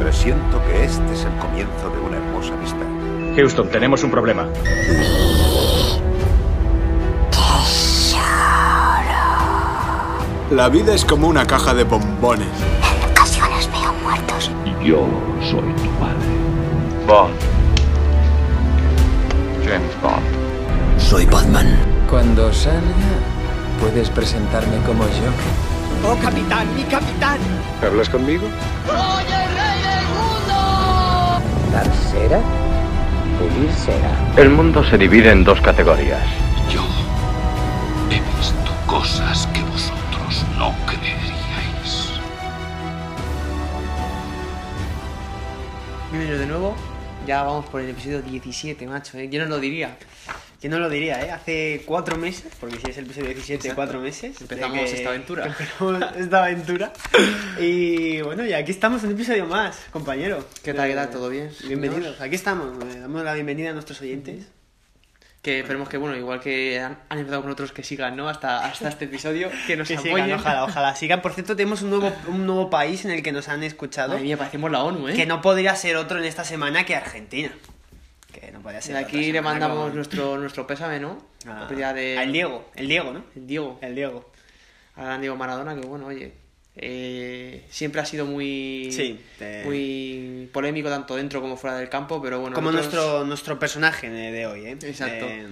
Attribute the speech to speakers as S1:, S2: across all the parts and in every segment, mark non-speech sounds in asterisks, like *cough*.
S1: Presiento que este es el comienzo de una hermosa amistad.
S2: Houston, tenemos un problema.
S3: La vida es como una caja de bombones.
S4: En ocasiones veo muertos.
S5: Yo soy tu padre.
S6: Bond. James Bond.
S7: Soy Batman.
S8: Cuando salga, puedes presentarme como yo.
S9: ¡Oh, capitán, mi capitán!
S10: ¿Hablas conmigo?
S11: ¡Soy el rey del mundo!
S12: Dar cera, pulir cera.
S13: El mundo se divide en dos categorías.
S14: Yo he visto cosas que vosotros no creeríais.
S15: Bienvenidos de nuevo. Ya vamos por el episodio 17, macho. ¿eh? Yo no lo diría. Yo no lo diría, ¿eh? Hace cuatro meses, porque si es el episodio 17, Exacto. cuatro meses.
S16: Empezamos que...
S15: *laughs*
S16: esta aventura.
S15: Empezamos esta aventura. Y bueno, y aquí estamos en un episodio más, compañero. Eh,
S16: ¿Qué tal, qué tal? ¿Todo bien?
S15: Bienvenidos. Aquí estamos. Eh, Damos la bienvenida a nuestros oyentes.
S16: Que esperemos que, bueno, igual que han, han, empezado con otros, que sigan, ¿no? Hasta, hasta este episodio, que nos
S15: que
S16: apoyen.
S15: Sigan, ojalá, ojalá sigan. Por cierto, tenemos un nuevo, un nuevo país en el que nos han escuchado.
S16: Madre mía, parecemos la ONU, ¿eh?
S15: Que no podría ser otro en esta semana que Argentina. Que no podría ser
S16: De aquí le mandamos como... nuestro, nuestro pésame, ¿no? Pues
S15: Ah, de... Al Diego, el Diego, ¿no?
S16: El Diego.
S15: El Diego.
S16: Al gran Diego Maradona, que bueno, oye... Eh, siempre ha sido muy,
S15: sí, eh.
S16: te... muy polémico tanto dentro como fuera del campo, pero bueno.
S15: Como nosotros... nuestro, nuestro personaje de, hoy, ¿eh?
S16: Exacto.
S15: Eh,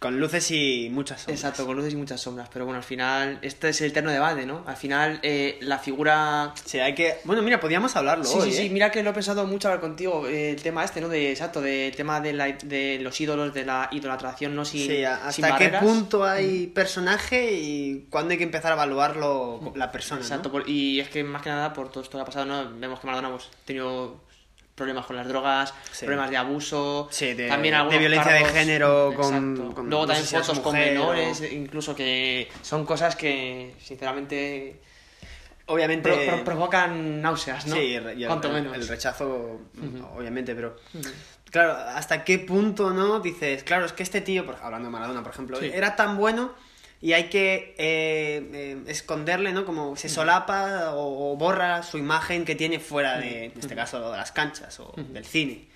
S15: con luces y muchas sombras.
S16: Exacto, con luces y muchas sombras. Pero bueno, al final, este es el eterno debate, ¿no? Al final, eh, la figura.
S15: Sí, hay que. Bueno, mira, podíamos hablarlo.
S16: Sí,
S15: hoy, ¿eh?
S16: sí, sí. Mira que lo he pensado mucho hablar contigo. el tema este, ¿no? De, exacto, del de, tema de, la, de los ídolos, de la idolatración, ¿no? Sin,
S15: sí, hasta
S16: sin
S15: qué
S16: barreras. Mm.
S15: punto hay personaje y cuándo hay que empezar a evaluarlo la persona.
S16: Exacto,
S15: ¿no?
S16: por, y es que más que nada, por todo esto que ha pasado, ¿no? Vemos que Maradona hemos tenido problemas con las drogas, sí. problemas de abuso,
S15: sí, de,
S16: también
S15: de violencia
S16: cargos,
S15: de género, con, con
S16: luego también fotos con menores, o... incluso que son cosas que sinceramente
S15: obviamente
S16: pro, pro, provocan náuseas, ¿no?
S15: Sí, y el,
S16: Cuanto menos.
S15: el rechazo, uh -huh. obviamente, pero uh -huh. claro, hasta qué punto, ¿no? Dices, claro, es que este tío, por, hablando de Maradona, por ejemplo, sí. era tan bueno y hay que eh, eh, esconderle, ¿no? Como se solapa o, o, borra su imagen que tiene fuera de, en este caso, de las canchas o del cine.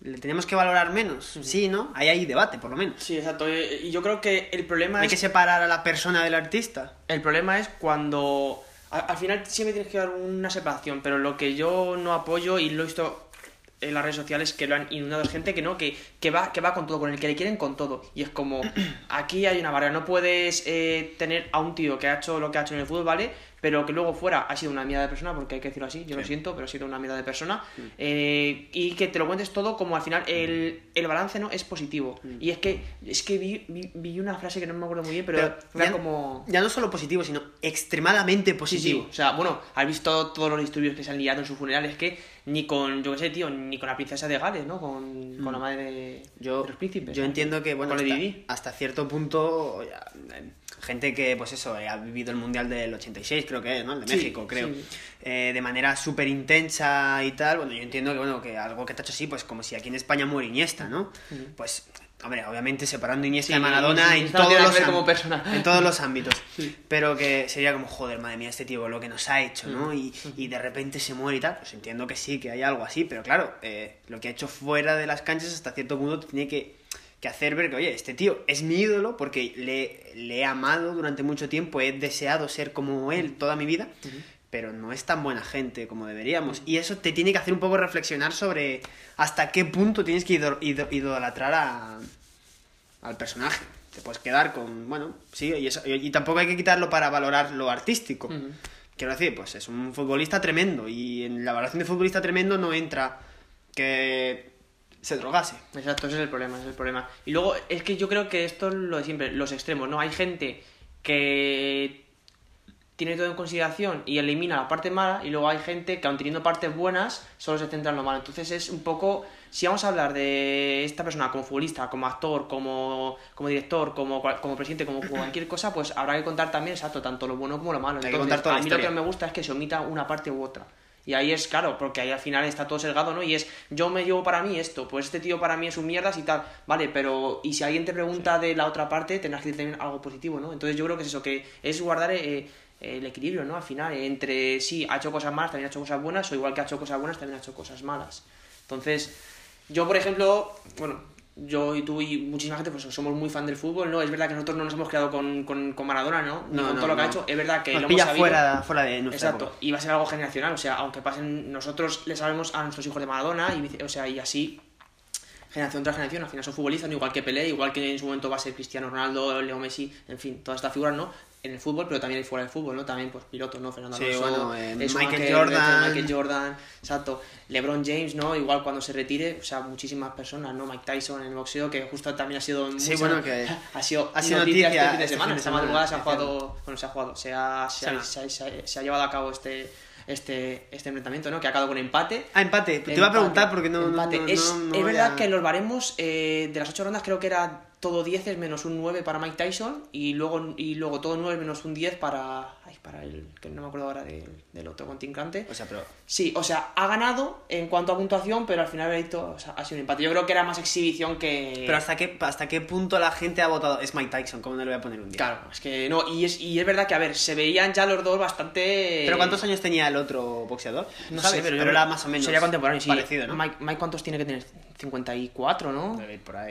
S15: ¿Le tenemos que valorar menos? Sí, ¿no? Ahí hay debate, por lo menos.
S16: Sí, exacto. Eh, Y yo creo que el problema
S15: hay
S16: es...
S15: que separar a la persona del artista.
S16: El problema es cuando... Al final siempre tienes que dar una separación, pero lo que yo no apoyo y lo he visto en las redes sociales que lo han inundado es gente que no, que, que, va, que va con todo, con el que le quieren con todo. Y es *clears throat* como, aquí hay una barrera, no puedes eh, tener a un tío que ha hecho lo que ha hecho en el fútbol, ¿vale? Pero que luego fuera ha sido una mierda de persona, porque hay que decirlo así, yo sí. lo siento, pero ha sido una mierda de persona. Sí. Mm. Eh, y que te lo cuentes todo como al final el, el balance no es positivo. Sí. Y es que es que vi, vi, vi, una frase que no me acuerdo muy bien, pero, pero era
S15: ya,
S16: como...
S15: Ya no solo positivo, sino extremadamente positivo.
S16: O sea, bueno, has visto todos los disturbios que se han liado en su funeral, es que ni con, yo qué sé, tío, ni con la princesa de Gales, ¿no? Con, mm. con la madre de,
S15: yo,
S16: de los príncipes.
S15: Yo
S16: ¿no?
S15: entiendo que, bueno,
S16: hasta,
S15: hasta, cierto punto, ya, eh, gente que, pues eso, ha vivido el Mundial del 86, creo que es, ¿no? El de
S16: sí,
S15: México, creo. Sí. Eh, de manera súper intensa y tal, bueno, yo entiendo que, bueno, que algo que te ha hecho así, pues como si aquí en España muere Iniesta, ¿no? Mm. Pues... Hombre, obviamente separando Iniesta sí, y Maradona en todos, los
S16: como persona.
S15: en todos los ámbitos. Pero que sería como, joder, madre mía, este tío, lo que nos ha hecho, ¿no? Y, y de repente se muere y tal. Pues entiendo que sí, que hay algo así, pero claro, eh, lo que ha hecho fuera de las canchas hasta cierto punto te tiene que, que, hacer ver que, oye, este tío es mi ídolo porque le, le, he amado durante mucho tiempo, he deseado ser como él toda mi vida, uh -huh. pero no es tan buena gente como deberíamos. Uh -huh. Y eso te tiene que hacer un poco reflexionar sobre hasta qué punto tienes que idol, idol, idolatrar a, al personaje. Te puedes quedar con, bueno, sí, y, eso, y, y tampoco hay que quitarlo para valorar lo artístico. Uh -huh quiero decir, pues es un futbolista tremendo y en la valoración de futbolista tremendo no entra que se drogase.
S16: Exacto, ese es el problema, ese es el problema. Y luego es que yo creo que esto es lo de siempre, los extremos, ¿no? Hay gente que tiene todo en consideración y elimina la parte mala y luego hay gente que aun teniendo partes buenas solo se centra en lo malo. Entonces es un poco, si vamos a hablar de esta persona como futbolista, como actor, como, como director, como, como presidente, como cualquier cosa, pues habrá que contar también exacto, tanto lo bueno como lo malo.
S15: Hay que
S16: Entonces,
S15: contar toda
S16: a
S15: la
S16: mí
S15: historia.
S16: lo que me gusta es que se omita una parte u otra. Y ahí es claro, porque ahí al final está todo sesgado, ¿no? Y es, yo me llevo para mí esto, pues este tío para mí es un mierdas y tal. Vale, pero. Y si alguien te pregunta sí. de la otra parte, tendrás que decir algo positivo, ¿no? Entonces yo creo que es eso, que es guardar. Eh, el equilibrio, ¿no? Al final, entre sí, ha hecho cosas malas, también ha hecho cosas buenas, o igual que ha hecho cosas buenas, también ha hecho cosas malas. Entonces, yo, por ejemplo, bueno, yo y tú y muchísima gente, pues somos muy fan del fútbol, ¿no? Es verdad que nosotros no nos hemos quedado con, con, con Maradona, ¿no? Ni
S15: No,
S16: con
S15: no,
S16: todo lo que ha
S15: no.
S16: hecho. Es verdad que
S15: Nos
S16: lo
S15: pilla
S16: hemos sabido.
S15: fuera- fuera
S16: eh,
S15: de nuestra
S16: Exacto.
S15: época.
S16: Y va a ser algo generacional, o sea, aunque pasen nosotros, le sabemos a nuestros hijos de Maradona, y, vice- o sea, y así, generación tras generación, al final son futbolistas, ¿no? igual que Pelé, igual que en su momento va a ser Cristiano Ronaldo, Leo Messi, en fin, todas estas figuras, ¿no? En el fútbol, pero también fuera del fútbol, ¿no? También, pues, pilotos, ¿no? Fernando
S15: Sí,
S16: Alonso,
S15: bueno, eh,
S16: Edson
S15: Michael
S16: Acker,
S15: Jordan.
S16: Michael Jordan, exacto. LeBron James, ¿no? Igual cuando se retire, o sea, muchísimas personas, ¿no? Mike Tyson en el boxeo, que justo también ha sido...
S15: Sí,
S16: mucha-
S15: bueno, que
S16: *laughs* ha sido,
S15: ha sido noticia
S16: noticia este fin de
S15: este
S16: semana,
S15: fin de
S16: esta
S15: semana,
S16: madrugada se ha
S15: especial.
S16: jugado bueno, se ha jugado, se ha, se ha, se ha- se ha- se ha llevado a cabo este, este, este enfrentamiento, ¿no? Que ha acabado con empate.
S15: Ah, empate. Te iba a preguntar porque no- no-
S16: empate.
S15: no-
S16: es
S15: no- no
S16: es
S15: voy
S16: verdad
S15: a-
S16: que en los baremos eh, de las ocho rondas creo que era todo 10 menos un 9 para Mike Tyson y luego, y luego todo 9 menos un 10 para. Ay, para el. que no me acuerdo ahora del, del otro contrincante.
S15: O sea, pero.
S16: Sí, o sea, ha ganado en cuanto a puntuación, pero al final ha ido- o sea, ha sido un empate. Yo creo que era más exhibición que.
S15: Pero hasta qué, hasta qué punto la gente ha votado. Es Mike Tyson, ¿cómo no le voy a poner un 10?
S16: Claro, es que no, y es, y es verdad que, a ver, se veían ya los dos bastante.
S15: ¿Pero cuántos años tenía el otro boxeador?
S16: eh, No
S15: ¿Sabes?
S16: sé,
S15: pero yo creo
S16: pero
S15: que era más o menos.
S16: Sería contemporáneo, sí.
S15: Parecido, ¿no?
S16: Mike, Mike, ¿cuántos tiene que tener? 54, ¿no?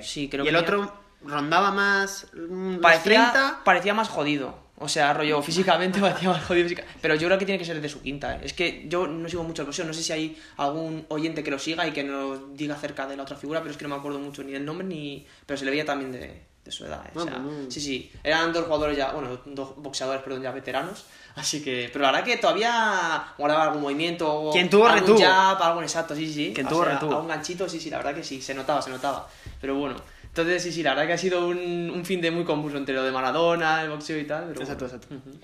S16: Sí, creo
S15: y
S16: que
S15: el
S16: tenía-
S15: otro rondaba más. mm, los
S16: parecía,
S15: 30.
S16: parecía más jodido. O sea, rollo físicamente *laughs* parecía más jodido. física- Pero yo creo que tiene que ser de su quinta. ¿eh? Es que yo no sigo mucho el boxeo. No sé si hay algún oyente que lo siga y que nos diga acerca de la otra figura, pero es que no me acuerdo mucho ni del nombre ni. Pero se le veía también de, de su edad. ¿eh? O
S15: Ah,
S16: sea,
S15: pues no.
S16: Sí, sí. Eran dos jugadores ya. Bueno, dos boxeadores, perdón, ya veteranos. Así que. Pero la verdad que todavía guardaba algún movimiento.
S15: Quien tuvo,
S16: algún
S15: retuvo.
S16: jab, algún Ah, exacto, sí, sí.
S15: Quien
S16: O
S15: tuvo,
S16: sea,
S15: retuvo.
S16: algún ganchito, sí, sí, la verdad que sí, se notaba, se notaba. Pero bueno, entonces sí, sí, la verdad que ha sido un, un fin de muy confuso entre lo de Maradona, el boxeo y tal. Pero
S15: Exacto,
S16: bueno. Ujú.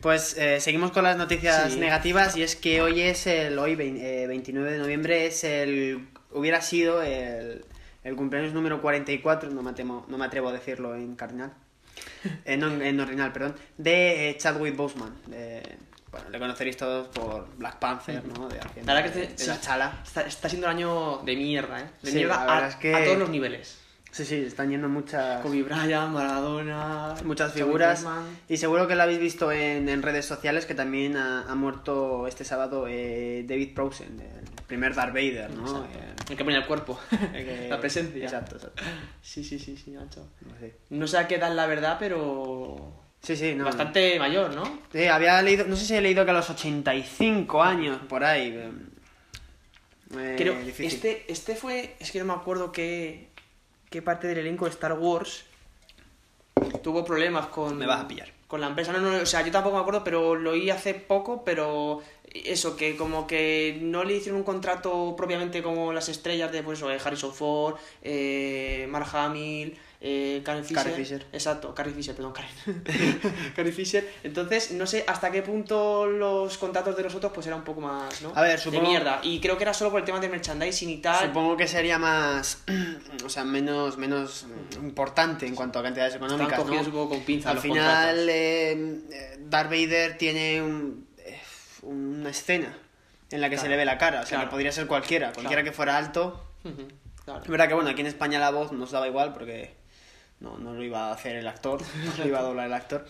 S15: Pues eh, seguimos con las noticias
S16: Sí.
S15: negativas y es que hoy es el hoy vein- eh, 29 de noviembre es el hubiera sido el, el cumpleaños número 44 no me atemo- no me atrevo a decirlo en cardinal *laughs* eh, no, en ordinal perdón de eh, Chadwick Boseman eh, bueno le conoceréis todos por Black Panther no de,
S16: La verdad que
S15: de,
S16: este-
S15: de la
S16: sí,
S15: chala
S16: Está, está siendo un año de mierda, ¿eh? De
S15: Sí,
S16: mierda
S15: la verdad
S16: a,
S15: es que-
S16: a todos los niveles.
S15: sí sí están yendo muchas
S16: Kobe Bryant, Maradona,
S15: muchas
S16: Chadwick
S15: figuras
S16: Boseman.
S15: y seguro que lo habéis visto en, en redes sociales que también ha, ha muerto este sábado eh, David Prowsen, el primer Darth Vader, ¿no?
S16: Exacto. El que pone el cuerpo,
S15: Eh, *laughs* el que-
S16: la presencia.
S15: Exacto, exacto.
S16: Sí, sí, sí, sí, macho.
S15: Eh, No sé.
S16: No sé a qué edad la verdad, pero.
S15: Sí, sí, no.
S16: Bastante mayor, ¿no?
S15: Sí, había leído, no sé si he leído que a los 85 años por ahí. eh, eh,
S16: Creo,
S15: difícil.
S16: este, este fue, es que no me acuerdo qué, qué parte del elenco de Star Wars tuvo problemas con...
S15: Me vas a pillar.
S16: Con la empresa, no, no, o sea, yo tampoco me acuerdo, pero lo oí hace poco, pero eso, que como que no le hicieron un contrato propiamente como las estrellas de, pues, eso, eh, Harrison Ford, eh, Mark Hamill, eh, Karen Fisher.
S15: Carrie Fisher.
S16: Exacto, Carrie *laughs* Fisher, perdón, Karen. Carrie Fisher. Entonces, no sé hasta qué punto los contratos de los otros, pues, era un poco más, ¿no?
S15: A ver,
S16: De
S15: supongo-
S16: mierda. Y creo que era solo por el tema del merchandising y tal.
S15: Supongo que sería más, *clears throat* o sea, menos, menos importante en cuanto a cantidades económicas.
S16: Están cogidos
S15: ¿no?
S16: un poco con pinzas
S15: Al
S16: los
S15: final,
S16: contratos.
S15: eh, eh, Darth Vader tiene un- eh, una escena en la que se
S16: Claro.
S15: le ve la cara, o sea,
S16: Claro.
S15: que podría ser cualquiera, cualquiera
S16: Claro.
S15: que fuera alto.
S16: Ujú, claro.
S15: eh, Es verdad que, bueno, aquí en España la voz nos daba igual porque no, no lo iba a hacer el actor, *laughs* no lo iba a doblar el actor.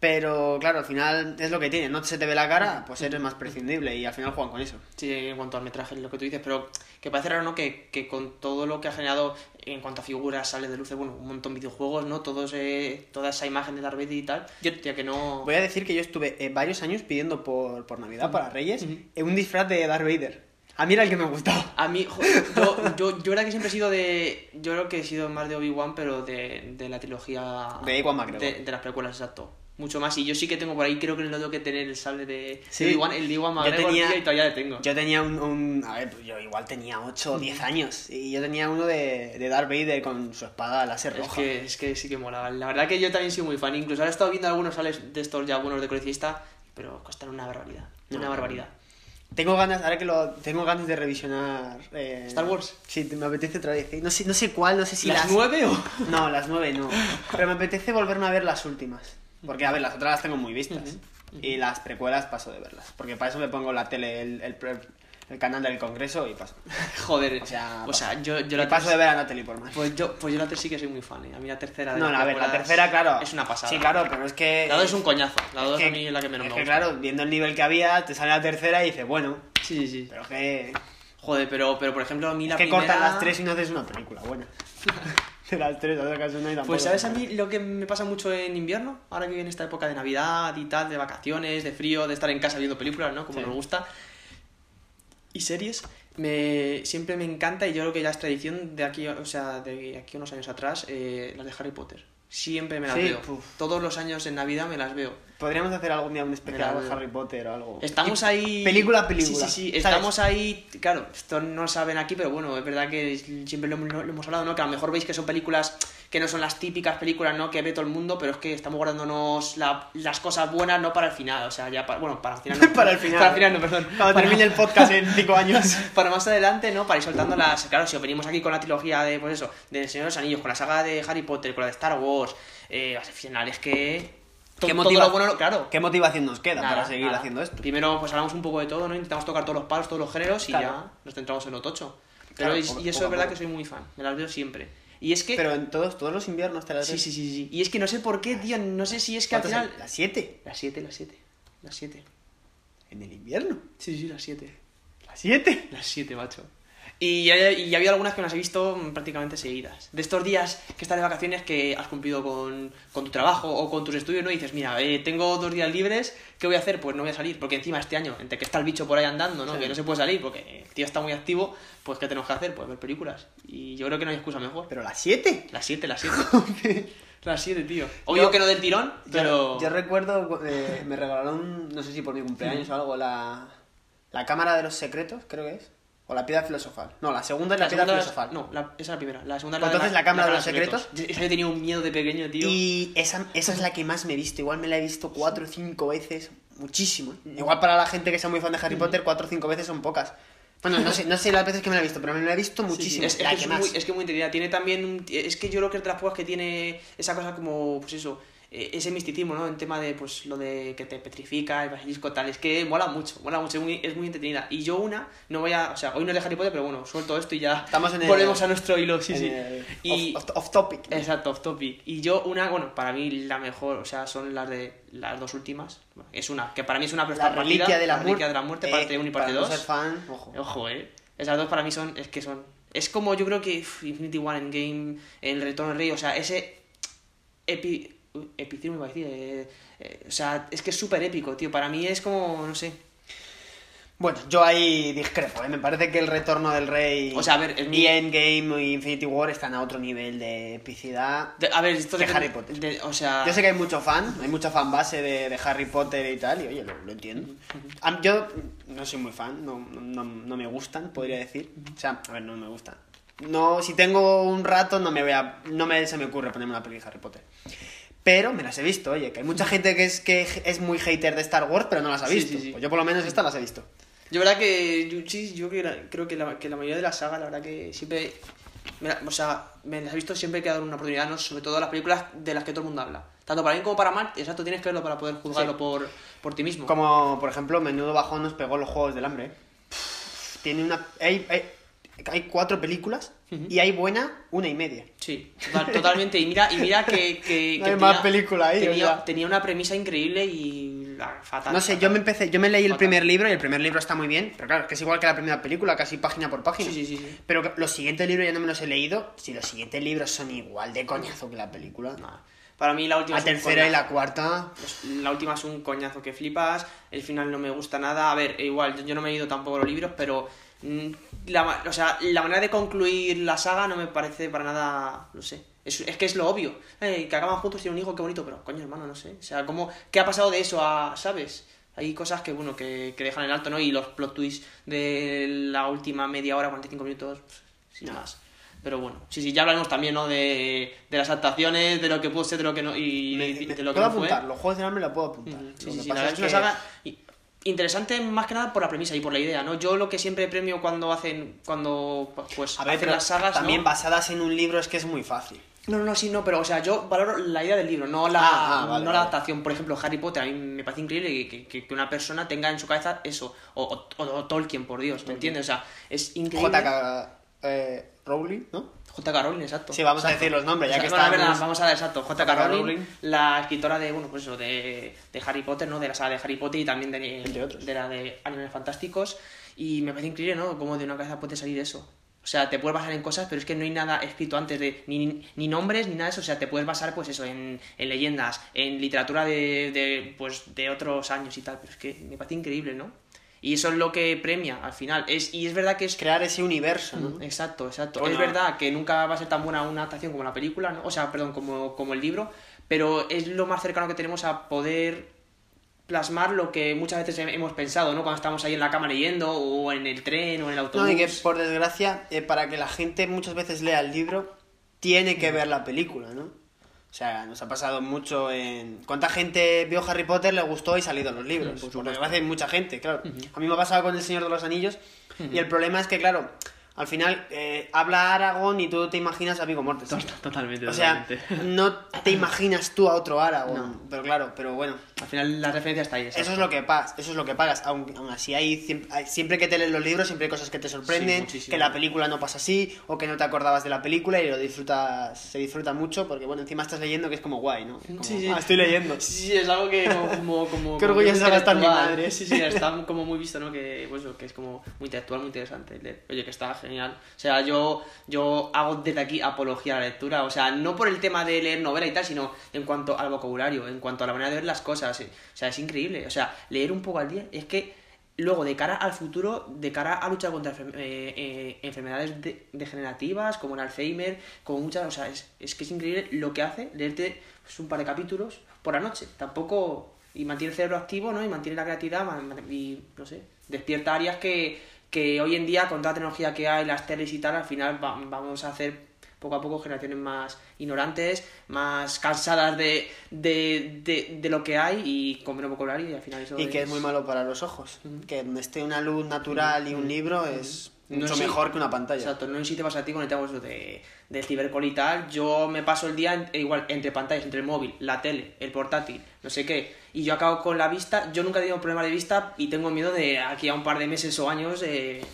S15: Pero claro, al final es lo que tiene, no se te ve la cara, pues eres más prescindible y al final juegan con eso.
S16: Sí, en cuanto al metraje, lo que tú dices, pero que parece raro, ¿no? Que, que con todo lo que ha generado en cuanto a figuras, sales de luces, bueno, un montón de videojuegos, ¿no? Todos, eh, toda esa imagen de Darth Vader y tal. Yo, tía, que no.
S15: Voy a decir que yo estuve eh, varios años pidiendo por, por Navidad, para Reyes,
S16: Ujú.
S15: eh, un disfraz de Darth Vader. A mí era el que me gustaba.
S16: A mí, jo- yo, yo, yo era que siempre he sido de. Yo creo que he sido más de Obi-Wan, pero de, de la trilogía.
S15: De Ewan McGregor.
S16: De, de las precuelas, exacto. Mucho más. Y yo sí que tengo por ahí, creo que no tengo que tener el sable de.
S15: Sí.
S16: de Obi-Wan, el de
S15: Yo
S16: Ewan McGregor,
S15: tenía-
S16: tía, y todavía le tengo.
S15: Yo tenía un, un- A ver, pues yo igual tenía 8 o 10 años. Y yo tenía uno de, de Darth Vader con su espada láser
S16: Es
S15: roja.
S16: que, es que sí que molaba. La verdad que yo también soy muy fan. Incluso ahora he estado viendo algunos sales de estos ya buenos de coleccionista, pero costan una barbaridad. Una
S15: No.
S16: barbaridad.
S15: Tengo ganas, ahora que lo. Tengo ganas de revisionar. eh,
S16: ¿Star Wars?
S15: Sí, te- me apetece otra vez. No sé, no sé cuál, no sé si
S16: ¿Las
S15: las.
S16: nueve
S15: *laughs*
S16: o...?
S15: No, las nueve no. Pero me apetece volverme a ver las últimas. Porque, a ver, las otras las tengo muy vistas. Y las precuelas paso de verlas. Porque para eso me pongo la tele, el, el pre- el canal del Congreso y paso.
S16: Joder, o sea, o sea yo, yo
S15: la paso ter... de ver a Natalie por más.
S16: Pues yo, pues yo la tercera sí que soy muy fan. ¿eh? A mí la tercera.
S15: De no, la, a ver, la tercera, claro.
S16: Es una pasada.
S15: Sí, claro, pero es que.
S16: La dos es un coñazo. La dos es que, a mí es la que menos
S15: es
S16: me gusta.
S15: Que, claro, viendo el nivel que había, te sale la tercera y dices, bueno.
S16: Sí, sí, sí.
S15: Pero que.
S16: Joder, pero, pero por ejemplo, a mí la
S15: que
S16: primera...
S15: cortan las tres y no haces una película
S16: *laughs*
S15: buena. de las tres, sacas una y tampoco.
S16: Pues sabes a mí lo que me pasa mucho en invierno, ahora que viene esta época de Navidad y tal, de vacaciones, de frío, de estar en casa viendo películas, ¿no? Como sí. nos gusta. Y series, me, siempre me encanta y yo creo que ya es tradición de aquí, o sea, de aquí unos años atrás, eh, las de Harry Potter. Siempre me las sí, veo. Puf. Todos los años en Navidad me las veo.
S15: Podríamos hacer algún día un especial de Harry Potter o algo.
S16: Estamos ahí.
S15: Película a película.
S16: Sí, sí, sí. Estamos ¿Sabes? ahí. Claro, esto no lo saben aquí, pero bueno, es verdad que siempre lo, lo, lo, hemos hablado, ¿no? Que a lo mejor veis que son películas que no son las típicas películas, ¿no? Que ve todo el mundo, pero es que estamos guardándonos la, las cosas buenas no para el final. O sea, ya para. Bueno, para el final.
S15: *laughs*
S16: No,
S15: para el final.
S16: Para el final, no, perdón.
S15: Cuando
S16: para...
S15: termine el podcast en cinco años.
S16: *laughs* para más adelante, ¿no? Para ir soltando las. Claro, si os venimos aquí con la trilogía de, pues eso, de Señor de los Anillos, con la saga de Harry Potter, con la de Star Wars, eh, al final es que.
S15: ¿Qué, motiva...
S16: bueno, lo... claro.
S15: ¿Qué motivación nos queda nada, para seguir nada. haciendo esto?
S16: Primero, pues hablamos un poco de todo, ¿no? Intentamos tocar todos los palos, todos los géneros claro. y ya nos centramos en lo tocho. Pero claro, y, poco, y, eso es verdad poco. que soy muy fan, me las veo siempre. Y es que...
S15: Pero en todos, todos los inviernos te las
S16: sí, sí, sí, sí, Y es que no sé por qué, tío, no sé si es que al final...
S15: Las 7.
S16: Las 7, las 7. Las 7.
S15: ¿En el invierno?
S16: Sí, sí, las 7.
S15: ¿Las 7?
S16: Las 7, macho. Y, y, ha habido algunas que me las he visto prácticamente seguidas. De estos días que estás de vacaciones que has cumplido con, con tu trabajo o con tus estudios, ¿no? Y dices, mira, eh, tengo dos días libres, ¿qué voy a hacer? Pues no voy a salir, porque encima este año, entre que está el bicho por ahí andando, ¿no? Sí. Que no se puede salir porque el tío está muy activo, pues ¿qué tenemos que hacer? Pues ver películas. Y yo creo que no hay excusa mejor.
S15: ¿Pero las 7?
S16: Las 7,
S15: *laughs*
S16: las 7. Las 7, tío. Obvio yo, que no del tirón,
S15: yo,
S16: pero...
S15: Yo recuerdo, eh, me regalaron, no sé si por mi cumpleaños o algo, la, la Cámara de los Secretos, creo que es. O la piedra filosofal. No, la segunda es la, la piedra filosofal. Pues
S16: No, la, esa es la primera. La segunda
S15: Entonces
S16: la,
S15: la cámara de los secretos.
S16: secretos. Esa yo tenía un miedo de pequeño, tío.
S15: Y esa, esa es la que más me he visto. Igual me la he visto cuatro o cinco veces. Muchísimo.
S16: Mm.
S15: Igual para la gente que sea muy fan de Harry Potter, cuatro o cinco veces son pocas. Bueno, no sé, no sé las veces que me la he visto, pero me la he visto muchísimo.
S16: Sí, sí. Es, es, que es, muy, es, que muy, entendida. Tiene también. Es que yo creo que entre las pocas que tiene esa cosa como. Pues eso ese misticismo, ¿no? En tema de, pues, lo de que te petrifica, el basilisco, tal. Es que mola mucho, mola mucho, es muy, es muy, entretenida. Y yo una, no voy a... O sea, hoy no es de Harry Potter, pero bueno, suelto esto y ya
S15: Estamos en
S16: volvemos
S15: el,
S16: a nuestro hilo, sí, sí. El,
S15: y, off, off, topic.
S16: Exacto, off topic. Y yo una, bueno, para mí la mejor, o sea, son las de las dos últimas. Bueno, es una, que para mí es una
S15: La reliquia de la,
S16: la reliquia de la muerte, eh, parte 1 y parte 2.
S15: No fan, ojo.
S16: Ojo, eh. Esas dos para mí son, es que son... Es como yo creo que uff, Infinity War en Game, El Retorno del Rey, o sea, ese... Epi, epicismo iba a decir. Eh, eh, o sea, es que es súper épico, tío. Para mí es como, no sé.
S15: Bueno, yo ahí discrepo, ¿eh? Me parece que el retorno del rey.
S16: O sea, a ver,
S15: el y Endgame y Infinity War están a otro nivel de epicidad.
S16: De, a ver, esto
S15: de
S16: de,
S15: Harry Potter.
S16: De, o sea.
S15: Yo sé que hay mucho fan, hay mucha fan base de, Harry Potter y tal, y oye, lo, lo entiendo. Uh -huh. Yo no soy muy fan, no, no, no me gustan, podría decir. O sea, a ver, no me gustan. No, si tengo un rato, no me voy a. No me, se me ocurre ponerme una peli de Harry Potter. Pero me las he visto, oye, que hay mucha gente que es, que es muy hater de Star Wars, pero no las ha visto.
S16: Sí, sí, sí.
S15: Pues yo por lo menos estas las he visto.
S16: Yo verdad que Yuchi, yo creo que la, que la mayoría de las sagas, la verdad que siempre... Me la, o sea, me las he visto siempre que ha dado una oportunidad, ¿no? sobre todo las películas de las que todo el mundo habla. Tanto para bien como para mal, exacto, tienes que verlo para poder juzgarlo por, por ti mismo.
S15: Como, por ejemplo, Menudo Bajón nos pegó los Juegos del Hambre. Tiene una... Hay, hay, hay cuatro películas uh -huh. y hay buena una y media.
S16: Sí, total, totalmente. Y mira, y mira que,
S15: *laughs*
S16: que,
S15: no
S16: que
S15: hay más película ahí.
S16: Tenía,
S15: o sea.
S16: tenía, una premisa increíble y la, fatal.
S15: No sé,
S16: fatal.
S15: yo me empecé, yo me leí fatal. el primer libro y el primer libro está muy bien, pero claro, es que es igual que la primera película, casi página por página.
S16: Sí, sí, sí.
S15: Pero que los siguientes libros ya no me los he leído. Si los siguientes libros son igual de coñazo que la película.
S16: No. Para mí la última...
S15: La tercera y la cuarta...
S16: Pues, La última es un coñazo que flipas, el final no me gusta nada. A ver, igual, yo, yo no me he leído tampoco los libros, pero mm, la, o sea, la manera de concluir la saga no me parece para nada, no sé. Es, es que es lo obvio. Eh, que acaban juntos, tienen un hijo, qué bonito, pero coño, hermano, no sé. O sea, ¿cómo, ¿qué ha pasado de eso a, sabes? Hay cosas que, bueno, que, que dejan en alto, ¿no? Y los plot twists de la última media hora, 45 minutos, sin no. más. Pero bueno, sí, sí, ya hablaremos también, ¿no? De, de las adaptaciones, de lo que pudo ser, de lo que no. Y,
S15: me,
S16: de,
S15: me,
S16: de,
S15: puedo
S16: lo que no
S15: apuntar,
S16: fue.
S15: los juegos de hambre la puedo apuntar. Mm,
S16: sí, sí, sí, es que... una saga. Y, interesante más que nada por la premisa y por la idea, ¿no? Yo lo que siempre premio cuando hacen, cuando pues
S15: a ver,
S16: hacen las sagas
S15: también
S16: ¿no?
S15: basadas en un libro es que es muy fácil.
S16: No, no, no, sí, no, pero o sea, yo valoro la idea del libro, no la,
S15: Ah, ah, vale,
S16: no
S15: vale.
S16: la adaptación. Por ejemplo, Harry Potter, a mí me parece increíble que, que- que una persona tenga en su cabeza eso, o, o- o Tolkien, por Dios, ¿me entiendes? O sea, es increíble.
S15: JK eh, Rowling, ¿no?
S16: J.K. Rowling, exacto.
S15: Sí, vamos a
S16: Exacto.
S15: decir los nombres, ya
S16: O sea,
S15: que
S16: bueno, a ver,
S15: estamos-
S16: Vamos a dar exacto. J.K.
S15: J.K.
S16: Rowling,
S15: Rowling.
S16: la escritora de, bueno, pues eso, de, de Harry Potter, ¿no? De la saga de Harry Potter y también de, de la de Animales Fantásticos. Y me parece increíble, ¿no? Cómo de una cabeza puede salir eso. O sea, te puedes basar en cosas, pero es que no hay nada escrito antes de ni, ni nombres ni nada de eso. O sea, te puedes basar, pues eso, en, en leyendas, en literatura de, de, pues, de otros años y tal. Pero es que me parece increíble, ¿no? Y eso es lo que premia al final. Es, y es verdad que es.
S15: Crear ese universo, ¿no?
S16: Mm, Exacto, exacto.
S15: Bueno.
S16: Es verdad que nunca va a ser tan buena una adaptación como la película, ¿no? o sea, perdón, como, como el libro, pero es lo más cercano que tenemos a poder plasmar lo que muchas veces he- hemos pensado, ¿no? Cuando estamos ahí en la cama leyendo, o en el tren, o en el autobús.
S15: No, y que *laughs* por desgracia, eh, para que la gente muchas veces lea el libro, tiene que ver la película, ¿no? O sea, nos ha pasado mucho en... ¿Cuánta gente vio Harry Potter, le gustó y salido los libros?
S16: Mm, por
S15: por
S16: supuesto.
S15: desgracia hay mucha gente, claro. A mí me ha pasado con El Señor de los Anillos y el problema es que, claro, al final eh, habla Aragón y tú te imaginas a Viggo Mortensen.
S16: Totalmente,
S15: O sea, no te imaginas tú a otro Aragón,
S16: No.
S15: pero claro, pero bueno.
S16: *laughs* Al final la referencia está ahí.
S15: Eso es lo que pagas, eso es lo que pagas. Aun, aun así hay, siem- hay- siempre que te lees los libros siempre hay cosas que te sorprenden,
S16: muchísimo.
S15: que la película no pasa así o que no te acordabas de la película y lo disfrutas, se disfruta mucho porque bueno, encima estás leyendo que es como guay, ¿no? Como,
S16: Sí, sí.
S15: "Ah, estoy
S16: *laughs*
S15: leyendo.
S16: Sí, sí, es algo que como...
S15: *laughs*
S16: como, como
S15: Qué
S16: como
S15: orgullosa
S16: muy
S15: va a estar mi
S16: intelectual.
S15: madre.
S16: Sí,
S15: *laughs*
S16: sí, está como muy visto, ¿no? Que, pues, eso, que es como muy intelectual, muy interesante. leer. Oye, que está genial. O sea, yo, yo hago desde aquí apología a la lectura. O sea, no por el tema de leer novela y tal, sino en cuanto al vocabulario, en cuanto a la manera de ver las cosas. eh. O sea, es increíble. O sea, leer un poco al día es que... Luego, de cara al futuro, de cara a luchar contra enfer- eh, eh, enfermedades de- degenerativas, como el Alzheimer, como muchas, o sea, es, es que es increíble lo que hace leerte pues, un par de capítulos por la noche. Tampoco. Y mantiene el cerebro activo, ¿no? Y mantiene la creatividad ma- ma- y, no sé, despierta áreas que, que hoy en día, con toda la tecnología que hay, las teles y tal, al final va- vamos a hacer poco a poco generaciones más ignorantes, más cansadas de, de, de, de lo que hay y con menos vocabulario y al final eso
S15: Y que es muy malo para los ojos, que donde esté una luz natural y un libro es mucho mejor que una pantalla.
S16: Exacto, no sé si te pasa a ti con el tema pues, eso de, del cibercall y tal. Yo me paso el día en- eh, igual entre pantallas, entre el móvil, la tele, el portátil, no sé qué. Y yo acabo con la vista. Yo nunca he tenido un problema de vista y tengo miedo de aquí a un par de meses o años eh,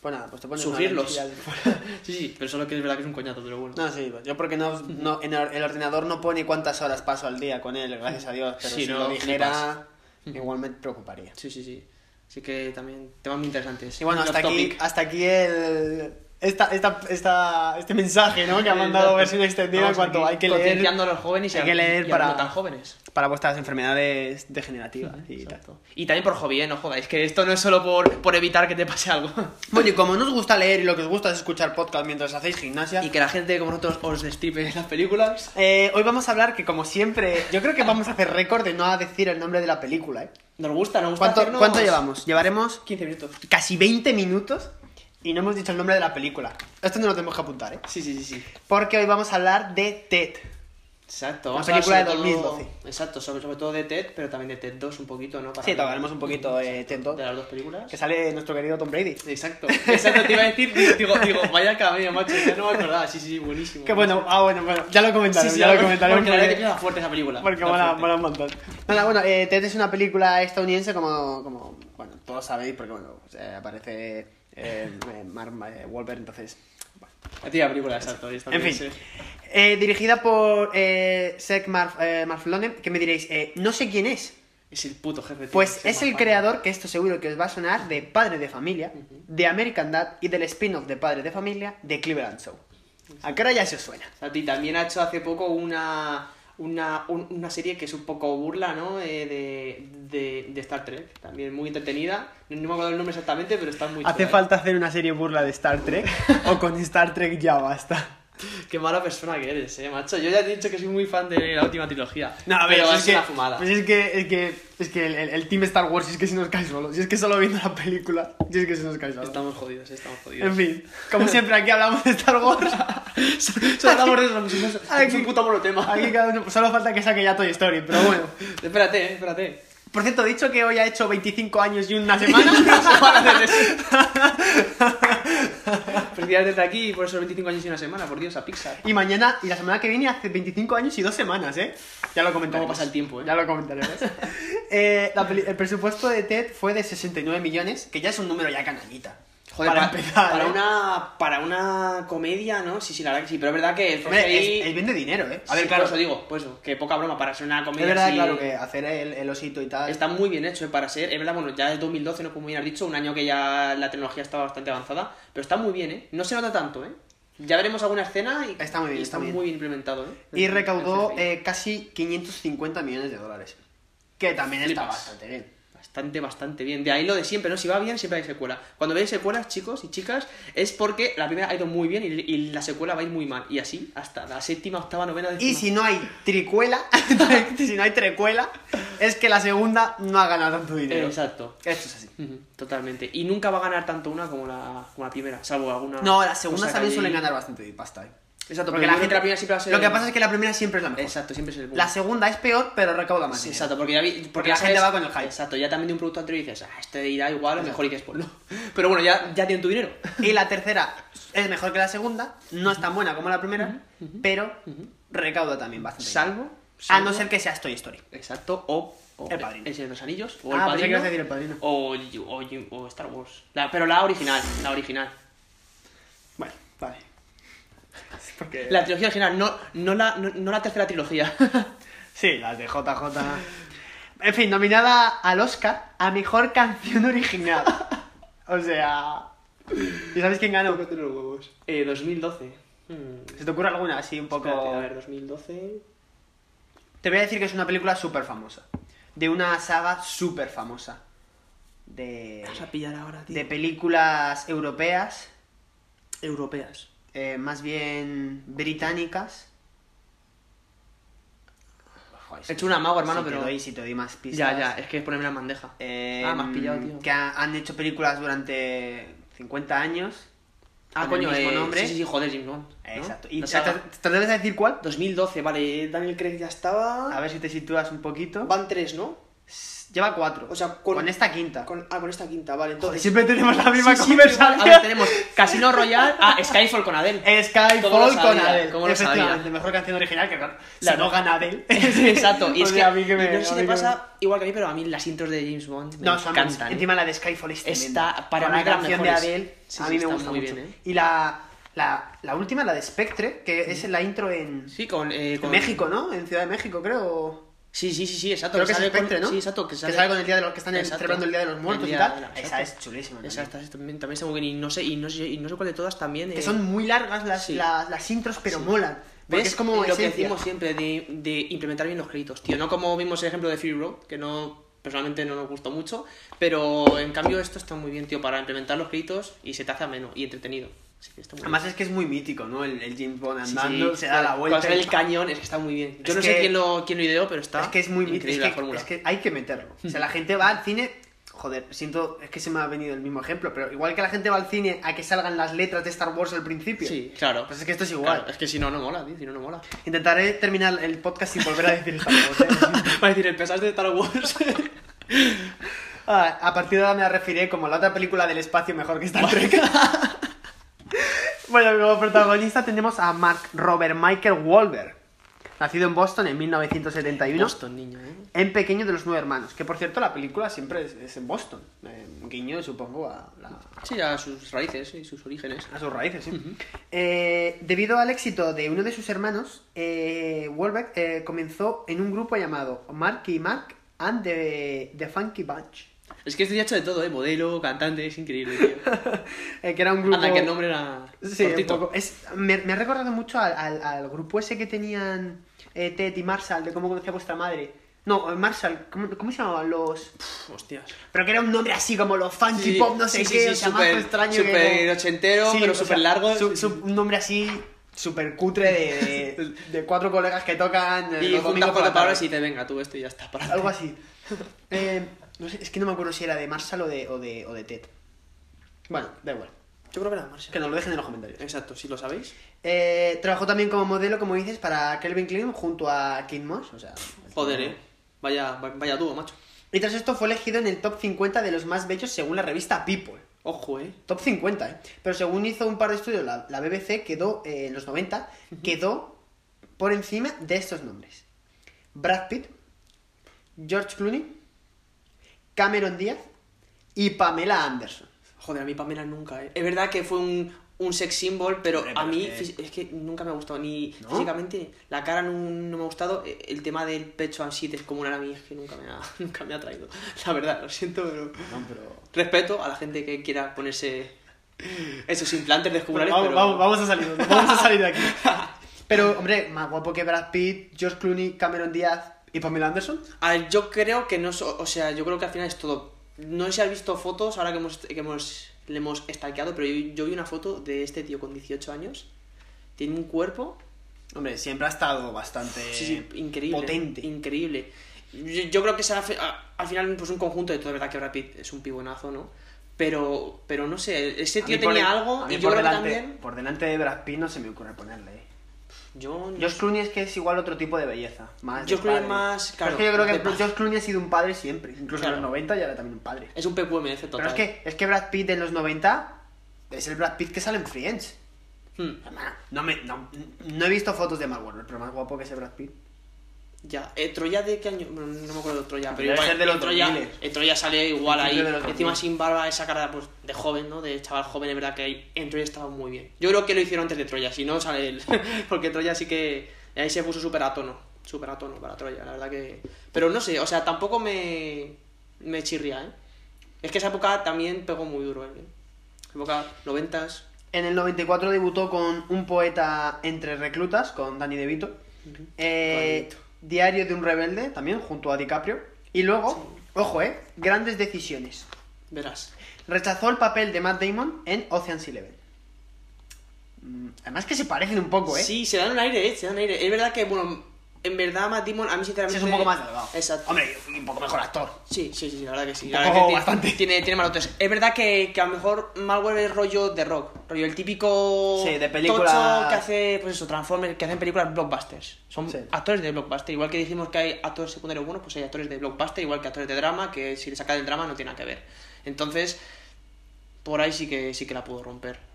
S15: Pues nada, pues te pones una
S16: sufrirlos.
S15: lentilla de-
S16: *laughs* sí, sí, pero solo que es verdad que es un coñazo, pero bueno.
S15: No, sí, yo porque no, no- en el el ordenador no pone cuántas horas paso al día con él, gracias a Dios, pero
S16: Sí,
S15: si
S16: no,
S15: lo dijera,
S16: flipas.
S15: igual me preocuparía.
S16: Sí, sí, sí. Así que también temas muy interesantes.
S15: Y bueno,
S16: Off
S15: hasta aquí,
S16: topic.
S15: hasta aquí el... Esta, esta, esta, este mensaje ¿no? que ha mandado versión extendida en
S16: Vamos
S15: cuanto
S16: aquí
S15: hay que leer
S16: concienciando a los jóvenes y
S15: hay
S16: a-
S15: que leer
S16: y a los
S15: para,
S16: no tan jóvenes.
S15: para vuestras enfermedades degenerativas y tal.
S16: Y también por hobby, ¿eh? no jodáis, que esto no es solo por, por evitar que te pase algo.
S15: Bueno, y como nos gusta leer y lo que os gusta es escuchar podcast mientras hacéis gimnasia,
S16: Y que la gente como nosotros os destripe las películas.
S15: eh, hoy vamos a hablar que como siempre, yo creo que vamos a hacer récord de no a decir el nombre de la película. ¿eh?
S16: Nos gusta, nos gusta.
S15: ¿Cuánto,
S16: hacernos-
S15: cuánto llevamos? Llevaremos
S16: 15 minutos.
S15: casi 20 minutos y no hemos dicho el nombre de la película. Esto no lo tenemos que apuntar, ¿eh?
S16: Sí, sí, sí, sí.
S15: Porque hoy vamos a hablar de Ted.
S16: Exacto.
S15: La
S16: vamos a hablar
S15: película
S16: sobre
S15: de
S16: todo-
S15: 2012.
S16: Exacto, sobre, sobre todo de Ted, pero también de Ted 2 un poquito, ¿no? Para
S15: Sí,
S16: que-
S15: tocaremos un poquito eh, Ted
S16: de
S15: 2,
S16: las dos películas.
S15: que sale nuestro querido Tom Brady.
S16: Exacto. Exacto, te iba a decir, digo, digo, digo, vaya camello, macho, ya no me acordaba. Sí, sí, sí, buenísimo.
S15: Que bueno, ah, bueno, bueno, ya lo
S16: Sí,
S15: comentaremos,
S16: sí,
S15: ya lo comentaremos.
S16: Porque la verdad que
S15: Porque,
S16: empieza fuerte esa película.
S15: porque
S16: Empieza
S15: mola,
S16: fuerte.
S15: mola un montón. Nada, bueno, eh, Ted es una película estadounidense como, como bueno, todos sabéis, porque bueno, eh, aparece eh, eh, Mark eh, Wahlberg, entonces...
S16: La tía película, exacto. está
S15: En
S16: bien,
S15: fin.
S16: sí.
S15: Eh, dirigida por eh, Seth Marf- eh, Marflone, que me diréis, eh, no sé quién es.
S16: Es el puto jefe. tío,
S15: Pues es
S16: más
S15: el
S16: fan.
S15: creador, que esto seguro que os va a sonar, de Padre de Familia, de American Dad y del spin-off de Padre de Familia de Cleveland Show. ¿A qué hora ya se os suena?
S16: A ti también ha hecho hace poco una, una, un- una serie que es un poco burla, ¿no? Eh, de, de, de Star Trek. También muy entretenida. No, no me acuerdo el nombre exactamente, pero está muy
S15: Hace
S16: chula, ¿eh?
S15: falta hacer una serie burla de Star Trek *laughs* o con Star Trek ya basta.
S16: Qué mala persona que eres, eh, macho. Yo ya te he dicho que soy muy fan de la última trilogía.
S15: No, a ver,
S16: pero
S15: es,
S16: es
S15: que,
S16: una fumada.
S15: pues es que, es que, es que el, el- el Team Star Wars, si es que se nos cae solo, si es que solo viendo la película, si es que se nos cae solo.
S16: Estamos jodidos, estamos jodidos.
S15: En fin, como siempre aquí hablamos de Star Wars.
S16: *laughs*
S15: *laughs*
S16: Solo hablamos de eso, somos- somos
S15: Aquí-
S16: un puto monotema.
S15: Aquí cada uno- solo falta que saque ya Toy Story, pero bueno.
S16: Espérate, *laughs* eh, espérate.
S15: Por cierto, he dicho que hoy ha hecho 25 años y una semana.
S16: *laughs* Felicidades desde aquí por esos 25 años y una semana, por Dios, a Pixar.
S15: Y mañana, y la semana que viene hace 25 años y dos semanas, ¿eh? Ya lo comentaremos.
S16: ¿Cómo pasa el tiempo, eh?
S15: Ya lo
S16: *laughs*
S15: comentaremos. eh, la peli- el presupuesto de TED fue de 69 millones, que ya es un número ya canallita.
S16: Joder, para,
S15: empezar,
S16: para
S15: ¿eh?
S16: una, para una comedia, ¿no? Sí, sí, la verdad que sí, pero es verdad que...
S15: Hombre,
S16: ahí-
S15: es, es bien de dinero, ¿eh?
S16: A ver, claro, eso digo, pues eso, que poca broma para ser una
S15: Es
S16: comedia
S15: verdad,
S16: así-
S15: claro, que hacer el, el osito y tal.
S16: Está muy bien hecho, ¿eh? para ser. Es verdad, bueno, ya es 2012, ¿no? como bien has dicho, un año que ya la tecnología estaba bastante avanzada, pero está muy bien, ¿eh? No se nota tanto, ¿eh? Ya veremos alguna escena y
S15: Está muy bien,
S16: y
S15: está
S16: está,
S15: bien.
S16: muy bien implementado, ¿eh?
S15: Y
S16: El-
S15: recaudó
S16: el CGI.
S15: eh, casi 550 millones de dólares. Que también está
S16: Flipas.
S15: bastante bien.
S16: Bastante, bastante bien. De ahí lo de siempre, ¿no? Si va bien, siempre hay secuela. Cuando veis secuelas, chicos y chicas, es porque la primera ha ido muy bien y, y la secuela va a ir muy mal. Y así hasta la séptima, octava, novena,
S15: Y
S16: décima.
S15: si no hay tricuela, *laughs* si no hay trecuela, es que la segunda no ha ganado tanto dinero.
S16: Exacto.
S15: Esto es así.
S16: Ujú, Totalmente. Y nunca va a ganar tanto una como la, como la primera, salvo alguna.
S15: No, las segundas
S16: cosa que
S15: también
S16: hay-
S15: suelen ganar bastante de pasta, ¿eh?
S16: Exacto,
S15: Porque
S16: porque
S15: la
S16: la
S15: gente-
S16: gente la primera siempre va a ser.
S15: Lo que pasa es que la primera siempre es la mejor.
S16: Exacto, siempre es el boom.
S15: La segunda es peor, pero recauda más.
S16: Sí,
S15: dinero.
S16: exacto, porque ya vi- porque,
S15: la
S16: ya
S15: gente
S16: sabes-
S15: va con el hype.
S16: Exacto, ya también de un producto anterior dices, ah, este irá igual, o mejor y después no. Pero bueno, *laughs* ya, ya tienen tu dinero.
S15: Y la tercera es mejor que la segunda, no es tan buena como la primera, pero recauda también bastante.
S16: Salvo.
S15: A
S16: salvo-
S15: Ah, no ser que sea Toy Story.
S16: Exacto, o. o
S15: El Padrino.
S16: El Señor de los Anillos, o
S15: Ah, pensé que
S16: el padrino,
S15: ibas a decir El Padrino.
S16: O, o- o Star Wars. La- pero la original, la original.
S15: Bueno, vale. *laughs* Porque...
S16: La trilogía original, no, no, la, no, no la tercera trilogía. *laughs*
S15: Sí, las de JJ. En fin, nominada al Oscar a mejor canción original. O sea. ¿Y sabes quién ganó?
S16: eh, 2012. Hmm,
S15: ¿Se te ocurre alguna así un poco.?
S16: espérate, a ver, 2012.
S15: Te voy a decir que es una película súper famosa. De una saga súper famosa. De.
S16: Vas a pillar ahora, tío.
S15: De películas europeas.
S16: europeas.
S15: eh, más bien británicas.
S16: He hecho un amago, hermano,
S15: Si te
S16: pero.
S15: doy- si te doy más pistas.
S16: Ya, ya, es que es ponerme la bandeja.
S15: Eh,
S16: ah, me has pillado, tío.
S15: Que ha- han hecho películas durante 50 años.
S16: Ah,
S15: con el
S16: coño,
S15: mismo
S16: eh,
S15: nombre.
S16: Sí, sí, sí, joder, James Bond. ¿no?
S15: Exacto. ¿Y
S16: La
S15: te,
S16: saga.
S15: te- te atreves a decir cuál?
S16: 2012, vale, Daniel Craig ya estaba.
S15: A ver si te sitúas un poquito.
S16: Van tres, ¿no?
S15: Lleva cuatro.
S16: O sea, con-
S15: esta quinta.
S16: Con, ah, con esta quinta,
S15: Joder,
S16: vale. Entonces,
S15: siempre tenemos la misma
S16: Sí, sí,
S15: conversación.
S16: igual. A ver, tenemos Casino Royale. Ah, Skyfall con Adele.
S15: Eh,
S16: ¿Cómo lo
S15: Skyfall
S16: sabía?
S15: con Adele.
S16: ¿Cómo lo sabía?
S15: Efectivamente, mejor canción original que claro,
S16: La-
S15: si no gana
S16: *laughs*
S15: Adele.
S16: Exacto. Y
S15: O *laughs*
S16: es
S15: sea,
S16: que,
S15: a mí que
S16: y
S15: me-
S16: no sé
S15: a
S16: si
S15: mí
S16: te
S15: que me-
S16: pasa igual que a mí, pero a mí las intros de James Bond me
S15: No, son
S16: encantan. ¿eh?
S15: Encima la de Skyfall es tremenda.
S16: Está- para
S15: Con
S16: mí
S15: la
S16: de las
S15: canción
S16: mejores.
S15: de Adele.
S16: Sí,
S15: a
S16: sí,
S15: mí me
S16: está
S15: gusta
S16: muy
S15: mucho.
S16: bien, ¿eh?
S15: Y la, la, la última, la de Spectre, que es la intro en,
S16: Sí, con, eh,
S15: en
S16: con-
S15: México, ¿no? En Ciudad de México, creo.
S16: Sí, sí, sí, sí, exacto.
S15: Creo que es
S16: sale con-
S15: Spectre, ¿no?
S16: Sí, exacto. Que sale,
S15: con el día de los que están
S16: Exacto.
S15: celebrando el día de los muertos
S16: El
S15: y
S16: día-
S15: tal.
S16: exacto.
S15: Esa es chulísima.
S16: Esa
S15: también.
S16: está, también, también está muy bien. Y no sé, y no sé, y no sé cuál de todas también.
S15: Que
S16: eh,
S15: son muy largas las,
S16: Sí.
S15: las, las intros, pero
S16: Sí.
S15: molan. Porque
S16: ¿Ves?
S15: es como
S16: lo
S15: esencia.
S16: que decimos siempre de, de implementar bien los créditos, tío. No como vimos el ejemplo de Fury Road, que no personalmente no nos gustó mucho, pero en cambio esto está muy bien, tío, para implementar los créditos y se te hace ameno y entretenido. Así que está muy
S15: Además
S16: bien.
S15: es que es muy mítico, ¿no? El, el James Bond
S16: Sí,
S15: andando,
S16: sí.
S15: se da la
S16: Cuando
S15: vuelta.
S16: sale
S15: y-
S16: el cañón, es que está muy bien. Yo
S15: Es
S16: no
S15: que-
S16: sé quién lo, quién lo ideó, pero está
S15: Es que es muy mítico. Es
S16: increíble
S15: que,
S16: la fórmula.
S15: es que hay que meterlo. O sea, la gente va al cine. Joder, siento, es que se me ha venido el mismo ejemplo, pero igual que la gente va al cine a que salgan las letras de Star Wars al principio.
S16: Sí, claro.
S15: Pues es que esto es igual.
S16: Claro, es que si no, no mola, tío, si no, no
S15: *laughs*
S16: mola.
S15: Intentaré terminar el podcast sin volver a decir Star Wars.
S16: *laughs*
S15: ¿eh?
S16: Va a decir, el pesar de Star *laughs* Wars.
S15: Ah, a partir de ahora me la referiré como la otra película del espacio mejor que Star
S16: *laughs*
S15: Trek. bueno, como protagonista tenemos a Mark Robert Michael Wahlberg, nacido en Boston en 1971.
S16: Boston, niño, ¿eh?
S15: En Pequeño de los Nueve Hermanos, que por cierto la película siempre es, es en Boston. Eh, un guiño, supongo, a, la-
S16: Sí, a sus raíces y sus orígenes.
S15: a sus raíces. sí. Eh, debido al éxito de uno de sus hermanos, eh, Wahlberg eh, comenzó en un grupo llamado Mark y Mark and the, the Funky Bunch,
S16: Es que este ha hecho de todo, ¿eh? Modelo, cantante, es increíble, tío.
S15: eh, que era *laughs* un grupo...
S16: Anda, que el nombre era
S15: Sí, un
S16: cortito.
S15: poco. Es- me, me ha recordado mucho al, al- al grupo ese que tenían eh, Ted y Marshall, de cómo conocía vuestra madre. No, eh, Marshall, ¿cómo, cómo se llamaban los...?
S16: Pf, Hostias.
S15: Pero que era un nombre así como los Funky
S16: Sí,
S15: Pop, no sé
S16: sí, sí,
S15: qué,
S16: sí,
S15: o sea,
S16: súper-
S15: más extraño que
S16: súper
S15: como-
S16: ochentero, pero
S15: o
S16: súper
S15: sea,
S16: largo.
S15: su- su- un nombre así súper cutre de,
S16: *laughs*
S15: de- de cuatro colegas que tocan eh,
S16: Y
S15: los domingos
S16: juntas
S15: por la
S16: cuatro palabras y
S15: tarde.
S16: dices, venga, tú esto y ya está. Para
S15: Algo así. Eh, no sé, es que no me acuerdo si era de Marshall o de, o de, o de Ted. Bueno, da igual.
S16: Yo creo que era Marcia.
S15: Que nos lo dejen en los comentarios.
S16: Exacto, si lo sabéis.
S15: Eh, trabajó también como modelo, como dices, para Kelvin Klein junto a Kim Moss. O sea,
S16: eh. Joder, eh. Vaya, va- vaya dúo, macho.
S15: Y tras esto fue elegido en el top 50 de los más bellos según la revista People.
S17: Ojo, ¿eh?
S15: Top 50, ¿eh? Pero según hizo un par de estudios la, la BBC, quedó, eh, en los 90, uh -huh. quedó por encima de estos nombres. Brad Pitt, George Clooney, Cameron Díaz y Pamela Anderson.
S16: Joder, a mí Pamela nunca, ¿eh? Es verdad que fue un, un sex symbol, pero, pero a mí es... es que nunca me ha gustado, ni ¿No? físicamente, la cara no, no, me ha gustado, E, el tema del pecho así descomunal a mí es que nunca me ha, *laughs* nunca me ha traído, la verdad, lo siento, pero... No, pero... Respeto a la gente que quiera ponerse esos implantes descomunales,
S15: vamos,
S16: pero...
S15: vamos, vamos, a salir, vamos a salir de aquí. *laughs* pero, hombre, más guapo que Brad Pitt, George Clooney, Cameron Díaz y Pamela Anderson.
S16: A ver, yo creo que no, o sea, yo creo que al final es todo. No sé si has visto fotos ahora que hemos... Que hemos le hemos estalqueado, pero yo, yo, vi una foto de este tío con 18 años. Tiene un cuerpo.
S15: Hombre, siempre ha estado bastante
S16: sí, sí, increíble,
S15: potente.
S16: Increíble. Yo, yo creo que será al final pues un conjunto de todo, verdad que Brad Pitt es un pibonazo, ¿no? Pero, pero no sé, ese tío tenía
S15: por,
S16: algo
S15: y
S16: yo
S15: por
S16: creo
S15: delante,
S16: que también.
S15: Por delante de Brad Pitt no se me ocurre ponerle. ¿eh?
S16: Yo
S15: no Josh Clooney es que es igual otro tipo de belleza. Más
S16: Josh Clooney más.
S15: pero es
S16: Claro,
S15: que yo creo que Josh Clooney ha sido un padre siempre. Incluso claro. en los 90 ya era también un padre.
S16: Es un PQMF total.
S15: Pero es que, es que Brad Pitt en los 90 es el Brad Pitt que sale en Friends. Hmm. No, me, no, no, he visto fotos de Mark Wahlberg, pero más guapo que ese Brad Pitt.
S16: Ya, ¿Eh, Troya de qué año? Bueno, no me acuerdo de Troya, pero
S15: Debe
S16: igual
S15: ser de los
S16: Troya,
S15: 2000.
S16: El Troya sale igual ahí. Encima sin barba, esa cara pues, de joven, ¿no? De chaval joven, es verdad que ahí en Troya estaba muy bien. Yo creo que lo hicieron antes de Troya, si no sale él. *laughs* Porque Troya sí que. Ahí se puso súper a tono. Súper a tono para Troya, la verdad que. Pero no sé, o sea, tampoco me. Me chirría, ¿eh? Es que esa época también pegó muy duro, ¿eh? Época noventas.
S15: En el 94 debutó con Un poeta entre reclutas, con Danny DeVito. Uh -huh. Eh. Bonito. Diario de un rebelde, también junto a DiCaprio. Y luego, sí. ojo, ¿eh? Grandes decisiones.
S16: Verás.
S15: Rechazó el papel de Matt Damon en Ocean's Eleven. Mm, Además que se parecen un poco, ¿eh?
S16: Sí, se dan un aire, ¿eh? Se dan un aire. Es verdad que, bueno, en verdad Matt Damon a mí sinceramente...
S15: Sí, es un poco más delgado.
S16: Exacto.
S15: Hombre, un poco mejor actor.
S16: Sí, sí, sí, la verdad que sí.
S15: Un
S16: la
S15: poco
S16: verdad que
S15: bastante.
S16: Tiene, tiene, tiene malotes. Es verdad que, que a lo mejor Malware es rollo de rock. Rollo el típico...
S15: Sí, de películas...
S16: que hace, pues eso, Transformers, que hacen películas blockbusters. Son
S15: Sí.
S16: actores de blockbuster. Igual que dijimos que hay actores secundarios buenos, pues hay actores de blockbuster, igual que actores de drama, que si le saca del drama no tiene nada que ver. Entonces, por ahí sí que, sí que la pudo romper.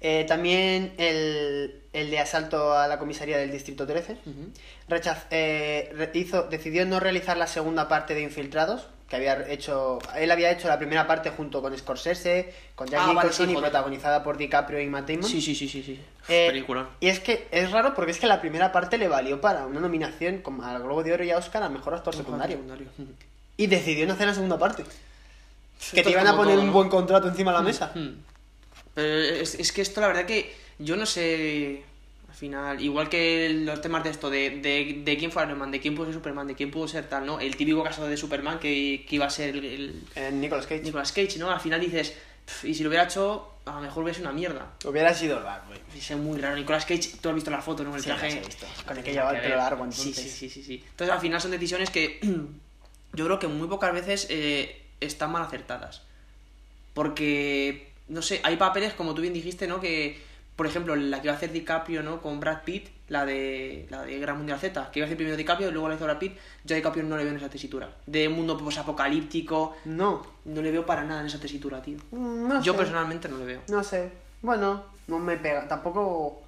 S15: Eh, también el, el, de asalto a la comisaría del Distrito 13. Uh -huh. Rechaz, eh, re, hizo, decidió no realizar la segunda parte de Infiltrados, que había hecho. Él había hecho la primera parte junto con Scorsese, con Jack
S16: Ah,
S15: Nicholson
S16: vale, sí,
S15: y
S16: joder.
S15: protagonizada por DiCaprio y Matt Damon.
S16: Sí, sí, sí, sí. sí.
S15: Eh,
S16: Película.
S15: Y es que es raro porque es que la primera parte le valió para una nominación como al Globo de Oro y a Oscar a Mejor Actor
S16: Mejor
S15: Secundario.
S16: secundario.
S15: Y decidió no hacer la segunda parte. Que
S16: Esto
S15: te
S16: es
S15: iban a
S16: como
S15: poner
S16: todo,
S15: un
S16: ¿no?
S15: buen contrato encima de la mesa.
S16: Mm. Pero es, es que esto, la verdad que yo no sé. Al final, igual que los temas de esto, de, de, de quién fue Iron Man, de quién pudo ser Superman, de quién pudo ser tal, ¿no? El típico caso de Superman que, que iba a ser el, el
S15: Eh, Nicolas Cage.
S16: Nicolas Cage, ¿no? Al final dices, "Pf, y si lo hubiera hecho, a lo mejor hubiese una mierda.
S15: Hubiera sido el bar, güey.
S16: Es muy raro. Nicolas Cage, tú has visto la foto, ¿no? El
S15: Sí,
S16: traje.
S15: las he visto. Con
S16: No
S15: el que
S16: tiene
S15: llevaba
S16: nada
S15: el
S16: que
S15: pelo
S16: ver.
S15: largo,
S16: Sí, sí,
S15: entonces.
S16: sí, sí, sí. Entonces, al final son decisiones que *clears throat* yo creo que muy pocas veces eh, están mal acertadas. Porque, no sé, hay papeles, como tú bien dijiste, ¿no? Que, por ejemplo, la que iba a hacer DiCaprio, ¿no? Con Brad Pitt, la de, la de Gran Mundial Z, que iba a hacer primero DiCaprio y luego la hizo Brad Pitt, yo a DiCaprio no le veo en esa tesitura. De mundo posapocalíptico,
S15: No,
S16: no le veo para nada en esa tesitura, tío.
S15: Mm. no
S16: yo
S15: sé.
S16: personalmente no le veo.
S15: No sé. Bueno, no me pega. Tampoco.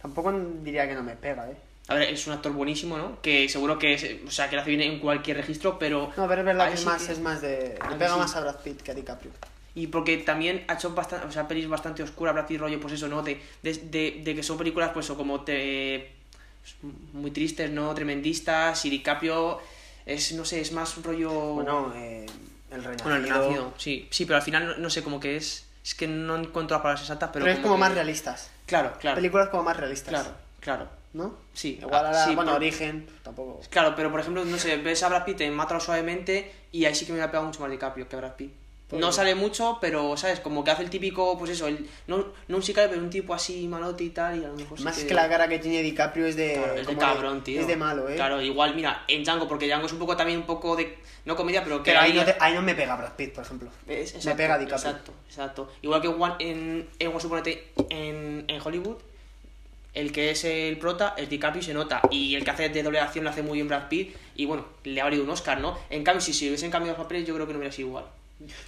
S15: Tampoco diría que no me pega, eh.
S16: A ver, es un actor buenísimo, ¿no? Que seguro que, es, o sea, que lo hace bien en cualquier registro, pero...
S15: No, pero es verdad
S16: ahí
S15: que es
S16: sí
S15: más,
S16: que-
S15: es más de.
S16: A
S15: Me
S16: mí
S15: pega
S16: sí.
S15: más a Brad Pitt que a DiCaprio.
S16: Y porque también ha hecho bastante, o sea, pelis bastante oscuras, Brad Pitt, rollo, pues eso, ¿no? De, de, de, de que son películas, pues, o como te... Muy tristes, ¿no? Tremendistas, y DiCaprio es, no sé, es más un rollo...
S15: Bueno, eh, el renacido.
S16: Oh. Bueno, el renacido, sí. Sí, pero al final, no, no sé, como que es... Es que no encuentro las palabras exactas, pero...
S15: Pero es como
S16: que-
S15: más realistas.
S16: Claro, claro.
S15: Películas como más realistas.
S16: Claro, claro.
S15: ¿No?
S16: Sí.
S15: Igual
S16: Ah,
S15: ahora,
S16: sí,
S15: bueno,
S16: pero-
S15: Origen, tampoco.
S16: Claro, pero por ejemplo, no sé, ves a Brad Pitt en Mátalo suavemente y ahí sí que me ha pegado mucho más DiCaprio que a Brad Pitt.
S15: Pues
S16: no
S15: no.
S16: sale mucho, pero, ¿sabes? Como que hace el típico, pues eso, el, no, no un sicario, pero un tipo así malote y tal, y a lo mejor sí
S15: Más que la cara que tiene DiCaprio es de.
S16: Claro, es de
S15: como
S16: cabrón, tío.
S15: Es de malo, eh.
S16: Claro, igual, mira, en Django, porque Django es un poco también un poco de. No comedia, pero que
S15: Pero ahí
S16: ahí-
S15: no, te- ahí no me pega Brad Pitt, por ejemplo.
S16: es-
S15: me
S16: exacto,
S15: pega DiCaprio.
S16: Exacto, exacto. Igual que Juan- en, en, Juan, suponete, en, en Hollywood, el que es el prota es DiCaprio y se nota. Y el que hace de doble acción lo hace muy bien Brad Pitt. Y bueno, le ha valido un Oscar, ¿no? En cambio, si se hubiesen cambiado los papeles, yo creo que no hubiera sido igual.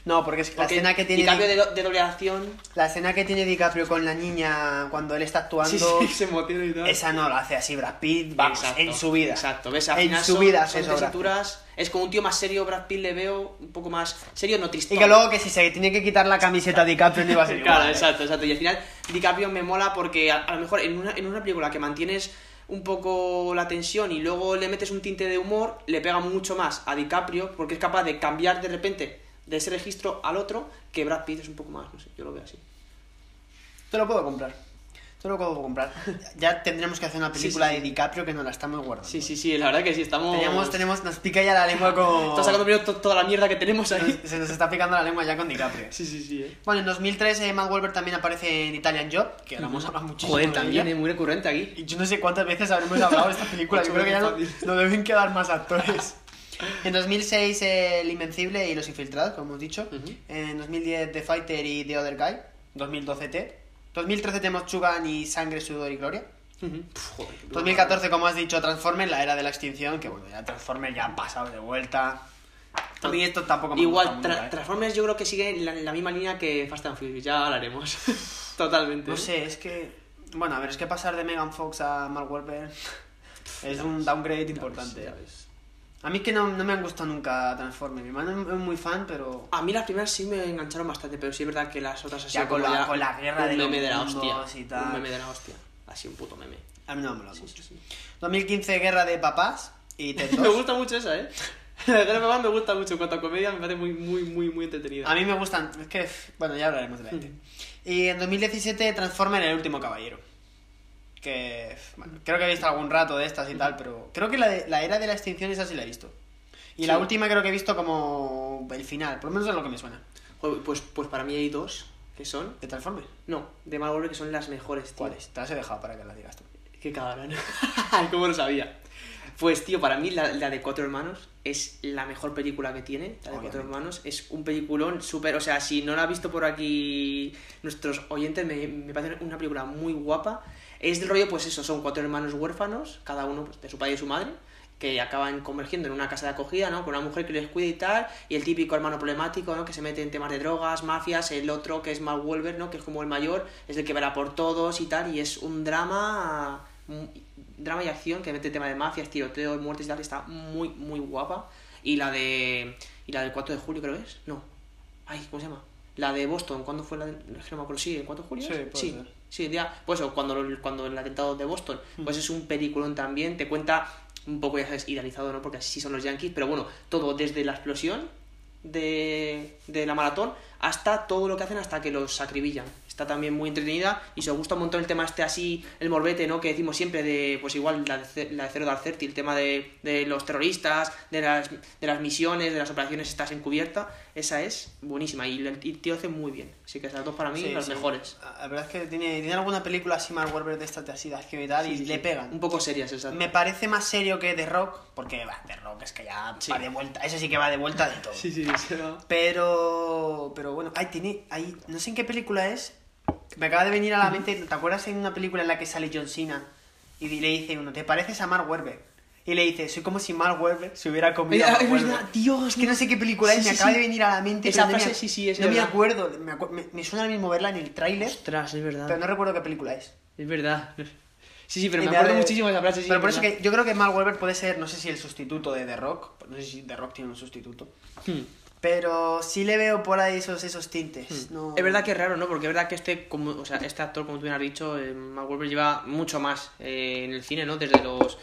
S15: No, porque es que
S16: Porque
S15: la escena que tiene.
S16: DiCaprio de, do- de doble acción.
S15: La escena que tiene DiCaprio con la niña cuando él está actuando.
S16: *laughs* Sí, sí, se motiva y tal.
S15: Esa no la hace así Brad Pitt, vamos,
S16: Exacto,
S15: en su vida.
S16: Exacto, ves, al
S15: En
S16: final
S15: su
S16: son-
S15: vida
S16: son
S15: hace eso Brad Pitt.
S16: tesituras. Es como un tío más serio, Brad Pitt le veo un poco más serio, no triste.
S15: Y que luego que si se tiene que quitar la camiseta a DiCaprio no iba a
S16: *laughs*
S15: ser
S16: Claro,
S15: igual, ¿eh?
S16: exacto, exacto. Y al final DiCaprio me mola porque a, a lo mejor en una, en una película que mantienes un poco la tensión y luego le metes un tinte de humor, le pega mucho más a DiCaprio porque es capaz de cambiar de repente de ese registro al otro que Brad Pitt es un poco más, no sé, yo lo veo así.
S15: Te lo puedo comprar. Te lo puedo comprar. *laughs* Ya tendremos que hacer una
S16: Sí,
S15: película
S16: sí, sí.
S15: de DiCaprio que nos la estamos guardando.
S16: Sí, sí, sí, la verdad que sí, estamos...
S15: Tenemos, tenemos, nos pica ya la lengua con.
S16: Está sacando primero to- toda la mierda que tenemos ahí.
S15: Se nos está picando la lengua ya con DiCaprio.
S16: *laughs* Sí, sí, sí. eh.
S15: Bueno, en 2003 eh, Matt Wahlberg también aparece en Italian Job, que hablamos ahora muchísimo.
S16: Joder,
S15: de
S16: también
S15: ella.
S16: es muy recurrente aquí.
S15: Y yo no sé cuántas veces habremos hablado de esta película. yo creo que ya no, no deben quedar más actores. En 2006, eh, El Invencible y Los Infiltrados, como hemos dicho.
S16: Ujú.
S15: En 2010, The Fighter y The Other Guy. 2012, T. 2013 tenemos Chugan y Sangre, Sudor y Gloria.
S16: Ujú. Pff, joder,
S15: 2014, como has dicho, Transformers, la era de la extinción. Que bueno, ya Transformers ya han pasado de vuelta. A mí esto tampoco me
S16: Igual,
S15: gusta
S16: Tra-
S15: mucho, eh.
S16: Transformers yo creo que sigue en la, en la misma línea que Fast and Furious, ya hablaremos. *laughs* Totalmente. ¿eh?
S15: No sé, es que. Bueno, a ver, es que pasar de Megan Fox a Mark Wahlberg *laughs* es un downgrade importante.
S16: ya ves.
S15: A mí es que no, no me han gustado nunca Transformers. Mi hermano es muy fan, pero.
S16: A mí las primeras sí me engancharon bastante, pero sí es verdad que las otras así
S15: Ya con
S16: como
S15: la- con la guerra
S16: un
S15: de los
S16: meme de la
S15: mundos
S16: hostia.
S15: y tal.
S16: Un meme de la hostia. Así un puto meme.
S15: A mí no me lo han gustado.
S16: Sí, sí.
S15: 2015, Guerra de Papás
S16: *laughs*
S15: y Ted
S16: me
S15: 2.
S16: gusta mucho esa, eh. *laughs* La de Batman me gusta mucho. En cuanto a comedia, me parece muy, muy, muy, muy entretenida.
S15: A mí me gustan. Es que. Bueno, ya hablaremos de
S16: Hmm.
S15: la gente. Y en 2017, Transformers, El último caballero. Que. bueno, creo que he visto algún rato de estas y tal, pero. Creo que la, de- la era de la extinción, esa sí la he visto. Y la
S16: Sí.
S15: última creo que he visto como. El final, por lo menos es lo que me suena.
S16: Joder, Pues, pues para mí hay dos que son.
S15: ¿De Transformers?
S16: No, de Marvel que son las mejores, tío.
S15: ¿Cuáles? Te las he dejado para que las digas tú.
S16: Qué cabrón. *laughs* ¿Cómo lo sabía? Pues, tío, para mí la, la de Cuatro Hermanos es la mejor película que tiene. La de
S15: Obviamente.
S16: Cuatro Hermanos es un peliculón súper. O sea, si no la ha visto por aquí nuestros oyentes, me, me parece una película muy guapa. Es del rollo, pues eso, son cuatro hermanos huérfanos, cada uno pues, de su padre y su madre, que acaban convergiendo en una casa de acogida, ¿no? Con una mujer que les cuida y tal, y el típico hermano problemático, ¿no? Que se mete en temas de drogas, mafias, el otro que es Mark Wolver, ¿no? Que es como el mayor, es el que verá por todos y tal, y es un drama, un drama y acción que mete tema de mafias, tiroteos, muertes y tal, que está muy, muy guapa. Y la de... y la del 4 de julio, creo que es, no. Ay, ¿cómo se llama? La de Boston, ¿cuándo fue la de... es que no me acuerdo, sí, el 4 de julio?
S15: Sí, puede
S16: sí.
S15: ser.
S16: Sí, ya, pues eso, cuando, lo- cuando el atentado de Boston, pues es un peliculón también, te cuenta un poco, ya sabes, idealizado, ¿no? Porque así son los Yankees, pero bueno, todo desde la explosión de, de la maratón hasta todo lo que hacen hasta que los acribillan. Está también muy entretenida y se os gusta un montón el tema este así, el morbete, ¿no? Que decimos siempre de, pues igual, la de, Ce- la de Cero Dark Thirty, el tema de, de los terroristas, de las, de las misiones, de las operaciones estás encubierta, esa es buenísima y el y el tío hace muy bien. Así que esas dos para mí
S15: Sí,
S16: las
S15: sí.
S16: mejores.
S15: La verdad es que tiene, tiene alguna película así, Mark Wahlberg de estas de así de acción y tal, y
S16: Sí, sí,
S15: le
S16: sí.
S15: pegan.
S16: Un poco serias, exacto.
S15: Me *laughs* parece más serio que The Rock, porque va, The Rock es que ya
S16: Sí.
S15: va de vuelta, ese *laughs* sí que va de vuelta de todo.
S16: Sí, sí, se va.
S15: Pero, pero bueno, ay, tiene, ay, no sé en qué película es. Me acaba de venir a la mente, ¿te acuerdas en una película en la que sale John Cena y di- le dice uno, ¿te pareces a Mark Wahlberg? Y le dice, soy como si Mark Wahlberg se hubiera comido a
S16: Mira,
S15: Mark
S16: es
S15: Wahlberg".
S16: verdad, Dios,
S15: que no sé qué película es,
S16: Sí,
S15: me
S16: sí,
S15: acaba
S16: sí.
S15: de venir a la mente.
S16: Esa
S15: pero no me
S16: frase
S15: ac-
S16: sí, sí, es
S15: No me
S16: verdad.
S15: acuerdo, me, acu- me- me suena al mismo verla en el tráiler,
S16: Ostras, es verdad.
S15: pero no recuerdo qué película es.
S16: Es verdad. *laughs* Sí, sí, pero
S15: Y
S16: me
S15: me
S16: acuerdo
S15: hace-
S16: muchísimo de esa frase. sí,
S15: Pero
S16: es
S15: por eso
S16: verdad.
S15: que yo creo que Mark Wahlberg puede ser, no sé si el sustituto de The Rock, no sé si The Rock tiene un sustituto,
S16: Hmm.
S15: pero sí le veo por ahí esos, esos tintes. pues No...
S16: Hmm. Es verdad que es raro, ¿no? Porque es verdad que este, como, o sea, este actor, como tú bien has dicho, eh, Mark Wahlberg lleva mucho más eh, en el cine, ¿no? Desde los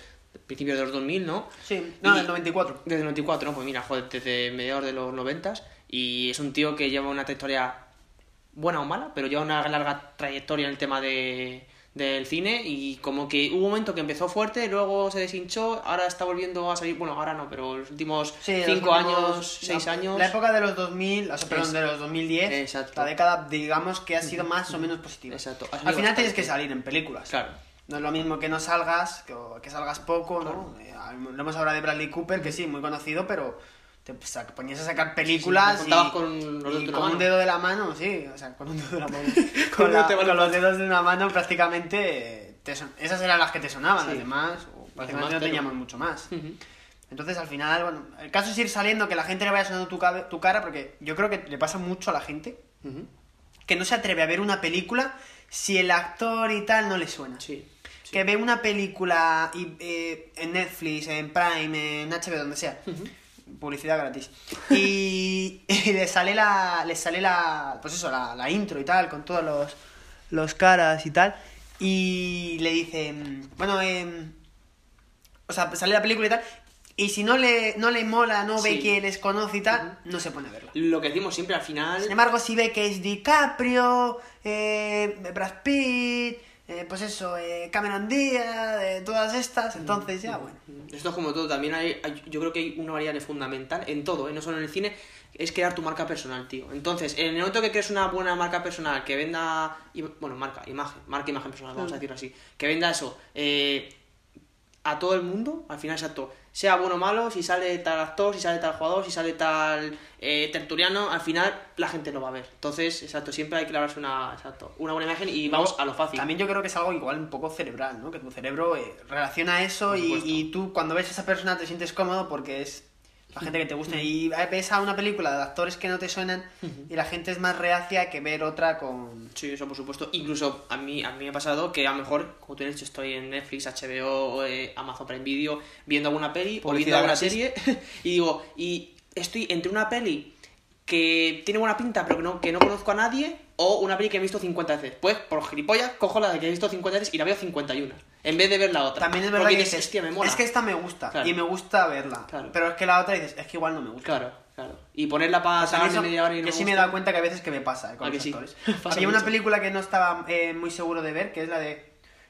S16: principios de los 2000, ¿no?
S15: Sí, no,
S16: Y-
S15: el 94.
S16: Desde el 94, ¿no? Pues mira, joder, desde mediados de los 90 y es un tío que lleva una trayectoria buena o mala, pero lleva una larga trayectoria en el tema de, del cine y como que hubo un momento que empezó fuerte, luego se deshinchó, ahora está volviendo a salir, bueno, ahora no, pero los últimos
S15: Sí, los
S16: 5
S15: últimos-
S16: años, 6
S15: la-
S16: años...
S15: La época de los 2000, o sea, perdón,
S16: Es-
S15: de los 2010,
S16: Exacto.
S15: la década, digamos que ha sido más o menos positiva.
S16: Exacto. Ha
S15: Al
S16: salido
S15: final tienes
S16: bastante.
S15: que salir en películas.
S16: Claro.
S15: No es lo mismo que no salgas, que, o que salgas poco, ¿no? Eh, Lo hemos hablado de Bradley Cooper, que sí, muy conocido, pero te sa- ponías a sacar películas
S16: Sí, sí, contabas
S15: y,
S16: con los dedos
S15: y
S16: de una
S15: con
S16: mano.
S15: un dedo
S16: *laughs*
S15: de la mano, sí, o sea, con un dedo de la mano.
S16: Con
S15: con, la-
S16: un dedo de la
S15: con
S16: mano.
S15: los dedos de una mano prácticamente eh, son... esas eran las que te sonaban, sí. las demás, o las demás no teníamos pero... mucho más. Uh -huh. Entonces, al final, bueno, el caso es ir saliendo, que la gente le vaya sonando tu, cabe, tu cara, porque yo creo que le pasa mucho a la gente uh -huh. que no se atreve a ver una película si el actor y tal no le suena.
S17: Sí, sí.
S15: Que ve una película y, eh, en Netflix, en Prime, en HBO, donde sea. Uh -huh. Publicidad gratis. y, *laughs* y, le sale la. Le sale la. Pues eso, la, la intro y tal, con todos los, los, caras y tal. Y le dice. Bueno, eh, o sea, sale la película y tal. Y si no le, no le mola, no sí. ve que les conoce y tal, uh -huh. no se pone a verla.
S17: Lo que decimos siempre al final.
S15: Sin embargo, si ve que es DiCaprio, eh, Brad Pitt, eh, pues eso, eh, Cameron Díaz, eh, todas estas, entonces uh -huh. ya, bueno.
S16: Esto es como todo, también hay, hay, yo creo que hay una variable fundamental en todo, ¿eh? no solo en el cine, es crear tu marca personal, tío. Entonces, en el momento que crees una buena marca personal, que venda. Bueno, marca, imagen, marca, imagen personal,
S15: Mm.
S16: vamos uh -huh. a decirlo así, que venda eso eh, a todo el mundo, al final, exacto sea bueno o malo, si sale tal actor, si sale tal jugador, si sale tal eh, tertuliano, al final la gente lo va a ver. Entonces, exacto, siempre hay que lavarse una, exacto, una buena imagen y vamos Luego, a lo fácil.
S15: También yo creo que es algo igual un poco cerebral, ¿no? Que tu cerebro eh, relaciona eso y, y, tú cuando ves a esa persona te sientes cómodo porque es la gente que te gusta. y ves a una película de actores que no te suenan y la gente es más reacia que ver otra con...
S16: Sí, eso por supuesto. Incluso a mí, a mí me ha pasado que a lo mejor, como tú has dicho, estoy en Netflix, HBO, eh, Amazon Prime Video, viendo alguna peli o viendo alguna serie *laughs* y digo, y estoy entre una peli que tiene buena pinta pero que no, que no conozco a nadie o una peli que he visto 50 veces. Pues por gilipollas cojo la que he visto 50 veces y la veo 51 en vez de ver la otra.
S15: También es verdad Porque que dices, hostia, me mola. Es que esta me gusta claro. y me gusta verla. Claro. Pero es que la otra dices, es que igual no me gusta.
S16: Claro, claro. Y ponerla para salir de media hora y no
S15: Yo sí me he dado cuenta que a veces que me *laughs* pasa eh, con los sí? actores. Había una película que no estaba eh, muy seguro de ver, que es la de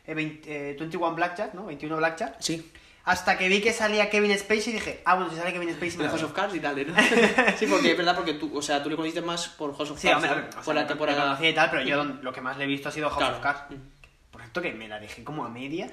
S15: eh, 20, 21 Blackjack, ¿no? 21 Blackjack.
S16: Sí.
S15: Hasta que vi que salía Kevin Spacey y dije, ah, bueno, si sale Kevin Spacey...
S16: Pero House of Cards y tal, ¿no?
S15: *laughs*
S16: sí, porque es verdad, porque tú, o sea, tú le conociste más por House of
S15: sí,
S16: Cards,
S15: o sea,
S16: por la temporada...
S15: y tal, pero yo lo que más le he visto ha sido House claro. Mm. of Cards. Por cierto que me la dejé como a medias.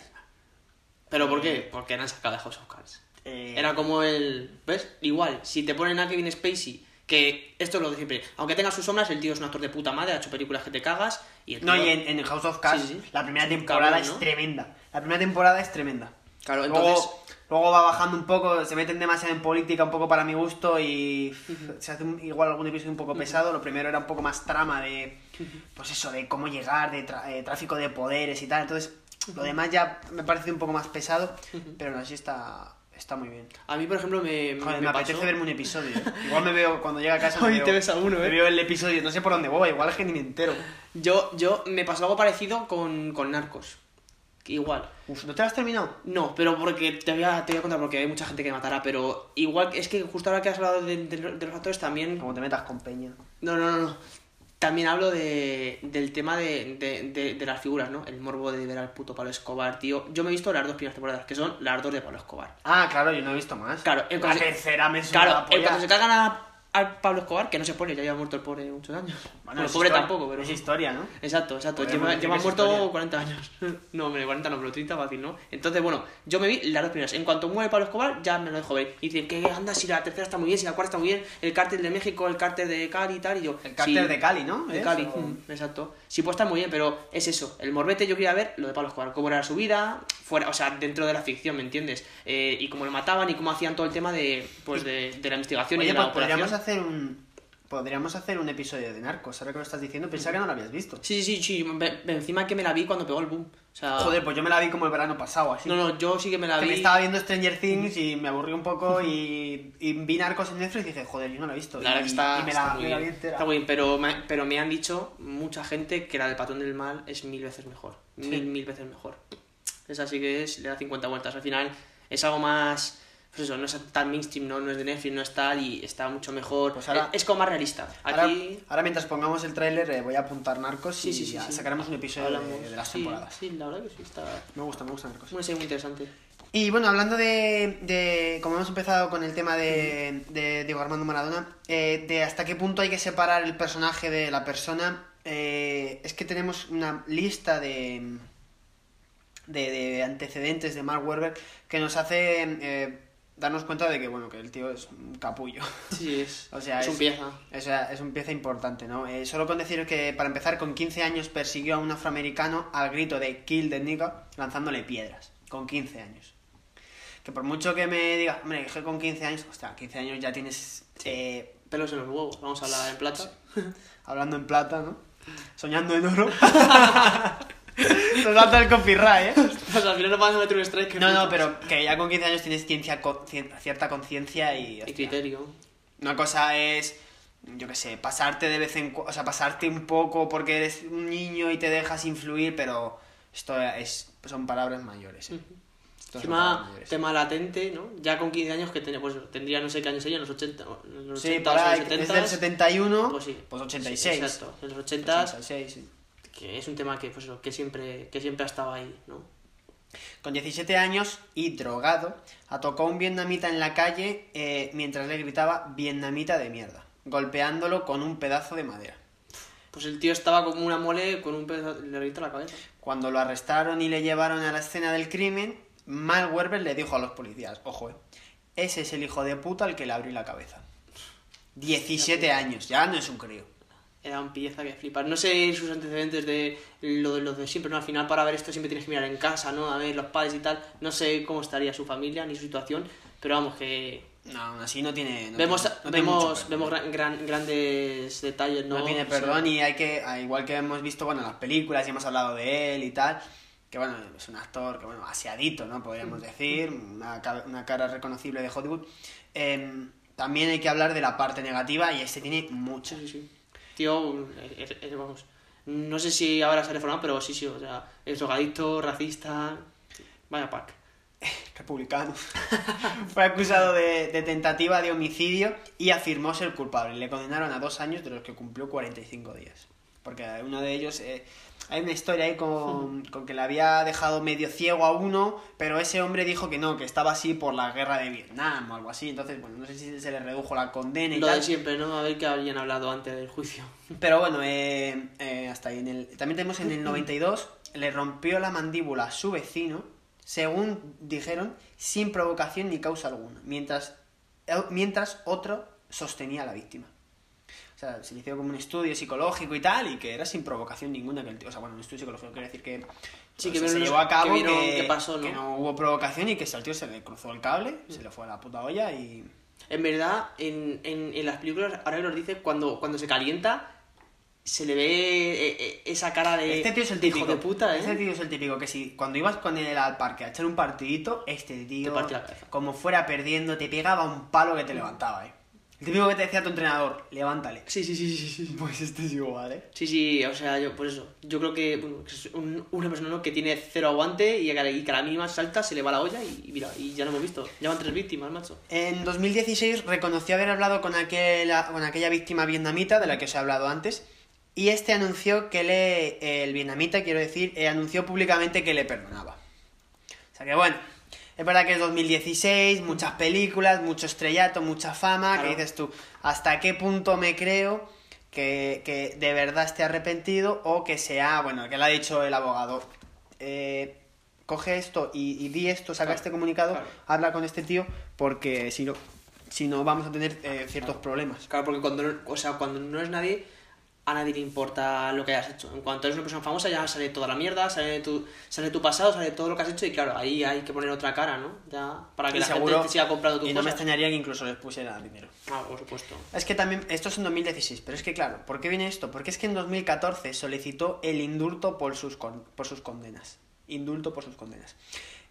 S16: ¿Pero por
S15: Eh,
S16: qué? Porque eran sacadas de House of Cards. Eh... Era como el... ¿Ves? Igual, si te ponen a Kevin Spacey que esto es lo de siempre. Aunque tenga sus sombras, el tío es un actor de puta madre, ha hecho películas que te cagas. Y el tío...
S15: No, y en, en, House of Cards, sí, sí. la primera temporada cabrón, ¿no? es tremenda. La primera temporada es tremenda.
S16: Claro, entonces...
S15: Luego, luego, va bajando un poco, se meten demasiado en política, un poco para mi gusto, y uh -huh. se hace un, igual algún episodio un poco pesado. Uh -huh. Lo primero era un poco más trama de, uh -huh. pues eso, de cómo llegar, de, de tráfico de poderes y tal. Entonces, lo demás ya me parece un poco más pesado, pero no así está, está muy bien.
S16: A mí, por ejemplo, me.
S15: Joder, me, me apetece pasó. verme un episodio. ¿eh? Igual me veo cuando llega a casa.
S16: Hoy
S15: veo,
S16: te ves a uno, ¿eh?
S15: Me veo el episodio, no sé por dónde voy, igual es que ni me entero.
S16: Yo, yo me pasó algo parecido con, con Narcos. Igual.
S15: Uf, ¿No te lo has terminado?
S16: No, pero porque te voy, a, te voy a contar porque hay mucha gente que matará, pero igual es que justo ahora que has hablado de, de, de los actores también.
S15: Como te metas con Peña.
S16: No, no, no, no. También hablo de, del tema de, de, las figuras, ¿no? El morbo de ver al puto Pablo Escobar, tío. Yo me he visto las dos primeras temporadas, que son las dos de Pablo Escobar.
S15: Ah, claro, yo no he visto más.
S16: Claro,
S15: en la tercera me
S16: Claro, en cuando se cagan a al Pablo Escobar, que no se pone, ya lleva muerto el pobre muchos años. Bueno, el pobre
S15: historia,
S16: tampoco, pero.
S15: Es historia, ¿no?
S16: Exacto, exacto.
S15: pues,
S16: Lleva, lleva muerto historia. 40 años. *laughs* no, hombre, 40 no, pero 30 fácil, ¿no? Entonces, bueno, yo me vi las dos primeras. En cuanto muere Pablo Escobar, ya me lo dejo ver. Y dicen, que anda? Si la tercera está muy bien, si la cuarta está muy bien, el cártel de México, el cártel de Cali y tal. Y yo,
S15: el cártel sí, de Cali, ¿no?
S16: De Cali, mm, exacto. Sí, pues está muy bien, pero es eso. El morbete yo quería ver lo de Pablo Escobar, cómo era su vida, fuera, o sea, dentro de la ficción, ¿me entiendes? Eh, y cómo lo mataban y cómo hacían todo el tema de, pues, de, de la investigación
S15: Oye,
S16: y de la
S15: operación hacer un podríamos hacer un episodio de Narcos, ahora que lo estás diciendo, pensaba que no lo habías visto.
S16: Sí, sí, sí, encima que me la vi cuando pegó el boom. O sea...
S15: Joder, pues yo me la vi como el verano pasado, así.
S16: No, no, yo sí que me la
S15: que
S16: vi.
S15: Me estaba viendo Stranger Things y me aburrí un poco y, y vi Narcos en Netflix y dije, joder, yo no la he visto.
S16: La verdad
S15: y,
S16: está,
S15: y me
S16: está
S15: la,
S16: muy
S15: me
S16: bien.
S15: La vi entera.
S16: Está muy bien, pero me, pero me han dicho mucha gente que la del Patrón del Mal es mil veces mejor. Sí. Mil, mil veces mejor. Es así que es, le da 50 vueltas. Al final es algo más pues eso, no es tan mainstream, no, no es de Netflix, no es tal y está mucho mejor.
S15: Pues ahora,
S16: es, es, como más realista. Aquí...
S15: Ahora, ahora mientras pongamos el tráiler eh, voy a apuntar Narcos sí, y sí, sí, ya sacaremos un episodio Hablamos, de, de, las temporadas.
S16: Sí, la verdad que sí está...
S15: Me gusta, me gusta Narcos.
S16: Una serie muy interesante.
S15: Y bueno, hablando de, de como hemos empezado con el tema de, de Diego Armando Maradona, eh, de hasta qué punto hay que separar el personaje de la persona, eh, es que tenemos una lista de, de, antecedentes de Mark Werber que nos hace eh, darnos cuenta de que, bueno, que el tío es un capullo.
S16: Sí, es,
S15: *laughs* o sea,
S16: es, es un pieza.
S15: O sea, es un pieza importante, ¿no? Eh, solo con deciros que, para empezar, con 15 años persiguió a un afroamericano al grito de Kill the nigga lanzándole piedras. Con 15 años. Que por mucho que me diga, hombre, dije con 15 años, hostia, 15 años ya tienes... Eh,
S16: Pelos en los huevos, vamos a hablar en
S15: *laughs*
S16: plata.
S15: Hablando en plata, ¿no? Soñando en oro. *laughs* Nos va a el copyright, ¿eh?
S16: o sea, al final no vas a meter un strike.
S15: No, no, pero que ya con 15 años tienes ciencia, co cien cierta conciencia y...
S16: Hostia, y criterio.
S15: Una cosa es, yo qué sé, pasarte de vez en cuando, o sea, pasarte un poco porque eres un niño y te dejas influir, pero esto es, son palabras mayores. ¿eh?
S16: Uh -huh. tema, mayores. tema latente, ¿no? Ya con 15 años que ten, pues, tendría no sé qué años ella, en los 80, en los
S15: sí,
S16: 80 para,
S15: o los 70. Desde el 71,
S16: pues, sí.
S15: pues 86.
S16: Sí, exacto, en los 80.
S15: 86, sí
S16: que es un tema que, pues, que, siempre, que siempre ha estado ahí, ¿no?
S15: Con 17 años y drogado, atacó a un vietnamita en la calle eh, mientras le gritaba vietnamita de mierda, golpeándolo con un pedazo de madera.
S16: Pues el tío estaba como una mole con un pedazo de le la cabeza.
S15: Cuando lo arrestaron y le llevaron a la escena del crimen, Mal Werber le dijo a los policías, ojo, eh, ese es el hijo de puta al que le abrí la cabeza. 17 años, ya no es un crío
S16: era un pieza que flipar. No sé sus antecedentes de lo, los de siempre, ¿no? Al final, para ver esto siempre tienes que mirar en casa, ¿no? A ver los padres y tal. No sé cómo estaría su familia ni su situación, pero vamos, que.
S15: No, así no tiene. No
S16: vemos
S15: tiene,
S16: no vemos, tiene vemos gran, grandes detalles, ¿no?
S15: No tiene perdón sí. y hay que. ah, Igual que hemos visto, bueno, las películas y hemos hablado de él y tal. Que bueno, es un actor que, bueno, aseadito, ¿no? Podríamos decir. Una, una cara reconocible de Hollywood. Eh, también hay que hablar de la parte negativa y este tiene mucha.
S16: Sí, sí tío, es, es, vamos, no sé si ahora se ha reformado, pero sí, sí, o sea, es drogadicto, racista, vaya pack.
S15: Republicano. *laughs* Fue acusado de, de, tentativa de homicidio y afirmó ser culpable. Le condenaron a dos años de los que cumplió 45 días. Porque uno de ellos... Eh, hay una historia ahí con, con que le había dejado medio ciego a uno, pero ese hombre dijo que no, que estaba así por la guerra de Vietnam o algo así. Entonces, bueno, no sé si se le redujo la condena y
S16: Lo
S15: tal.
S16: de siempre, ¿no? A ver que habían hablado antes del juicio. *laughs*
S15: Pero bueno, eh, eh, hasta ahí. En el... También tenemos en el 92, le rompió la mandíbula a su vecino, según dijeron, sin provocación ni causa alguna, mientras, eh, mientras otro sostenía a la víctima. O sea, se le hizo como un estudio psicológico y tal, y que era sin provocación ninguna. Que el tío, o sea, bueno, un estudio psicológico quiere decir que,
S16: sí,
S15: o
S16: que
S15: sea, se
S16: los,
S15: llevó a cabo,
S16: que,
S15: que,
S16: que pasó, ¿no?
S15: que no hubo provocación y que el tío se le cruzó el cable, mm. se le fue a la puta olla y...
S16: En verdad, en, en, en las películas, ahora que los dice, cuando, cuando se calienta, se le ve eh, esa cara de
S15: este tío es el típico
S16: hijo de puta ¿eh?
S15: este tío es el típico que si cuando ibas con él al parque a echar un partidito este tío como fuera perdiendo te pegaba un palo que te levantaba ¿eh? El típico que te decía tu entrenador, levántale.
S16: Sí, sí, sí, sí, sí.
S15: Pues este es igual, ¿eh?
S16: Sí, sí, o sea, yo, por eso. Yo creo que bueno, es un, una persona ¿no? que tiene cero aguante y que, a la, y que a la mínima salta se le va la olla y, y mira, y ya lo hemos visto. Ya van tres víctimas, macho.
S15: En 2016 reconoció haber hablado con, aquella, con aquella víctima vietnamita de la que os he hablado antes. Y este anunció que le. El vietnamita, quiero decir, eh, anunció públicamente que le perdonaba. O sea que bueno. Es verdad que es 2016, muchas películas, mucho estrellato, mucha fama, claro. que dices tú, ¿hasta qué punto me creo que, que, de verdad esté arrepentido o que sea, bueno, que le ha dicho el abogado, eh, coge esto y, y, di esto, saca claro, este comunicado, claro. habla con este tío, porque si no, si no vamos a tener eh, ciertos problemas.
S16: Claro, porque cuando, no, o sea, cuando no es nadie, a nadie le importa lo que hayas hecho. En cuanto eres una persona famosa ya sale toda la mierda, sale tu, sale tu pasado, sale todo lo que has hecho y claro, ahí hay que poner otra cara, ¿no? Ya, para que
S15: y
S16: la
S15: seguro,
S16: gente te siga comprando tu
S15: Y no cosas. me extrañaría que incluso les pusiera dinero.
S16: Ah, por supuesto.
S15: Es que también, esto es en 2016, pero es que claro, ¿por qué viene esto? Porque es que en 2014 solicitó el indulto por sus, con, por sus condenas. Indulto por sus condenas.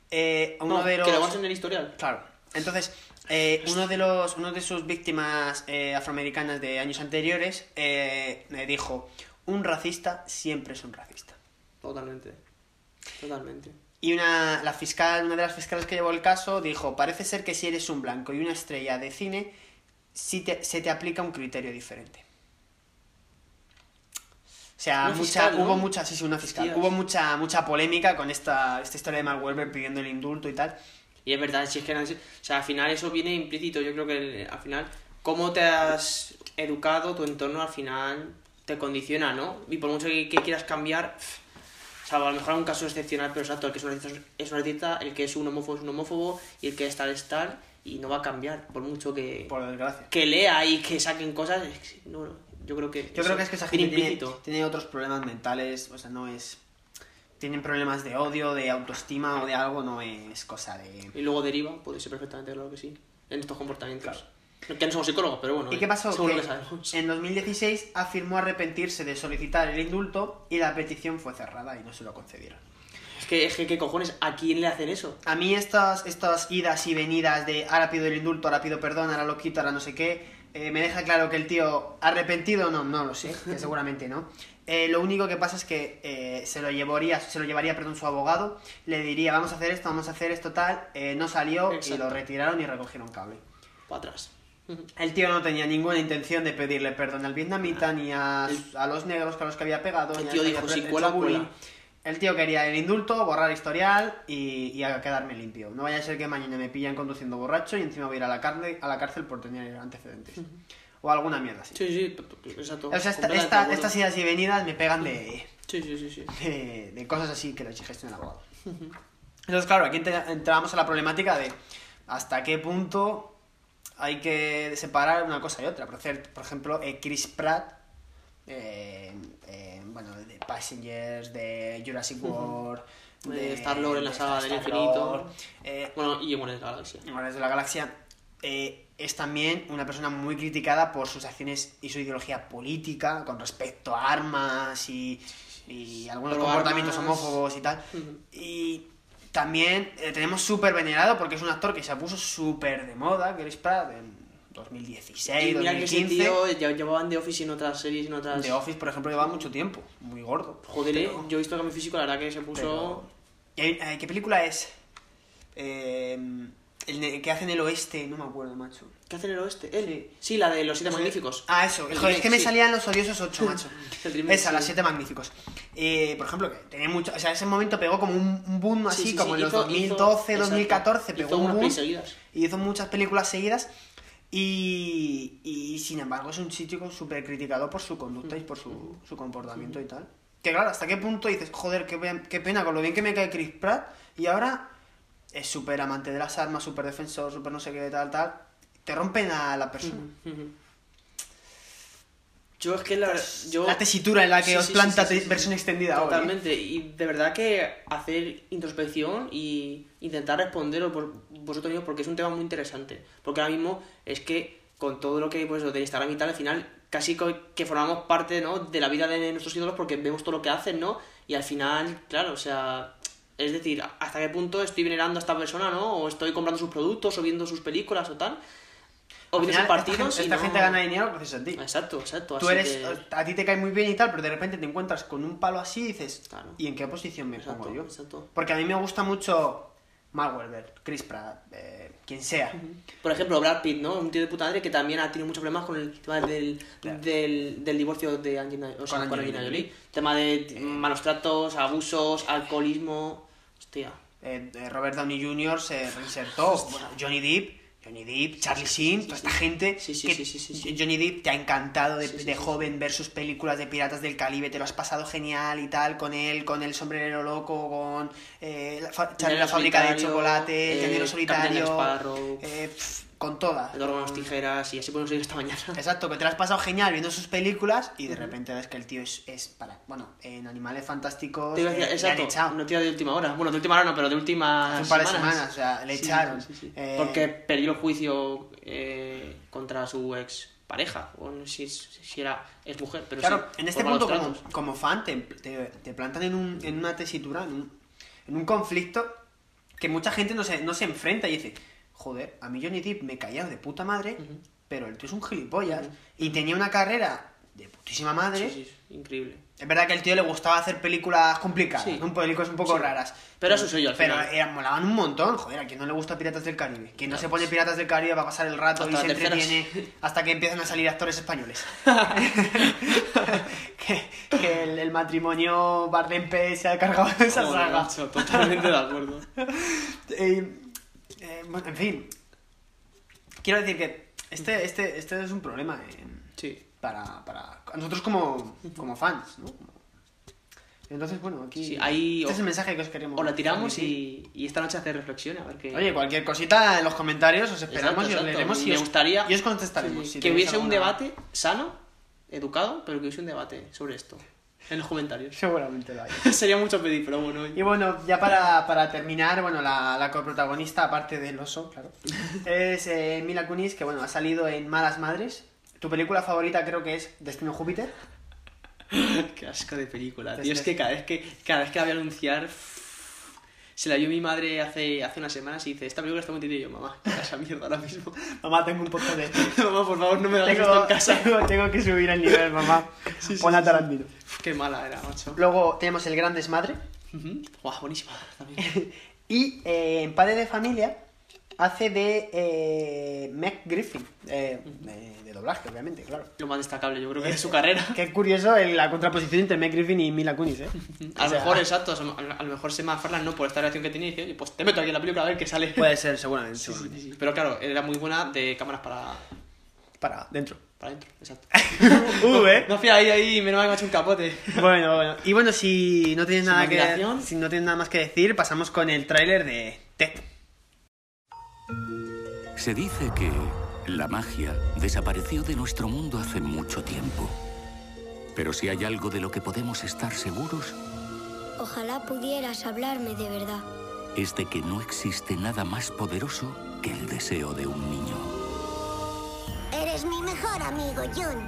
S15: Eh, uno
S16: no,
S15: de los...
S16: Que lo vas en el historial.
S15: Claro. Entonces, eh, uno, de los, uno de sus víctimas eh, afroamericanas de años anteriores eh, me dijo, un racista siempre es un racista.
S16: Totalmente, totalmente.
S15: Y una, la fiscal, una de las fiscales que llevó el caso dijo, parece ser que si eres un blanco y una estrella de cine, si te, se te aplica un criterio diferente. O sea, mucha, fiscal, ¿no? hubo mucha, sí, sí, una fiscal. Hostias. Hubo mucha, mucha polémica con esta, esta historia de Mark Wahlberg pidiendo el indulto y tal.
S16: Y es verdad, si es que o sea, al final eso viene implícito. Yo creo que al final, cómo te has educado, tu entorno al final te condiciona, ¿no? Y por mucho que, que quieras cambiar, o sea, a lo mejor un caso excepcional, pero exacto, el que es un racista es un racista, el que es un homófobo es un homófobo y el que es tal es tal. y no va a cambiar, por mucho que,
S15: por desgracia.
S16: que lea y que saquen cosas. No, no, yo creo que.
S15: Yo creo que es que esa gente tiene, tiene, otros problemas mentales, o sea, no es. Tienen problemas de odio, de autoestima o de algo, no es cosa de.
S16: Y luego deriva, puede ser perfectamente claro que sí, en estos comportamientos. Claro. Que no somos psicólogos, pero bueno.
S15: ¿Y qué pasó?
S16: Seguro
S15: que que en 2016 afirmó arrepentirse de solicitar el indulto y la petición fue cerrada y no se lo concedieron.
S16: Es que, es que ¿qué cojones? ¿A quién le hacen eso?
S15: A mí estas, estas idas y venidas de ahora pido el indulto, ahora pido perdón, ahora lo quito, ahora no sé qué, eh, me deja claro que el tío arrepentido no, no lo sé, *laughs* que seguramente no. Eh, lo único que pasa es que eh, se lo llevaría, se lo llevaría perdón, su abogado, le diría vamos a hacer esto, vamos a hacer esto tal, eh, no salió Exacto. y lo retiraron y recogieron cable.
S16: Para atrás.
S15: El tío no tenía ninguna intención de pedirle perdón al vietnamita ah, ni a, el, a, los negros que a los que había pegado.
S16: El tío dijo, sí, cuela, cuela.
S15: El tío quería el indulto, borrar historial y, y a quedarme limpio. No vaya a ser que mañana me pillan conduciendo borracho y encima voy a ir a la, carne, a la cárcel por tener antecedentes. Uh -huh. O alguna mierda así.
S16: Sí, sí, exacto. O
S15: sea, esta, esta, estas idas y venidas me pegan de,
S16: sí, sí, sí,
S15: de, de, cosas así que les gestiona el abogado. Uh -huh. Entonces, claro, aquí entramos a la problemática de hasta qué punto hay que separar una cosa y otra. Por, por ejemplo, eh, Chris Pratt, eh, eh, bueno, de Passengers, de Jurassic World.
S16: de, de Star Lord en la saga del infinito.
S15: eh,
S16: bueno, y Guardianes de la Galaxia.
S15: Guardianes de la Galaxia. eh, es también una persona muy criticada por sus acciones y su ideología política con respecto a armas y, y algunos Pero comportamientos armas... homófobos y tal. Uh -huh. Y también eh, tenemos súper venerado porque es un actor que se puso súper de moda, Chris Pratt, en 2016, y mira 2015. Que
S16: ese tío, llevaban The Office y en otras series, en otras...
S15: The Office, por ejemplo, llevaba mucho tiempo, muy gordo.
S16: Joder, pero... yo he visto que mi físico, la verdad que se puso...
S15: Pero... eh, ¿Qué película es? Eh, el que hace en el oeste, no me acuerdo, macho.
S16: ¿Qué hace en el oeste? ¿El? Sí. la de los siete magníficos.
S15: Ah, eso. El Joder, es que me sí. salían los odiosos *laughs* ocho, macho. Remake, Esa, sí. las siete magníficos. Eh, por ejemplo, que tenía mucho. O sea, ese momento pegó como un boom así, como en los hizo, 2012, hizo, 2014. Exacto. Pegó
S16: hizo
S15: un boom.
S16: Seguidas.
S15: Y hizo muchas películas seguidas. Y, y sin embargo, es un chico súper criticado por su conducta mm. y por su, su comportamiento mm. y tal. Que claro, ¿hasta qué punto dices, joder, qué, qué pena con lo bien que me cae Chris Pratt? Y ahora es súper amante de las armas, súper defensor, súper no sé qué, tal, tal, te rompen a la persona. Uh -huh.
S16: Yo es que la, yo...
S15: la tesitura en la que sí, os sí, planta sí, versión extendida.
S16: Totalmente, hoy, ¿eh? y de verdad que hacer introspección y intentar responderos por vosotros mismos porque es un tema muy interesante. Porque ahora mismo es que con todo lo que pues, de Instagram y tal, al final casi que formamos parte ¿no? de la vida de nuestros ídolos porque vemos todo lo que hacen, ¿no? Y al final, claro, o sea, es decir, hasta qué punto estoy venerando a esta persona, ¿no? O estoy comprando sus productos, o viendo sus películas, o tal. O viendo sus
S15: *laughs*
S16: partidos.
S15: Esta, gente, esta no... gente gana dinero gracias a ti.
S16: Exacto, exacto.
S15: Tú así eres, que... A ti te cae muy bien y tal, pero de repente te encuentras con un palo así y dices, claro. ¿y en qué posición me
S16: exacto,
S15: pongo yo?
S16: Exacto.
S15: Porque a mí me gusta mucho Mark Wahlberg, Chris Pratt, eh, quien sea. Uh -huh.
S16: Por ejemplo, Brad Pitt, ¿no? Un tío de puta madre que también ha tenido muchos problemas con el tema del, claro. del, del, divorcio de Angina, o sea, con Angelina, Angelina Jolie. Tema de eh... malos tratos, abusos, alcoholismo. Hostia.
S15: Eh, eh, Robert Downey Jr. se reinsertó. Hostia. Johnny Depp. Johnny Depp, Charlie Sheen, sí, sí, toda esta sí, gente.
S16: Que
S15: Johnny Depp te ha encantado de, de joven ver sus películas de Piratas del Caribe, te lo has pasado genial y tal, con él, con el sombrero loco, con eh, la, fa Charlie, la fábrica de chocolate, el tendero solitario,
S16: Sparrow,
S15: pff, con todas.
S16: El con las tijeras y así podemos seguir esta mañana.
S15: Exacto, que te lo has pasado genial viendo sus películas y de uh -huh. repente ves que el tío es, es para. Bueno, en Animales Fantásticos.
S16: Te iba a decir,
S15: eh,
S16: exacto,
S15: le han echado.
S16: No, tío, de última hora. Bueno, de última hora no, pero de última.
S15: Hace un par de semanas, semanas o sea, le sí, echaron. Sí,
S16: sí, eh... Porque perdió el juicio eh, contra su ex pareja, o no sé si, si era ex mujer, pero
S15: Claro, en este punto, como, como, fan, te, te, te plantan en, un, en, una tesitura, en un, en un conflicto que mucha gente no se, no se enfrenta y dice joder, a mí Johnny Depp me callado de puta madre, uh -huh. pero el tío es un gilipollas. Uh -huh. Y tenía una carrera de putísima madre.
S16: Sí, sí, increíble.
S15: Es verdad que al tío le gustaba hacer películas complicadas, sí. ¿no? películas un poco sí. raras.
S16: Pero eso soy yo, al
S15: Pero
S16: final.
S15: Eran, molaban un montón, joder, a quien no le gusta Piratas del Caribe. Quien no, no se pone Piratas del Caribe va a pasar el rato hasta y se entretiene hasta que empiezan a salir actores
S16: *laughs*
S15: españoles. *laughs* que, que el, el, matrimonio Barlempe se ha cargado de esa
S16: joder,
S15: saga.
S16: Macho, totalmente de acuerdo. *laughs*
S15: y, eh, bueno, en fin. Quiero decir que este, este, este es un problema. Eh,
S16: sí.
S15: Para, para nosotros como, como fans, ¿no? Entonces, bueno, aquí.
S16: Sí, ahí,
S15: este es el mensaje que os queremos.
S16: O la tiramos y, y, esta noche hacer reflexión, a ver qué.
S15: Oye, cualquier cosita en los comentarios os esperamos y
S16: exacto,
S15: os
S16: exacto.
S15: leeremos. Y
S16: Me
S15: os,
S16: gustaría
S15: y os contestaremos.
S16: sí,
S15: si
S16: que
S15: tenéis
S16: hubiese un
S15: alguna-
S16: debate sano, educado, pero que hubiese un debate sobre esto en los comentarios.
S15: Seguramente lo hay.
S16: *laughs* Sería mucho pedir, pero bueno.
S15: Y bueno, ya para, para terminar, bueno, la, la coprotagonista, aparte del oso,
S16: *laughs*
S15: claro, es eh, Mila Kunis, que bueno, ha salido en Malas Madres. Tu película favorita creo que es Destino Júpiter.
S16: *laughs* Qué asco de película,
S15: Pues
S16: tío. Es que cada vez que, cada vez que la voy a anunciar. pff, Se la vio mi madre hace, hace unas semanas y dice: Esta película está muy tira. Y yo, mamá, ¿qué esa mierda ahora mismo? *laughs*
S15: Mamá, tengo un poco de...
S16: mamá, por favor, no me la hagas esto
S15: Tengo,
S16: en
S15: *laughs*
S16: casa.
S15: tengo, tengo que subir el nivel, mamá.
S16: Sí, sí,
S15: Pon a
S16: sí,
S15: Tarantino.
S16: Qué mala era, macho.
S15: Luego tenemos El Gran Desmadre.
S16: Ujú. Guau, buenísima también.
S15: *laughs* Y eh, en Padre de Familia hace de eh, Meg Griffin. eh, de, de doblaje, obviamente, claro.
S16: Lo más destacable, yo creo que
S15: *laughs*
S16: de su carrera.
S15: Qué curioso el- la contraposición entre Meg Griffin y Mila Kunis, ¿eh?
S16: A
S15: O
S16: lo
S15: sea,
S16: mejor, exacto, a a lo mejor Sema Farland no por esta relación que tenía y dice, "Oye, pues te meto aquí en la película a ver qué sale.
S15: *laughs* Puede ser, seguramente.
S16: Sí, sí,
S15: seguramente.
S16: sí, sí. Pero claro, era muy buena de cámaras para
S15: Para, dentro.
S16: para adentro, exacto.
S15: *laughs* Uh, ¿eh?
S16: No fui ahí, ahí, menos mal que me ha hecho un capote.
S15: *laughs* Bueno, bueno. Y bueno, si no tienes
S16: Sin
S15: nada que
S16: nominación.
S15: si no tienes nada más que decir, pasamos con el tráiler de Ted.
S1: Se dice que la magia desapareció de nuestro mundo hace mucho tiempo. Pero si hay algo de lo que podemos estar seguros,
S18: Ojalá pudieras hablarme de verdad.
S1: es de que no existe nada más poderoso que el deseo de un niño.
S18: Eres mi mejor amigo, Jun.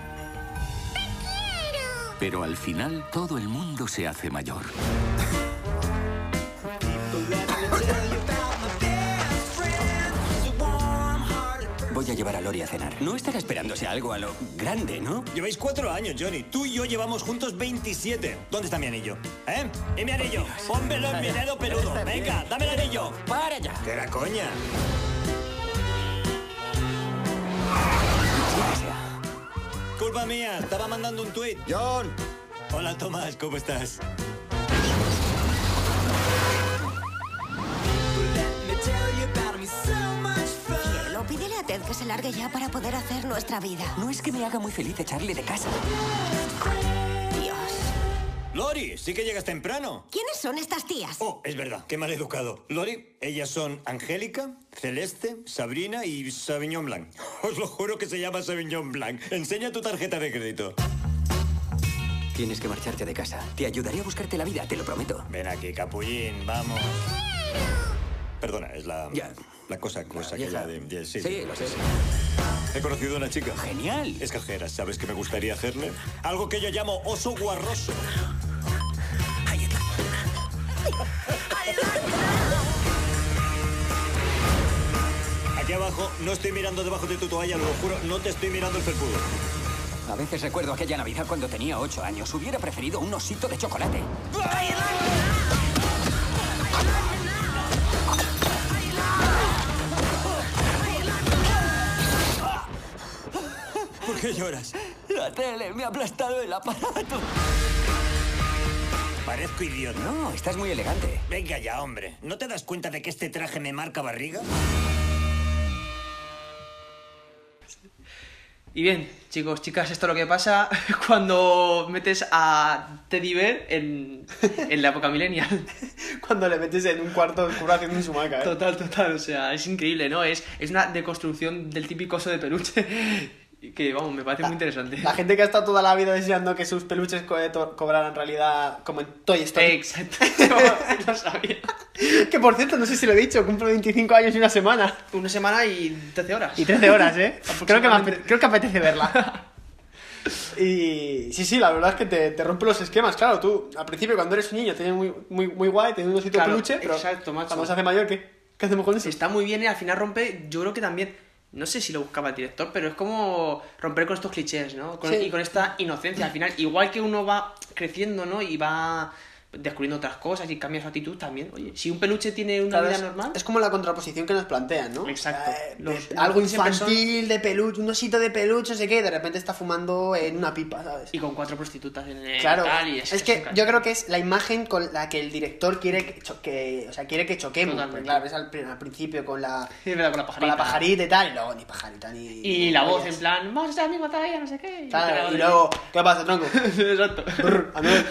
S1: Pero al final todo el mundo se hace mayor.
S8: Voy a llevar a Lori a cenar. No estará esperándose algo a lo grande, ¿no?
S2: Lleváis cuatro años, Johnny. Tú y yo llevamos juntos 27. ¿Dónde está mi anillo? ¿Eh? ¿Y mi anillo? Pónmelo en mi dedo peludo. Venga, dame el anillo.
S8: ¡Para ya!
S2: ¡Qué la coña! Culpa mía, estaba mandando un tuit. ¡John! Hola, Tomás, ¿cómo estás?
S18: Lo pídele a Ted que se largue ya para poder hacer nuestra vida.
S8: No es que me haga muy feliz echarle de casa.
S18: Dios.
S2: Lori, sí que llegas temprano.
S18: ¿Quiénes son estas tías?
S2: Oh, es verdad, qué mal educado. Lori, ellas son Angélica, Celeste, Sabrina y Sauvignon Blanc. *laughs* Os lo juro que se llama Sauvignon Blanc. Enseña tu tarjeta de crédito.
S8: Tienes que marcharte de casa. Te ayudaré a buscarte la vida, te lo prometo.
S2: Ven aquí, capullín, vamos. Perdona, es la.
S8: Ya.
S2: La cosa, cosa que
S8: vieja.
S2: la de. de- sí,
S8: Sí, lo sé.
S2: He conocido a una chica.
S8: Genial.
S2: Es cajera, ¿sabes qué me gustaría hacerle? Algo que yo llamo oso guarroso. Aquí abajo, no estoy mirando debajo de tu toalla, lo juro, no te estoy mirando el felpudo.
S8: A veces recuerdo aquella Navidad cuando tenía ocho años. Hubiera preferido un osito de chocolate.
S2: ¿Por qué lloras?
S8: La tele me ha aplastado el aparato.
S2: Parezco idiota.
S8: No, estás muy elegante.
S2: Venga ya, hombre. ¿No te das cuenta de que este traje me marca barriga?
S16: Y bien, chicos, chicas, esto es lo que pasa *laughs* cuando metes a Teddy Bear en, en la época
S15: *laughs*
S16: millennial.
S15: *laughs* Cuando le metes en un cuarto oscuro haciendo un sumaca, ¿eh?
S16: Total, total, o sea, es increíble, ¿no? Es, es una deconstrucción del típico oso de peluche *laughs* que, vamos, me parece muy interesante.
S15: La gente que ha estado toda la vida deseando que sus peluches co- eh, to- cobraran realidad como en Toy Story.
S16: Exacto, *laughs* no sabía.
S15: *laughs* Que por cierto, no sé si lo he dicho, cumplo 25 años y una semana.
S16: Una semana y 13 horas.
S15: Y 13 horas,
S16: *laughs*
S15: ¿eh? creo, que me
S16: Aproximadamente.
S15: ape- creo que apetece verla. Y sí, sí, la verdad es que te, te rompe los esquemas. Claro, tú al principio cuando eres un niño te ves muy, muy, muy guay, tienes un osito
S16: Claro,
S15: peluche, pero
S16: exacto, macho.
S15: cuando se hace mayor, ¿qué? ¿Qué hacemos con eso?
S16: Está muy bien y al final rompe, yo creo que también, no sé si lo buscaba el director, pero es como romper con estos clichés, ¿no? Con-
S15: Sí.
S16: Y con esta inocencia al final, igual que uno va creciendo, ¿no? Y va descubriendo otras cosas y cambia su actitud también. Oye, si un peluche tiene una
S15: Claro,
S16: vida
S15: es-
S16: normal.
S15: Es como la contraposición que nos plantean, ¿no?
S16: Exacto.
S15: Eh, de-
S16: Los-
S15: algo
S16: los siempre son-
S15: infantil, de peluche, un osito de peluche, no sé qué, y de repente está fumando en una pipa, ¿sabes?
S16: Y con cuatro prostitutas en el
S15: Claro,
S16: tal, y
S15: es que yo creo que es la imagen con la que el director quiere que, cho- que- o sea, quiere que choquemos.
S16: Totalmente.
S15: porque, claro, ves al, pri- al principio con la,
S16: Es verdad, con la
S15: con
S16: pajarita.
S15: la pajarita y tal, y luego ni pajarita ni.
S16: Y la
S15: ni
S16: voz
S15: pollas.
S16: en plan, vamos a estar en la misma talla, no sé qué.
S15: Claro,
S16: Claro,
S15: y luego, ¿qué pasa, tronco?
S16: *laughs*
S15: *laughs*
S16: Exacto. *laughs*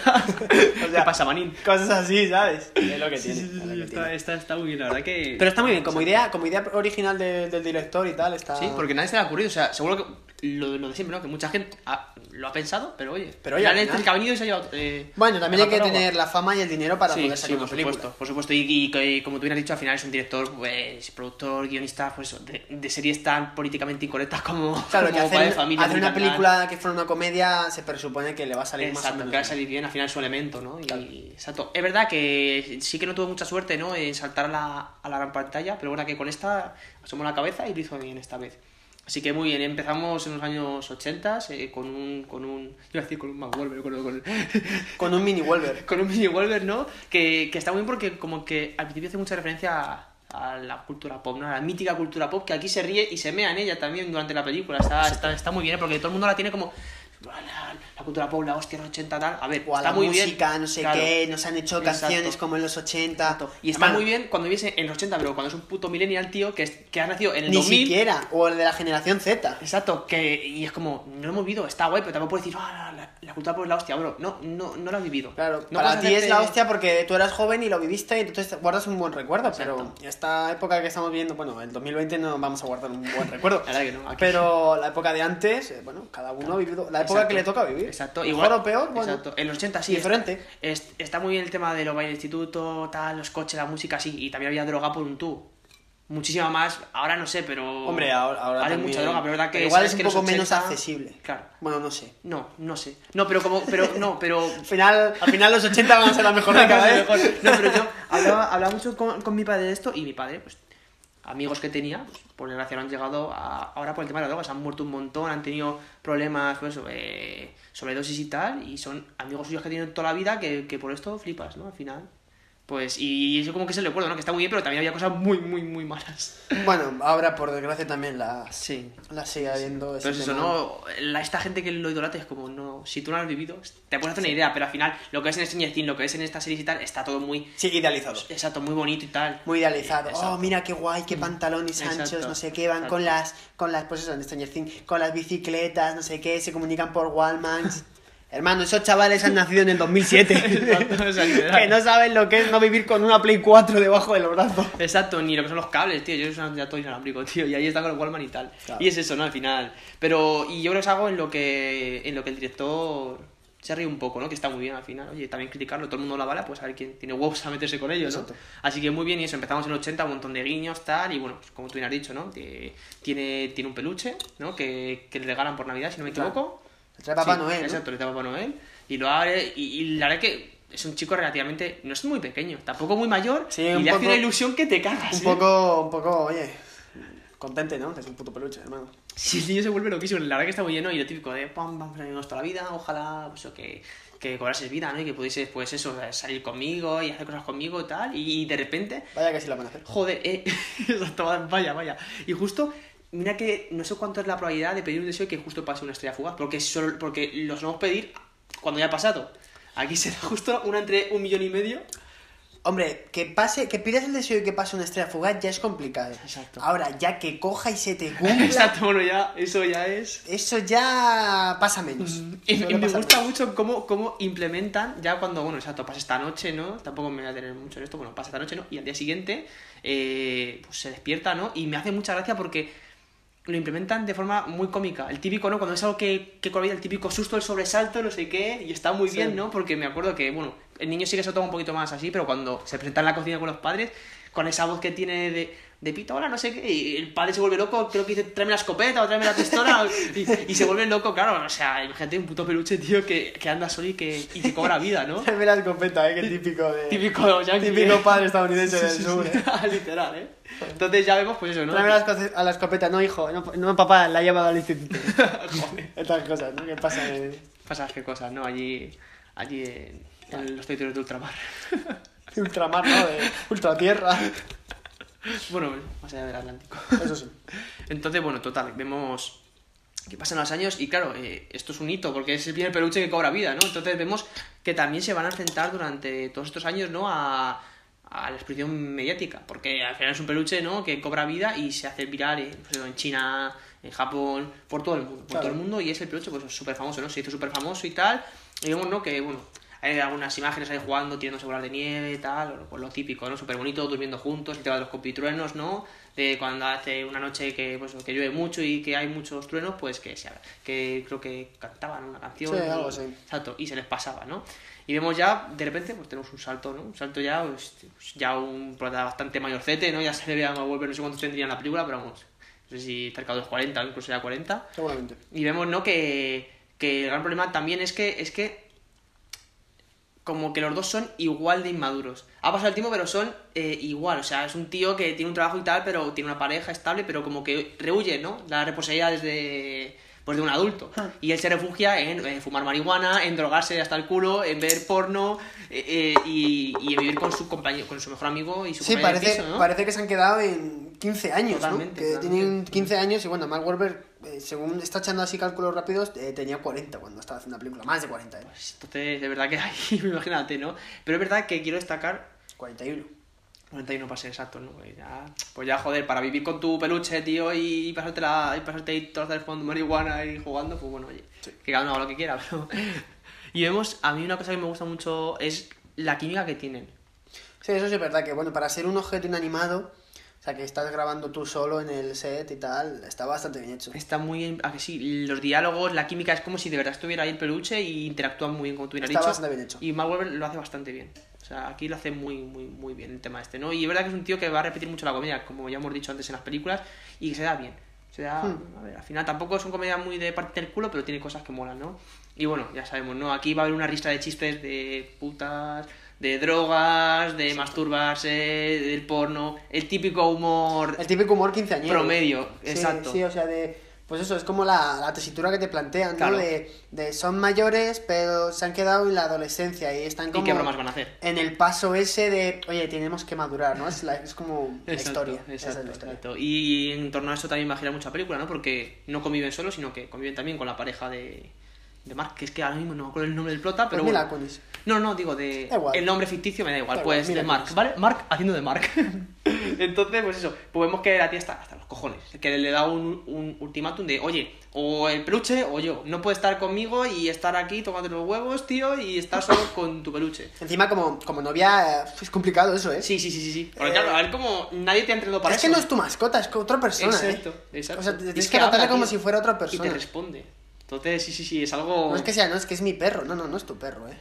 S15: ¿Qué
S16: pasa, manín?
S15: Cosas así, ¿sabes? Es lo que
S16: Sí,
S15: tiene.
S16: sí, sí,
S15: es lo que
S16: sí,
S15: tiene.
S16: está, está, está muy bien, la verdad que.
S15: Pero está muy bien, como idea, como idea original de- del director y tal, está.
S16: Sí, porque nadie se le ha ocurrido. O sea, seguro que lo, lo de siempre, ¿no? Que mucha gente ha- lo ha pensado, pero oye.
S15: Pero oye,
S16: la
S15: al
S16: gente
S15: final-
S16: que ha venido y se ha llevado. eh,
S15: Bueno, también hay que
S16: Rafa Nova.
S15: tener la fama y el dinero para
S16: sí,
S15: poder
S16: sí,
S15: sacar una
S16: por
S15: película.
S16: supuesto, por supuesto. Y, y- y como tú bien has dicho, al final es un director, pues, productor, guionista, pues, de, de series tan políticamente incorrectas como,
S15: Claro, que
S16: como
S15: hacer,
S16: Padre de Familia.
S15: hacer una
S16: American Dad.
S15: película que fuera una comedia se presupone que le va a salir más o
S16: Exacto,
S15: menos
S16: que va a
S15: bien.
S16: salir bien al final su elemento, ¿no? Y, Exacto. Es verdad que sí que no tuvo mucha suerte, ¿no? En saltar a la, a la gran pantalla, pero bueno, que con esta asomó la cabeza y lo hizo bien esta vez. Así que muy bien, empezamos en los años 80 eh, con un. con un. iba a decir con un McWolver, con, con,
S15: Con un mini Wolver.
S16: con un mini Wolver, ¿no? Que, que está muy bien porque como que al principio hace mucha referencia a, a la cultura pop, ¿no? A la mítica cultura pop, que aquí se ríe y se mea en ella también durante la película. Está, está, está muy bien, ¿eh? porque todo el mundo la tiene como... "Buah, La, la cultura pop, la hostia, los 80 tal. A ver,
S15: O a
S16: está
S15: la
S16: muy
S15: música,
S16: bien.
S15: no sé
S16: Claro.
S15: qué, nos han hecho
S16: Exacto.
S15: canciones como en los 80.
S16: Y está
S15: Hermano,
S16: muy bien cuando vives en los 80, pero cuando es un puto millennial, tío, que, es- que ha nacido en el
S15: Ni
S16: 2000...
S15: siquiera, o el de la generación Z.
S16: Exacto, que, y es como, no lo hemos vivido, está guay, pero tampoco puedes decir, "Ah, la, la- la cultura pop es la hostia, bro. No, no, no lo has vivido. Claro,
S15: Para ti es la hostia porque tú eras joven y lo viviste y entonces te guardas un buen recuerdo,
S16: Exacto.
S15: pero esta época que estamos viviendo, bueno, el 2020 no vamos a guardar un buen recuerdo.
S16: *laughs* La verdad que no, aquí-
S15: Pero la época de antes, eh, bueno, cada uno ha vivido la época
S16: Exacto.
S15: que le toca vivir.
S16: Exacto,
S15: Mejor o peor, bueno,
S16: Exacto. En los 80 sí.
S15: Diferente.
S16: es- está muy bien el tema de los bailes de instituto, tal, los coches, la música, sí. Y también había droga por un tubo. Muchísima más. Ahora no sé, pero.
S15: Hombre, ahora, ahora
S16: Ahora hay
S15: también-
S16: mucha droga, pero es verdad que.
S15: pero igual
S16: sabes
S15: es un
S16: que los
S15: poco menos
S16: 80
S15: accesible.
S16: Claro.
S15: Bueno, no sé.
S16: No, no sé. No, pero como. Pero, no,
S15: *laughs*
S16: pero.
S15: Al final, al final los 80 van a ser la
S16: *laughs*
S15: mejor década, ¿eh?
S16: No, pero yo hablaba, hablaba mucho con, con mi padre de esto y mi padre, pues, amigos que tenía, pues, por desgracia no han llegado a- ahora por el tema de las drogas, han muerto un montón, han tenido problemas, pues, eh, sobredosis y tal, y son amigos suyos que tienen toda la vida que, que por esto flipas, ¿no? Al final. Pues, y eso como que se le recuerdo, ¿no? Que está muy bien, pero también había cosas muy, muy, muy malas.
S15: *laughs* Bueno, ahora por desgracia también la,
S16: Sí.
S15: la sigue habiendo. ese
S16: Pero es eso,
S15: tema.
S16: ¿no? La, esta gente que lo idolatra es como, no, si tú no lo has vivido, te puedes hacer una idea, pero al final lo que ves en Stranger Things, lo que ves en estas series y tal, está todo muy...
S15: Sí, idealizado.
S16: Exacto, muy bonito y tal. Eh,
S15: Muy idealizado.
S16: Exacto.
S15: Oh, mira qué guay, qué pantalones
S16: Exacto.
S15: anchos, no sé qué, van con
S16: Exacto.
S15: las, con las, pues eso, en Stranger Things, con las bicicletas, no sé qué, se comunican por
S16: *laughs*
S15: Walmart. Hermano, esos chavales han nacido en el 2007.
S16: Exacto, o sea,
S15: *laughs*
S16: literal.
S15: que no saben lo que es no vivir con una Play 4 debajo del brazo.
S16: *laughs* Exacto, ni lo que son los cables, tío. Yo soy un todo inalámbrico, *laughs* tío. Y ahí está con el Wallman y tal.
S15: Claro.
S16: Y es eso, ¿no? Al final. Pero, y yo creo que es algo en lo que, en lo que el director se ríe un poco, ¿no? Que está muy bien al final. Oye, también criticarlo, todo el mundo la bala, pues a ver quién tiene huevos a meterse con ellos, ¿no?
S15: Exacto.
S16: Así que muy bien, y eso. Empezamos en el 80, un montón de guiños, tal. Y bueno, pues como tú bien has dicho, ¿no? Que tiene, tiene un peluche, ¿no? Que, que le regalan por Navidad, si no me
S15: Claro.
S16: equivoco.
S15: Le trae Papá
S16: Sí,
S15: Noel, ¿no?
S16: Exacto, le trae Papá Noel. Y lo abre. Y, y la verdad es que es un chico relativamente. No es muy pequeño, tampoco muy mayor.
S15: Sí,
S16: y
S15: un
S16: le hace
S15: poco-
S16: una ilusión que te cagas.
S15: Un
S16: ¿eh?
S15: poco, un poco, oye, contente, ¿no? Es un puto peluche, hermano.
S16: Sí, el niño se vuelve loquísimo. La verdad que está muy lleno y lo típico de pam, vamos a irnos toda la vida. Ojalá, pues, o que, que cobrases vida, ¿no? Y que pudieses, pues, eso, salir conmigo y hacer cosas conmigo y tal. Y de repente,
S15: Vaya que sí la van a hacer.
S16: joder, eh. *laughs* Exacto, vaya, vaya. Y justo, mira que no sé cuánto es la probabilidad de pedir un deseo y que justo pase una estrella fugaz. Porque, solo, porque los vamos a pedir cuando ya ha pasado. Aquí será justo una entre un millón y medio.
S15: Hombre, que pase, que pidas el deseo y que pase una estrella fugaz ya es complicado.
S16: Exacto.
S15: Ahora, ya que coja y se te cumpla,
S16: *laughs* Exacto, bueno, ya, eso ya es.
S15: eso ya pasa menos.
S16: Mm, Y,
S15: Suele
S16: y me
S15: pasar
S16: gusta
S15: menos.
S16: mucho cómo, cómo implementan, ya cuando, bueno, exacto, pasa esta noche, ¿no? Tampoco me voy a tener mucho en esto, bueno, pasa esta noche, ¿no? Y al día siguiente, eh, pues se despierta, ¿no? Y me hace mucha gracia porque lo implementan de forma muy cómica. El típico, ¿no? Cuando es algo que, que colabora, el típico susto, el sobresalto, no sé qué, y está muy
S15: Sí.
S16: bien, ¿no? Porque me acuerdo que, bueno, el niño sí que se lo toma un poquito más así, pero cuando se presenta en la cocina con los padres, con esa voz que tiene de, de pito, hola, no sé qué, y el padre se vuelve loco, creo que dice, tráeme la escopeta o tráeme la pistola, *laughs* y, y se vuelve loco, claro, o sea, imagínate un puto peluche, tío, que, que anda solo y que, y que cobra vida,
S15: *laughs*
S16: ¿no?
S15: Tráeme la escopeta, ¿eh? Qué típico de...
S16: Típico yankee,
S15: típico
S16: ¿eh?
S15: padre estadounidense
S16: Sí,
S15: del
S16: sí, sí.
S15: sur.
S16: *laughs*
S15: ¿eh?
S16: Literal, ¿eh? Entonces ya vemos, pues eso, ¿no?
S15: Tráeme las cosas- a la escopeta, no hijo, no, no, papá, la he llevado al
S17: *laughs*
S15: instituto. Estas cosas, ¿no? ¿Qué pasa? eh?
S16: Pasas qué cosas, ¿no? Allí, allí en, en en los territorios de ultramar. *laughs*
S17: de *laughs* ultramar, ¿no? De ultratierra.
S16: bueno, más allá del Atlántico.
S17: Eso sí.
S16: *laughs* Entonces, bueno, total, vemos que pasan los años y claro, eh, esto es un hito porque es el primer peluche que cobra vida, ¿no? Entonces vemos que también se van a enfrentar durante todos estos años, ¿no? A, a la exposición mediática, porque al final es un peluche, ¿no? Que cobra vida y se hace viral eh, pues, en China, en Japón, por todo el mundo, por
S17: Claro.
S16: todo el mundo y es el peluche pues súper famoso, ¿no? Se hizo súper famoso y tal. Y vemos, ¿no? Que, bueno, hay algunas imágenes ahí jugando, tirándose bolas de nieve, tal, o- pues lo típico, ¿no? Súper bonito, durmiendo juntos, el tema de los compitruenos, ¿no? De cuando hace una noche que, pues, que llueve mucho y que hay muchos truenos, pues que, se, que creo que cantaban una canción.
S17: Sí, algo así.
S16: Exacto, y se les pasaba, ¿no? Y vemos ya, de repente, pues tenemos un salto, ¿no? Un salto ya, pues, ya un prota bastante mayorcete, ¿no? Ya se le veía volver, no sé cuántos tendría en la película, pero vamos, no sé si cerca de los 40, incluso ya 40.
S17: Seguramente.
S16: Y vemos, ¿no? Que, que el gran problema también es que, es que como que los dos son igual de inmaduros. Ha pasado el tiempo, pero son eh, igual. O sea, es un tío que tiene un trabajo y tal, pero tiene una pareja estable, pero como que rehuye, ¿no? La responsabilidad desde pues de un adulto.
S17: Ah.
S16: Y él se refugia en eh, fumar marihuana, en drogarse hasta el culo, en ver porno eh, eh, y, y en vivir con su compañero, con su mejor amigo y su
S17: Sí,
S16: compañero de
S17: parece,
S16: piso, ¿no?
S17: parece que se han quedado en 15 años,
S16: Totalmente,
S17: ¿no? Que
S16: totalmente.
S17: tienen 15 años y bueno, Mark Wahlberg, eh, según está echando así cálculos rápidos, eh, tenía 40 cuando estaba haciendo la película, más de 40, ¿eh?
S16: Entonces, de verdad que ahí, *laughs* imagínate, ¿no? Pero es verdad que quiero destacar
S17: 41.
S16: 91 para ser exacto, ¿no? Pues ya, pues ya, joder, para vivir con tu peluche, tío, y pasarte, la, y pasarte ahí todas las fumando marihuana y jugando, pues bueno, oye, que cada uno haga lo que quiera, *laughs* pero... Y vemos, a mí una cosa que me gusta mucho es la química que tienen.
S17: Sí, eso sí es verdad, que bueno, para ser un objeto inanimado, o sea, que estás grabando tú solo en el set y tal, está bastante bien hecho.
S16: Está muy bien, a que sí, los diálogos, la química, es como si de verdad estuviera ahí el peluche y interactúan muy bien, como tú bien has
S17: Está
S16: dicho.
S17: bastante bien hecho.
S16: Y Mark Wahlberg lo hace bastante bien. O sea, aquí lo hace muy, muy, muy bien el tema este, ¿no? Y es verdad que es un tío que va a repetir mucho la comedia, como ya hemos dicho antes en las películas, y que se da bien. Se da,
S17: Hmm.
S16: a ver, al final tampoco es una comedia muy de parte del culo, pero tiene cosas que molan, ¿no? Y bueno, ya sabemos, ¿no? Aquí va a haber una lista de chistes de putas, de drogas, de masturbarse, del porno, el típico humor
S17: El típico humor quinceañero.
S16: Promedio,
S17: Sí,
S16: exacto.
S17: Sí, o sea, de... Pues eso, es como la, la tesitura que te plantean, ¿no?
S16: Claro.
S17: De, de son mayores, pero se han quedado en la adolescencia y están como...
S16: y qué bromas van a hacer.
S17: en el paso ese de, oye, tenemos que madurar, ¿no? Es, la- es como la
S16: Exacto,
S17: historia. esa es
S16: Exacto,
S17: la historia.
S16: exacto. Y en torno a eso también va a girar mucha película, ¿no? Porque no conviven solos, sino que conviven también con la pareja de, de Mark, que es que ahora mismo no me acuerdo el nombre del plota,
S17: Pues
S16: pero
S17: mira,
S16: bueno.
S17: Kunis.
S16: No, no, digo de...
S17: Da igual.
S16: El nombre ficticio me da igual,
S17: Da igual,
S16: pues
S17: mira
S16: de Mark,
S17: quién
S16: ¿vale? Mark haciendo de Mark. *laughs* Entonces, pues eso, pues vemos que la tía está hasta los cojones, que le da un, un ultimátum de, oye, o el peluche o yo, no puedes estar conmigo y estar aquí tomando los huevos, tío, y estar solo con tu peluche.
S17: Encima, como, como novia, eh, es complicado eso, ¿eh?
S16: Sí, sí, sí, sí, sí. Porque claro, a ver cómo nadie te ha entrenado para
S17: es
S16: eso.
S17: que no es tu mascota, es que otra persona. ¿eh?
S16: Exacto, exacto.
S17: O sea, te-
S16: Y
S17: tienes
S16: es que
S17: que tratarla
S16: habla,
S17: como
S16: tío.
S17: si fuera otra
S16: y
S17: persona.
S16: te responde. Entonces, sí, sí, sí, es algo.
S17: No es que sea, no, es que es mi perro. No, no, no es tu perro, ¿eh?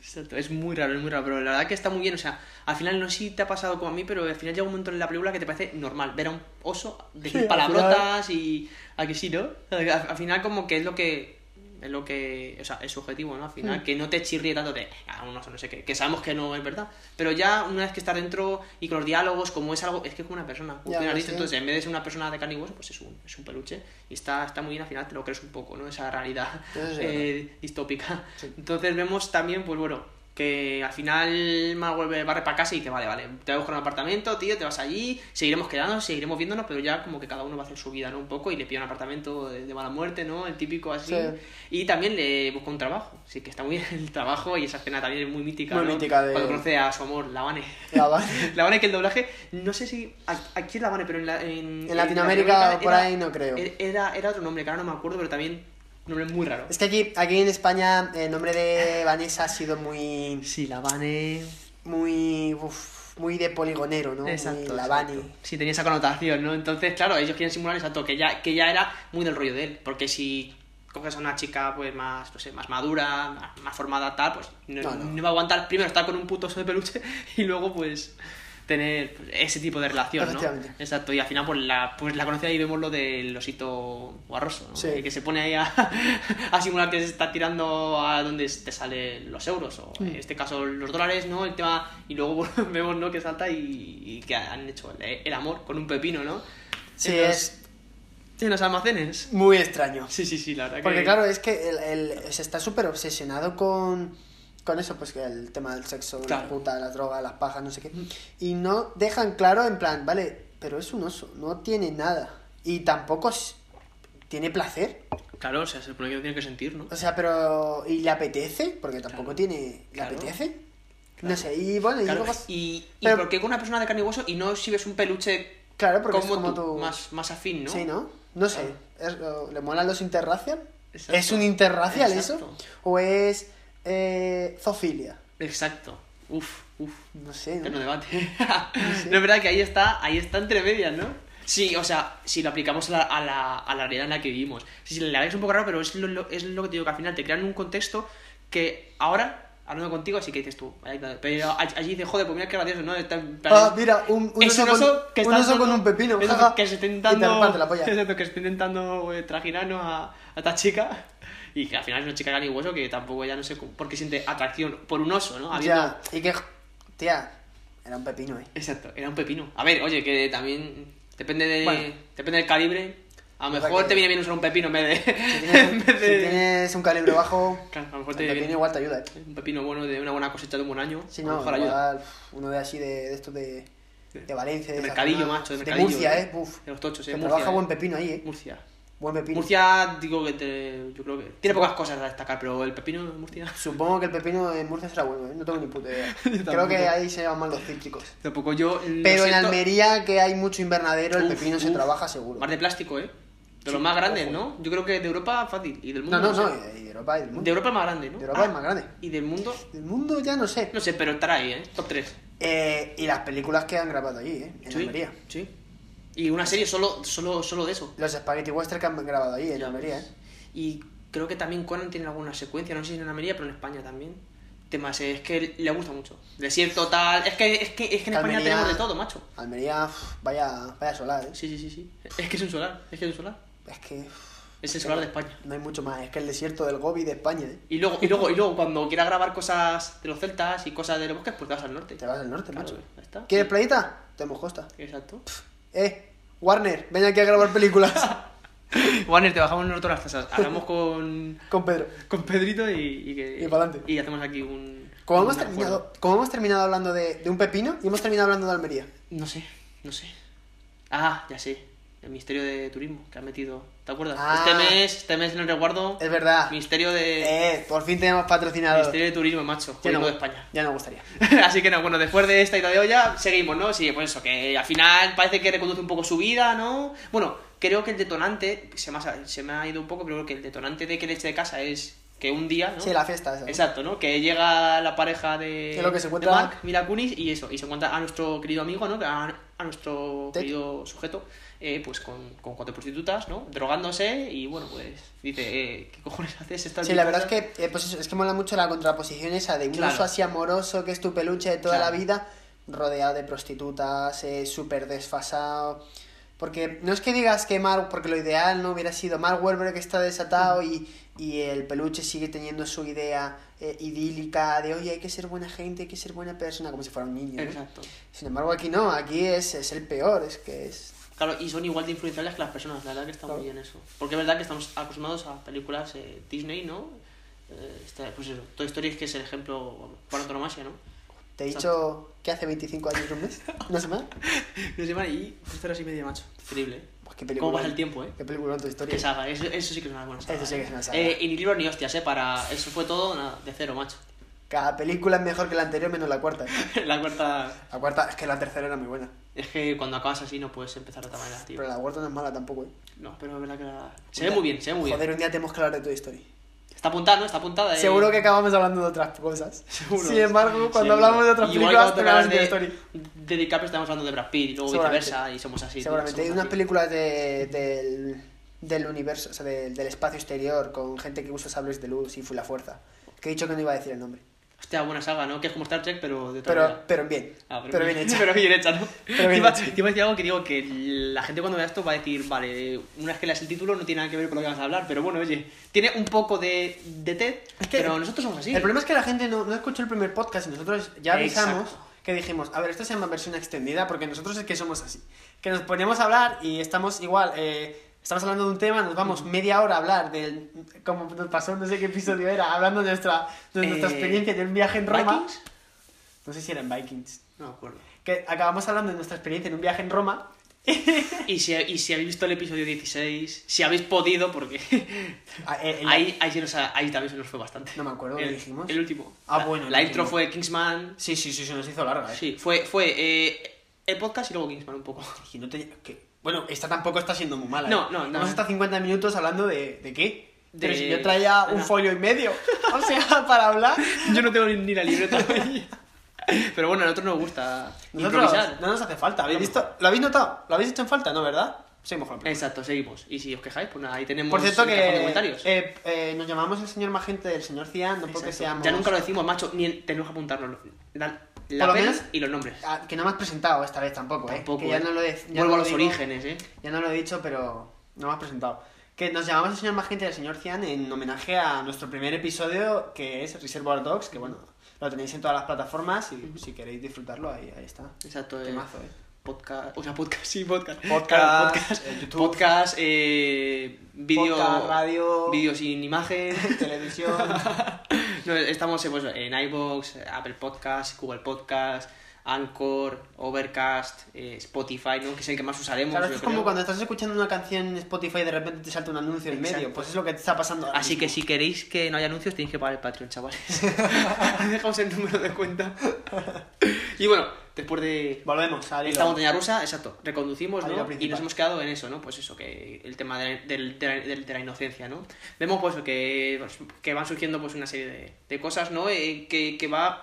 S16: Exacto, es muy raro, es muy raro, pero la verdad que está muy bien. O sea, al final no sé si te ha pasado como a mí, pero al final llega un momento en la película que te parece normal ver a un oso decir
S17: Sí, al
S16: palabrotas y. ¿A que sí, no? Al, al final, como que es lo que. Es lo que. O sea, es su objetivo, ¿no? Al final,
S17: Mm.
S16: que no te chirríe tanto de. A un oso, no sé qué. Que sabemos que no es verdad. Pero ya una vez que estás dentro y con los diálogos, como es algo. Es que es como una persona. como
S17: Ya,
S16: tú bien has
S17: pues
S16: dicho,
S17: sí.
S16: entonces, en vez de ser una persona de carne y hueso, pues es un, es un peluche. Y está, está muy bien, al final te lo crees un poco, ¿no? Esa realidad
S17: Eso es
S16: eh, distópica. Entonces vemos también, pues bueno, que al final Mark vuelve barre para casa y dice, vale, vale, te voy a buscar un apartamento, tío, te vas allí, seguiremos quedándonos, seguiremos viéndonos, pero ya como que cada uno va a hacer su vida, ¿no? Un poco y le pide un apartamento de, de mala muerte, ¿no? El típico así.
S17: Sí.
S16: Y también le busca un trabajo, sí que está muy bien el trabajo y esa escena también es muy mítica.
S17: Muy
S16: ¿no?
S17: mítica de-
S16: Cuando conoce a su amor, la Vane. *laughs*
S17: Ya va.
S16: La Vane que el doblaje, no sé si a- aquí es La Vane, pero en, la- en,
S17: En Latinoamérica, por ahí no creo.
S16: Era, era otro nombre, que ahora no me acuerdo, pero también un nombre muy raro.
S17: Es que aquí, aquí en España el nombre de Vanessa ha sido muy.
S16: Sí, la Vane.
S17: Muy. uf, muy de poligonero, ¿no? muy la Vani.
S16: Si tenía esa connotación, ¿no? Entonces, claro, ellos quieren simular exacto, que ya, que ya era muy del rollo de él. Porque si coges a una chica pues más, no sé, más madura, más, más formada, tal, pues no,
S17: No, no.
S16: no va a aguantar primero estar con un puto oso de peluche *laughs* y luego pues tener pues, ese tipo de relación, ¿no?
S17: Efectivamente.
S16: Exacto, y al final pues la, pues la conoce ahí vemos lo del osito guarroso, ¿no?
S17: Sí.
S16: El que se pone ahí a, *laughs* a simular que se está tirando a donde te salen los euros, o en
S17: Mm.
S16: este caso los dólares, ¿no? El tema, y luego *laughs* pues, vemos, ¿no? Que salta y, y que han hecho el, el amor con un pepino, ¿no?
S17: Sí,
S16: En los-
S17: es
S16: En los almacenes.
S17: muy extraño.
S16: Sí, sí, sí, la verdad que...
S17: Porque claro, es que el- el- se está súper obsesionado con,
S15: con eso, pues que el tema del sexo, claro. la puta, las drogas, las pajas, no sé qué. Y no dejan claro en plan, vale, pero es un oso, no tiene nada. Y tampoco es, tiene placer.
S16: Claro, o sea, se supone que lo tiene que sentir, ¿no?
S15: O sea, pero. ¿Y le apetece? Porque tampoco claro. tiene. ¿Le claro. apetece? No sé, y bueno,
S16: y luego. ¿Y, pero... ¿Y por qué con una persona de carne y hueso y no si ves un peluche
S15: Claro, porque como es como tú, tu...
S16: Más, más afín, ¿no?
S15: Sí, ¿no? No sé. Es, ¿Le molan los interracial? Exacto. ¿Es un interracial Exacto. eso? ¿O es eh, zoofilia?
S16: Exacto. Uf, uf.
S15: No sé, ¿no?
S16: Pero debate. no, sé. *laughs* no, es verdad que ahí está, ahí está entre medias, ¿no? Sí, o sea, si lo aplicamos a la, a la, a la realidad en la que vivimos. Si sí, sí, la verdad es un poco raro, pero es lo, lo, es lo que te digo, que al final te crean un contexto que ahora hablando contigo, así que dices tú. Pero allí dices, joder, pues mira qué gracioso, ¿no? Está,
S15: ah, mira, un, un oso, con, que un, oso con un pepino.
S16: Jaja, que se está intentando. La polla. *laughs* Exacto, que se está intentando eh, trajinarnos a, a, esta chica. Y que al final es una chica carne y hueso que tampoco ya no sé por qué siente atracción por un oso, ¿no?
S15: Habiendo... Ya, y que. Tía, era un pepino, ¿eh?
S16: *laughs* Exacto, era un pepino. A ver, oye, que también. Depende, de, bueno. depende del calibre. A lo mejor te viene bien usar un pepino en vez
S15: de.
S16: *laughs*
S15: Si tienes, un, de... Si tienes un calibre bajo,
S16: claro, a lo mejor
S15: te el pepino viene, igual te ayuda. ¿eh?
S16: Un pepino bueno de una buena cosecha de un buen año.
S15: Sí, no,
S16: a lo mejor
S15: igual, ayuda. uno de así, de, de estos de, de Valencia.
S16: De, mercadillo, zona, macho. De,
S15: mercadillo, de Murcia, ¿eh?
S16: Uf, de los tochos, ¿eh?
S15: Se
S16: Murcia,
S15: trabaja
S16: eh.
S15: buen pepino ahí, ¿eh?
S16: Murcia.
S15: Buen pepino.
S16: Murcia, digo que te, yo creo que. Tiene pocas cosas a destacar, pero el pepino en Murcia. *laughs*
S15: Supongo que el pepino en Murcia será bueno, ¿eh? no tengo ni puta idea. creo que ahí se llevan mal los cítricos.
S16: Tampoco yo.
S15: Pero en Almería, que hay mucho invernadero, el pepino se trabaja seguro.
S16: Más de plástico, ¿eh? De los más grandes, ¿no? Yo creo que de Europa fácil. Y del mundo. ¿eh?
S15: No, no, no. no. Y de Europa y del mundo.
S16: De Europa es más grande, ¿no?
S15: De Europa ah, es más grande.
S16: ¿Y del mundo?
S15: Del mundo ya no sé.
S16: No sé, pero estará ahí, ¿eh? Top 3.
S15: Eh, y las películas que han grabado allí, ¿eh? En
S16: sí,
S15: Almería.
S16: Sí. Y una serie solo, solo, solo de eso.
S15: Los Spaghetti Western que han grabado allí, en ya Almería, ¿eh?
S16: Y creo que también Conan tiene alguna secuencia, no sé si en Almería, pero en España también. Temas, es que le gusta mucho. Desierto tal. Es que, es que, es que en Almería, España tenemos de todo, macho.
S15: Almería, vaya, vaya solar, ¿eh?
S16: Sí, sí, sí, sí. Es que es un solar, es que es un solar.
S15: Es que.
S16: Es el solar de España.
S15: No hay mucho más, es que el desierto del Gobi de España. ¿eh?
S16: Y luego, y luego, y luego cuando quieras grabar cosas de los celtas y cosas de los bosques, pues te vas al norte.
S15: Te vas al norte, claro, macho. Está. ¿Quieres playita? Te hemos costa.
S16: Exacto. *laughs*
S15: Pff, eh, Warner, ven aquí a grabar películas.
S16: *laughs* Warner, te bajamos nosotros
S15: *laughs*
S16: las tasas. Hablamos con.
S15: con Pedro.
S16: Con Pedrito y. Y, que,
S15: y para adelante.
S16: Y hacemos aquí un.
S15: Como
S16: un
S15: hemos, terminado, como hemos terminado hablando de, de un pepino y hemos terminado hablando de Almería.
S16: No sé, no sé. Ah, ya sé. El Ministerio de Turismo que ha metido. ¿Te acuerdas? Ah, este mes, este mes en el resguardo.
S15: Es verdad.
S16: Ministerio de.
S15: Eh, por fin tenemos patrocinador.
S16: Ministerio de Turismo, macho.
S15: Ya no,
S16: de España.
S15: Ya no gustaría.
S16: *laughs* Así que no, bueno, después de esta ida de olla, seguimos, ¿no? Sí, pues eso, que al final parece que reconduce un poco su vida, ¿no? Bueno, creo que el detonante, se me ha, se me ha ido un poco, pero creo que el detonante de que le eche de casa es que un día, ¿no?
S15: Sí, la fiesta, esa, ¿no?
S16: Exacto, ¿no? Que llega la pareja de,
S15: que lo que se encuentra...
S16: de Mark Miracunis y eso, y se encuentra a nuestro querido amigo, ¿no? A, a nuestro Ted. querido sujeto, eh, pues con, con, cuatro prostitutas, ¿no? Drogándose y bueno, pues dice, eh, ¿qué cojones haces?
S15: Estás sí, la verdad casa? es que, eh, pues eso, es que mola mucho la contraposición esa de un claro. uso así amoroso que es tu peluche de toda claro. la vida, rodeado de prostitutas, eh, súper desfasado. Porque no es que digas que Mark, porque lo ideal no hubiera sido Mark Wahlberg que está desatado y, y el peluche sigue teniendo su idea eh, idílica de, oye, hay que ser buena gente, hay que ser buena persona, como si fuera un niño.
S16: Exacto.
S15: ¿no? Sin embargo, aquí no, aquí es, es el peor, es que es...
S16: Claro, y son igual de influenciables que las personas, la verdad que está claro. muy bien eso. Porque es verdad que estamos acostumbrados a películas eh, Disney, ¿no? Eh, esta, pues eso, Toy Story es que es el ejemplo por antonomasia, *laughs* ¿no?
S15: Te he dicho que hace 25 años un mes, una semana.
S16: *laughs* una semana y tres horas y media, macho. Increíble.
S15: Pues qué película.
S16: ¿Cómo pasa el tiempo, eh?
S15: Qué película en tu historia.
S16: Qué saga, eso, eso, sí que es una buena saga.
S15: Eso sí que es una saga.
S16: Eh, y ni libros ni hostias, eh, para... Eso fue todo nada, de cero, macho. *laughs*
S15: Cada película es mejor que la anterior menos la cuarta.
S16: ¿eh? la cuarta...
S15: La cuarta, es que la tercera era muy buena.
S16: Es que cuando acabas así no puedes empezar de otra manera, tío.
S15: Pero la cuarta no es mala tampoco, eh.
S16: No, pero es verdad que la... Se ve muy bien, se ve muy
S15: Joder,
S16: bien.
S15: un día tenemos que hablar de tu historia.
S16: Está apuntada, ¿no? Está apuntada. Eh.
S15: Seguro que acabamos hablando de otras cosas.
S16: Seguro.
S15: Sin embargo, cuando Seguro. hablamos de otras películas,
S16: hablamos de Story. De DiCaprio estamos hablando de Brad Pitt y luego viceversa y somos así.
S15: Seguramente. Hay unas películas de, del, del universo, o sea, del, del, espacio exterior con gente que usa sables de luz y fue la fuerza. Que he dicho que no iba a decir el nombre.
S16: Hostia, buena saga, ¿no? Que es como Star Trek, pero de otra
S15: pero,
S16: manera.
S15: pero bien.
S16: Ah, pero,
S15: pero
S16: bien,
S15: hecha.
S16: *laughs* Pero
S15: *laughs*
S16: bien hecha, ¿no? Pero bien te, iba, hecha. te, iba, a decir algo que digo que la gente cuando vea esto va a decir, vale, una vez que leas el título no tiene nada que ver con lo que vamos a hablar, pero bueno, oye, tiene un poco de, de TED, es que pero nosotros somos así.
S15: El problema es que la gente no, no escuchó el primer podcast y nosotros ya avisamos Exacto. que dijimos, a ver, esto se llama versión extendida porque nosotros es que somos así. Que nos poníamos a hablar y estamos igual... Eh, Estamos hablando de un tema, nos vamos media hora a hablar de cómo nos pasó, no sé qué episodio era, hablando de nuestra, de nuestra
S17: Eh,
S15: experiencia de un viaje en Roma.
S17: ¿Vikings?
S15: No sé si eran Vikings.
S17: No me acuerdo.
S15: Que acabamos hablando de nuestra experiencia en un viaje en Roma.
S16: y, si, y si habéis visto el episodio 16, si habéis podido, porque
S15: Ah, eh, el-
S16: ahí, ahí, se nos, ha- ahí también se nos fue bastante.
S15: No me acuerdo qué
S16: el,
S15: dijimos.
S16: El último.
S15: Ah,
S16: La-
S15: bueno,
S16: La
S15: el
S16: intro
S15: último.
S16: fue Kingsman.
S15: Sí, sí, sí, se nos hizo larga. eh.
S16: Sí, fue, fue eh, el podcast y luego Kingsman
S15: *laughs*
S16: un poco.
S15: Y no te- que- Bueno, esta tampoco está siendo muy mala.
S16: No,
S15: ¿eh?
S16: no, no.
S15: Estamos hasta 50 minutos hablando de, de qué.
S16: De-
S15: Pero si yo traía un
S16: nada.
S15: folio y
S16: *laughs*
S15: medio. O sea, *laughs* para hablar.
S16: Yo no tengo ni, ni la *laughs* libreta. Pero bueno, a nosotros nos gusta
S15: Nosotros
S16: improvisar.
S15: no nos hace falta. ¿Habéis visto? ¿Lo habéis notado? ¿Lo habéis hecho en falta? ¿No, verdad? Sí, mejor.
S16: Exacto, seguimos. Y si os quejáis, pues nada, ahí tenemos
S15: Por cierto
S16: el cajón de
S15: que
S16: comentarios.
S15: eh, eh, nos llamamos el señor Magente del señor Cian, no porque
S16: Exacto.
S15: seamos...
S16: Ya nunca lo decimos, macho, ni en- tenemos que apuntarnos. Dan la
S15: Por lo
S16: pena
S15: menos-
S16: y los nombres.
S15: Ah, que no me has presentado esta vez tampoco, ¿eh?
S16: Tampoco,
S15: Que ya
S16: eh.
S15: no lo he- ya
S16: Vuelvo
S15: no
S16: a
S15: lo
S16: los
S15: digo-
S16: orígenes, eh.
S15: Ya no lo he dicho, pero no me has presentado. Que nos llamamos el señor Magente del señor Cian en homenaje a nuestro primer episodio, que es Reservoir Dogs, que bueno, lo tenéis en todas las plataformas y si queréis disfrutarlo, ahí, ahí está.
S16: Exacto, eh.
S15: Temazo, ¿eh?
S16: Podcast, o sea, podcast, *laughs* sí, podcast.
S15: Podcast,
S16: Claro, podcast,
S15: eh, YouTube.
S16: podcast, eh, vídeo,
S15: Podcast, radio.
S16: vídeo sin imagen.
S15: *laughs* Televisión.
S16: *laughs* No, estamos eh, pues, en iBox, Apple Podcast, Google Podcast, Anchor, Overcast, eh, Spotify, ¿no? Que es el que más usaremos.
S15: Claro, esto
S16: yo
S15: es como
S16: creo.
S15: cuando estás escuchando una canción en Spotify y de repente te salta un anuncio en
S16: Exacto.
S15: medio. Pues es lo que te está pasando ahora
S16: Así
S15: mismo.
S16: que si queréis que no haya anuncios, tenéis que pagar el Patreon,
S15: *laughs*
S16: chavales. *laughs* Dejamos el número de cuenta. y bueno, después de
S15: Volvemos a
S16: esta montaña rusa, exacto, reconducimos,
S15: Al
S16: ¿no?
S15: hilo
S16: Y
S15: principal.
S16: nos hemos quedado en eso, ¿no? Pues eso, que el tema de, del- de la- del- de la inocencia, ¿no? Vemos pues que, que van surgiendo pues una serie de, de cosas, ¿no? Eh, que, que va,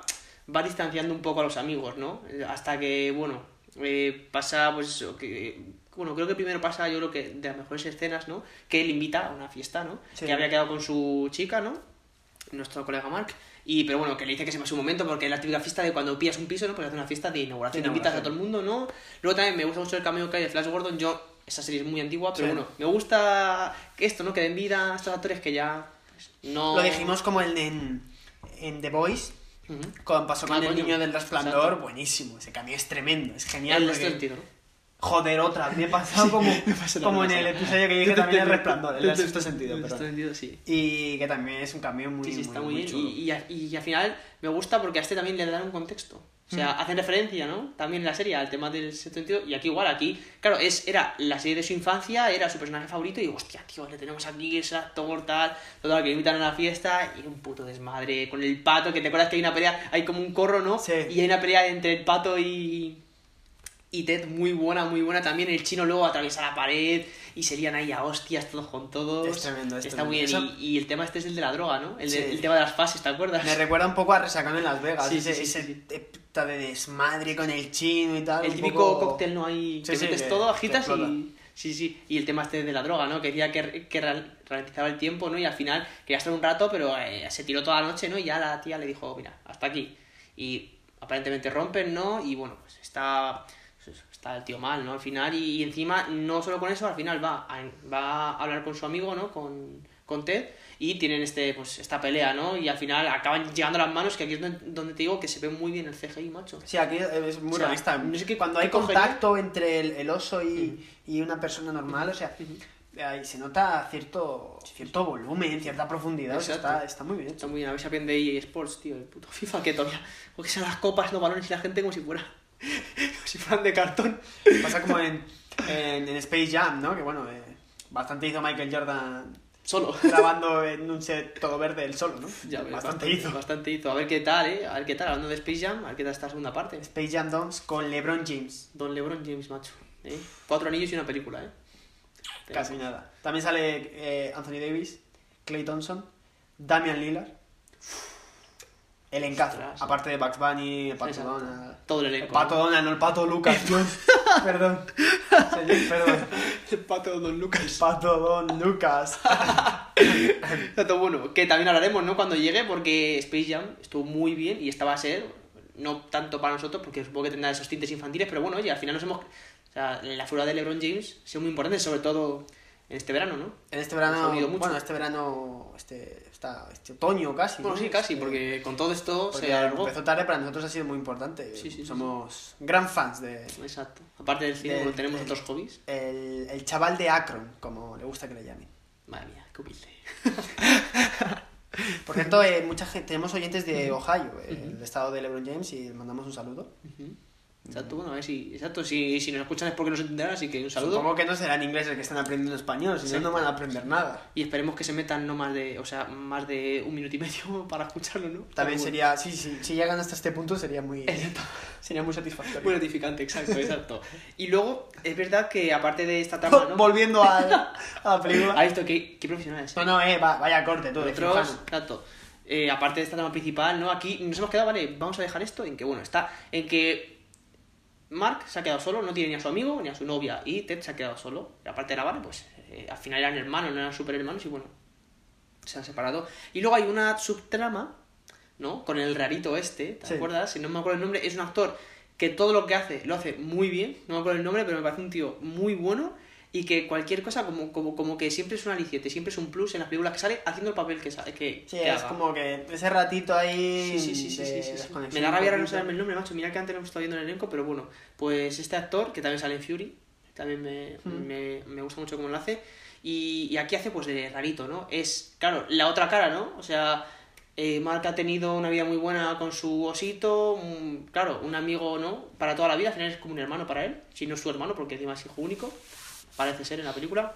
S16: va distanciando un poco a los amigos, ¿no? Eh, Hasta que, bueno, eh, pasa pues eso, que... Bueno, creo que primero pasa, yo creo que de las mejores escenas, ¿no? Que él invita a una fiesta, ¿no?
S15: Sí.
S16: Que había quedado con su chica, ¿no? nuestro colega Mark. Y, pero bueno, que le dice que se pase un momento porque es la típica fiesta de cuando pillas un piso, ¿no? Pues hace una fiesta de inauguración,
S15: De
S16: invitas a todo
S15: inauguración.
S16: el mundo, ¿no? Luego también me gusta mucho el cameo que hay de Flash Gordon. Yo, esa serie es muy antigua, pero
S15: Sí.
S16: bueno, me gusta que esto, ¿no? Que den vida a estos actores que ya pues, no.
S15: Lo dijimos como el de en, en The Voice,
S16: Ujú.
S15: con pasó con
S16: Ah,
S15: el
S16: coño.
S15: niño del resplandor,
S16: Exacto.
S15: buenísimo, ese cambio es tremendo, es genial.
S16: El
S15: porque-
S16: resto del tiro, este ¿no?
S15: Joder, otra, *laughs* me he pasado
S16: *laughs*
S15: como,
S16: pasa nada,
S15: como
S16: no
S15: en
S16: pasa
S15: el
S16: nada.
S15: episodio
S16: *laughs*
S15: que dije también el resplandor, en el
S16: Te- te-
S15: sexto sentido,
S16: El
S15: perdón.
S16: sexto sentido, sí.
S15: Y que también es un cambio muy,
S16: Sí, sí,
S15: muy,
S16: está muy,
S15: muy
S16: bien.
S15: chulo.
S16: Y, y a- y al final me gusta porque a este también le dan un contexto. O
S15: Mm.
S16: sea, hacen referencia, ¿no? También en la serie al tema del sexto sentido. Y aquí igual, aquí, claro, es, era la serie de su infancia, era su personaje favorito. Y hostia, tío, le tenemos aquí ese actor tal, total, que le invitan a una fiesta y un puto desmadre con el pato. Que te acuerdas que hay una pelea, hay como un corro, ¿no?
S15: Sí.
S16: Y hay una pelea entre el pato y. Y Ted, muy buena, muy buena también. El chino luego atraviesa la pared y serían ahí a hostias todos con todos.
S15: Es tremendo, es
S16: Está muy bien.
S15: tremendo.
S16: Y- y el tema este es el de la droga, ¿no? El, de-
S15: Sí.
S16: el tema de las fases, ¿te acuerdas?
S15: Me recuerda un poco a Resacón en Las Vegas,
S16: Sí, sí,
S15: ese,
S16: sí,
S15: ese
S16: sí.
S15: tepta de desmadre con el chino y tal.
S16: el
S15: un
S16: típico
S15: poco-
S16: cóctel no hay...
S15: Sí,
S16: te
S15: sí,
S16: metes
S15: que-
S16: todo,
S15: que
S16: agitas
S15: explota.
S16: y... Sí, sí. Y el tema este de la droga, ¿no? Que decía que, re- que ra- ralentizaba el tiempo, ¿no? Y al final quería estar un rato, pero eh, se tiró toda la noche, ¿no? Y ya la tía le dijo, mira, hasta aquí. Y aparentemente rompen, ¿no? Y bueno, pues está... pues Está el tío mal, ¿no? Al final, y, y encima, no solo con eso, al final va a, va a hablar con su amigo, ¿no? Con, con Ted, y tienen este, pues, esta pelea, ¿no? Y al final acaban llegando a las manos, que aquí es donde, donde te digo que se ve muy bien el CGI, macho.
S15: Sí, aquí es muy
S16: O sea,
S15: realista.
S16: no sé qué-
S15: Cuando
S16: qué
S15: hay
S16: cogería.
S15: contacto entre el, el oso y, y una persona normal, o sea, ahí se nota cierto, cierto volumen, cierta profundidad. o sea,
S16: Exacto.
S15: está, está muy bien
S16: Está
S15: hecho.
S16: muy bien, a ver si aprende EA Sports, tío, el puto FIFA que todavía. Porque sean las copas, los balones y la gente como si fuera. *laughs* como si fueran de cartón.
S15: Pasa como en, en, en Space Jam, ¿no? Que bueno, eh, bastante hizo Michael Jordan *laughs*
S16: Solo.
S15: grabando en un set todo verde el solo, ¿no?
S16: Ya ves,
S15: bastante hizo.
S16: Bastante hizo. A ver qué tal, eh. A ver qué tal. Hablando de Space Jam, a ver qué tal esta segunda parte.
S15: Space Jam 2 con LeBron James.
S16: Don LeBron James, macho. ¿eh? Cuatro anillos y una película, eh.
S15: Casi nada. También sale eh, Anthony Davis, Clay Thompson, Damian Lillard. El encazo.
S16: Ostras.
S15: Aparte de Bugs Bunny, el Pato
S16: Exacto.
S15: Donald.
S16: Todo el
S15: El
S16: elenco.
S15: Pato
S16: ¿no?
S15: Donald, no el Pato Lucas. Dios. *laughs* perdón. Señor, perdón.
S16: El pato Don Lucas.
S15: Pato Don Lucas.
S16: Tanto bueno, que también hablaremos, ¿no? Cuando llegue, porque Space Jam estuvo muy bien y esta va a ser, no tanto para nosotros, porque supongo que tendrá esos tintes infantiles, pero bueno, oye, al final nos hemos... O sea, la figura de LeBron James ha sido muy importante, sobre todo En este verano, ¿no?
S15: En este verano, mucho. bueno, este verano, este, está, este otoño casi. ¿no?
S16: Bueno,
S15: Este,
S16: sí, casi, porque con todo esto
S15: porque se alargó. Empezó tarde, para nosotros ha sido muy importante. Sí, sí, Somos sí. gran fans de...
S16: Exacto. Aparte del cine, del, tenemos el, otros hobbies.
S15: El, el, chaval de Akron, como le gusta que le llamen.
S16: Madre mía, qué humilde.
S15: Por cierto, eh, mucha gente, tenemos oyentes de Ohio, eh, uh -huh. el estado de LeBron James, y les mandamos un saludo. Uh -huh.
S16: Exacto, bueno, a ver si, exacto, si, si nos escuchan es porque nos entenderán, así que un saludo.
S15: Supongo que no serán ingleses que están aprendiendo español, si no, no van a aprender nada.
S16: Y esperemos que se metan no más de, o sea, más de un minuto y medio *laughs* para escucharlo, ¿no?
S15: También bueno. sería, sí, sí, si llegan hasta este punto sería muy, exacto. sería muy satisfactorio.
S16: Muy gratificante, exacto, exacto. Y luego, es verdad que aparte de
S15: *laughs*
S16: esta trama, ¿no?
S15: Volviendo a, a la película.
S16: A esto, qué, qué profesional es.
S15: No, no, eh, va, vaya corte, tú,
S16: Nosotros, de Exacto. Eh, aparte de esta trama principal, ¿no? Aquí nos hemos quedado, vale, vamos a dejar esto en que, bueno, está, en que Mark se ha quedado solo, no tiene ni a su amigo ni a su novia, y Ted se ha quedado solo. Y aparte de la vara, pues eh, al final eran hermanos, no eran super hermanos, y bueno, se han separado. Y luego hay una subtrama, ¿no? Con el rarito este, ¿te sí. acuerdas? Si no me acuerdo el nombre, es un actor que todo lo que hace lo hace muy bien, no me acuerdo el nombre, pero me parece un tío muy bueno y que cualquier cosa como, como, como que siempre es un aliciente, siempre es un plus en las películas que sale haciendo el papel que sale. Que,
S15: sí,
S16: que
S15: es haga. como que ese ratito ahí.
S16: Sí, sí, sí, de, sí, sí Me da rabia no saberme el nombre, macho. Mira que antes no me estaba viendo el elenco, pero bueno. Pues este actor, que también sale en Fury, también me, mm. me, me gusta mucho cómo lo hace. Y, y, aquí hace pues de rarito, ¿no? Es, claro, la otra cara, ¿no? O sea. Eh, Mark ha tenido una vida muy buena con su osito, un, claro, un amigo, ¿no? Para toda la vida, al final es como un hermano para él, si no es su hermano, porque encima es hijo único parece ser en la película.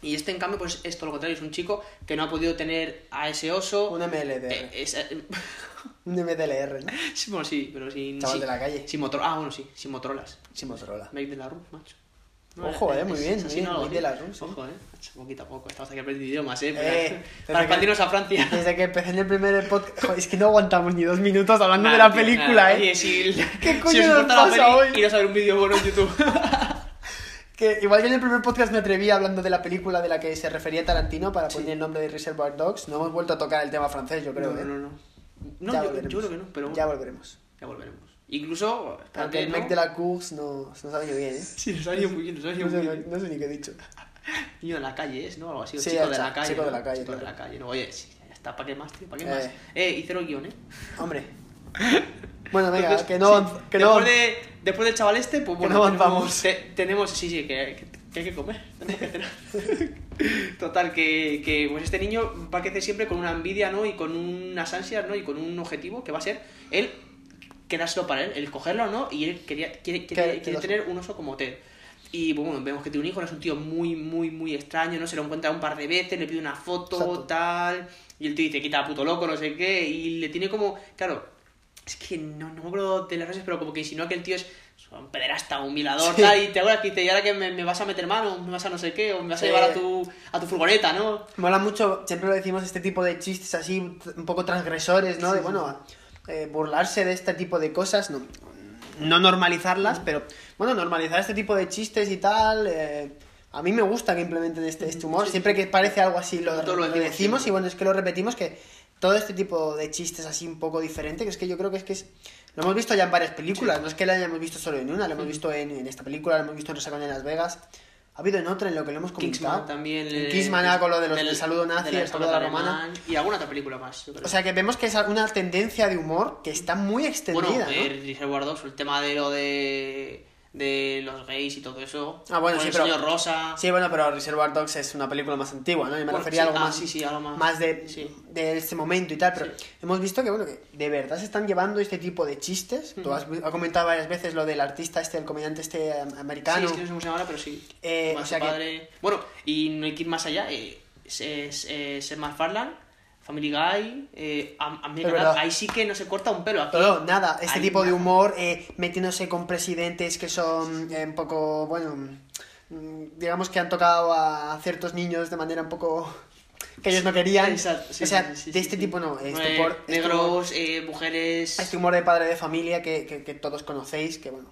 S16: Y este, en cambio, pues es todo lo contrario, es un chico que no ha podido tener a ese oso.
S15: Un MLDR. Eh, es,
S16: *laughs*
S15: eh... un MDLR, ¿no?
S16: Sí, bueno, sí, pero sin.
S15: Chaval
S16: sí,
S15: de la calle.
S16: Sin motor. Ah, bueno, sí, sin Motorolas.
S15: Sin Motorola.
S16: Make de la room, macho.
S15: No, Ojo, eh, muy bien.
S16: Es, bien,
S15: no,
S16: bien de la room, sí. Ojo, eh. Poquito a poco, estamos aquí aprendiendo idiomas, eh. Para, *laughs* eh, para expandirnos a Francia. *laughs*
S15: Desde que empecé en el primer podcast. Joder, es que no aguantamos ni dos minutos hablando nah, de la tío, película, nah, eh.
S16: Ah, Oye, si.
S15: *laughs* ¿Qué coño si nos pasa hoy?
S16: Iros a ver un vídeo bueno en YouTube.
S15: *laughs* Que igual que en el primer podcast me atreví hablando de la película de la que se refería Tarantino para poner sí. el nombre de Reservoir Dogs. No hemos vuelto a tocar el tema francés, yo creo. ¿eh?
S16: No, no, no. no ya yo, volveremos. yo creo que no, pero.
S15: Ya volveremos.
S16: Ya volveremos. Incluso.
S15: Aunque el no... Mec de la Cours nos, nos ha venido bien, ¿eh?
S16: Sí, nos ha venido muy bien, nos ha venido muy bien.
S15: No, no sé ni qué he dicho.
S16: Niño de la calle es, ¿no? Algo así. O sí, chico, de la calle,
S15: chico de la calle.
S16: Chico de la calle. No, oye, sí, ya está. ¿Para qué más, tío? ¿Para qué eh. más? Eh, y cero guión, ¿eh? *laughs*
S15: Hombre. Bueno, venga, Entonces, que no. Sí, que
S16: después,
S15: no...
S16: De, después del chaval este, pues bueno,
S15: que no
S16: avanzamos. Tenemos, tenemos, sí, sí, que, que, hay que comer. Tenemos
S15: *laughs*
S16: que cenar. Total, que, que pues este niño va a crecer siempre con una envidia, ¿no? Y con unas ansias, ¿no? Y con un objetivo que va a ser él quedárselo para él, el cogerlo, ¿no? Y él quería, quiere, quiere, quiere tener un oso como Ted. Y pues, bueno, vemos que tiene un hijo, es un tío muy, muy, muy extraño, ¿no? Se lo encuentra un par de veces, le pide una foto, Exacto. tal. Y el tío dice, quita puto loco, no sé qué. Y le tiene como. Claro, es que no, no me acuerdo de las frases, pero como que insinúa que el tío es un pederasta, un violador, sí. tal, y te acuerdas que dice, y ahora que me, me, vas a meter mano, me vas a no sé qué, o me vas sí. a llevar a tu, a tu furgoneta, ¿no?
S15: Mola mucho, siempre lo decimos, este tipo de chistes así, un poco transgresores, ¿no? Sí, de, bueno, eh, burlarse de este tipo de cosas, no, no normalizarlas, pero, bueno, normalizar este tipo de chistes y tal... Eh, a mí me gusta que implementen este, este humor. Siempre que parece algo así, lo, lo, lo decimos. Y bueno, es que lo repetimos que todo este tipo de chistes así un poco diferente, que es que yo creo que es que es... Lo hemos visto ya en varias películas, sí. no es que la hayamos visto solo en una, lo hemos sí. visto en, en, esta película, lo hemos visto en Resaca en Las Vegas, ha habido en otra en lo que lo hemos comentado.
S16: Kingsman también. eh,
S15: En Kingsman el, con lo de los, del, saludo nazi, el saludo de la romana.
S16: Y alguna otra película más.
S15: O sea que vemos que es una tendencia de humor que está muy extendida, bueno,
S16: ¿no? Dogs, el tema de lo de de los gays y todo eso.
S15: Ah, bueno,
S16: con
S15: sí,
S16: el
S15: pero,
S16: señor Rosa.
S15: Sí, bueno, pero Reservoir Dogs es una película más antigua, ¿no? Yo me bueno, refería
S16: sí,
S15: a algo,
S16: ah,
S15: más,
S16: sí, sí, algo más.
S15: Más de, de este momento y tal, pero hemos visto que, bueno, que de verdad se están llevando este tipo de chistes. Uh -huh. Tú has, has, comentado varias veces lo del artista este, el comediante este americano.
S16: Sí, es que no sé cómo se llama ahora, pero sí.
S15: Eh,
S16: más
S15: o sea
S16: padre.
S15: Que...
S16: Bueno, y no hay que ir más allá. Eh, es, es, es, es McFarland, Family Guy, eh, a, a mí verdad, ahí sí que no se corta un pelo. Aquí,
S15: no, nada, este tipo nada. de humor eh, metiéndose con presidentes que son eh, un poco, bueno, mm, digamos que han tocado a ciertos niños de manera un poco que ellos no querían.
S16: Exacto, sí,
S15: o sea,
S16: sí, sí,
S15: de este tipo no.
S16: Este
S15: no humor,
S16: este negros, humor, mujeres.
S15: Este humor de padre de familia que, que, que todos conocéis, que bueno.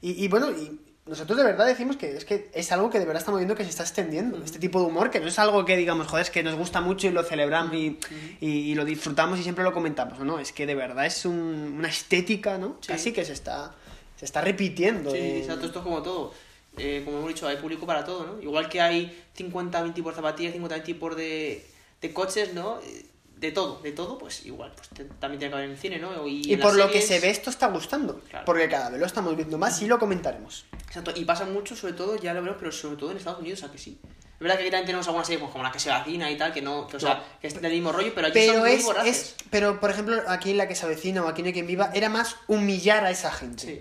S15: Y, y bueno, y nosotros de verdad decimos que es que es algo que de verdad estamos viendo que se está extendiendo. Uh -huh. Este tipo de humor, que no es algo que digamos, joder, es que nos gusta mucho y lo celebramos y, uh -huh. y, y lo disfrutamos y siempre lo comentamos, ¿no? Es que de verdad es un, una estética, ¿no? Sí. Casi que se está, se está repitiendo.
S16: Sí, en... exacto, esto es como todo. eh, como hemos dicho, hay público para todo, ¿no? Igual que hay 50.000 tipos de zapatillas, 50.000 tipos de, de coches, ¿no? Eh, De todo, de todo, pues igual, pues te, también tiene que haber en el cine, ¿no?
S15: Y, y por series... lo que se ve, esto está gustando, claro. porque cada vez lo estamos viendo más y lo comentaremos.
S16: Exacto, y pasa mucho, sobre todo, ya lo vemos, pero sobre todo en Estados Unidos, o sea que sí. Es verdad que aquí también tenemos algunas series pues, como la que se vecina y tal, que no, que, o sea, que es del mismo rollo, pero aquí
S15: pero
S16: son
S15: es, muy es, Pero, por ejemplo, aquí en la que se avecina o aquí en el quien viva, era más humillar a esa gente. Sí.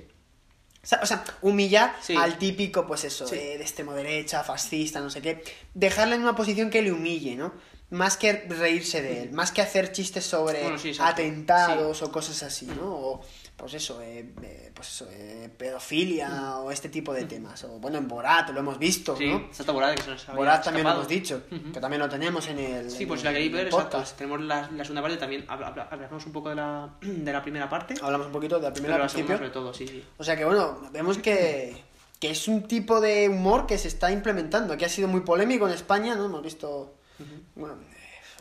S15: O sea, o sea, humillar sí. al típico, pues eso, sí. de, de extremo derecha, fascista, no sé qué. Dejarle en una posición que le humille, ¿no? Más que reírse de él, más que hacer chistes sobre bueno, sí, atentados o cosas así, ¿no? O, pues eso, eh, eh, pues eso eh, pedofilia o este tipo de temas. O, bueno, en Borat lo hemos visto,
S16: sí,
S15: ¿no?
S16: Exacto, Borat, que se nos
S15: Borat también escapado. lo hemos dicho, uh -huh. que también lo tenemos en el.
S16: Sí, pues si la queréis ver, exacto. Tenemos la, la, segunda parte también. Hablamos un poco de la, *clears throat* de la primera parte.
S15: Hablamos un poquito de la primera parte.
S16: sobre todo, sí, sí.
S15: O sea que bueno, vemos que, que es un tipo de humor que se está implementando. Aquí ha sido muy polémico en España, ¿no? Hemos visto. Uh -huh. Bueno,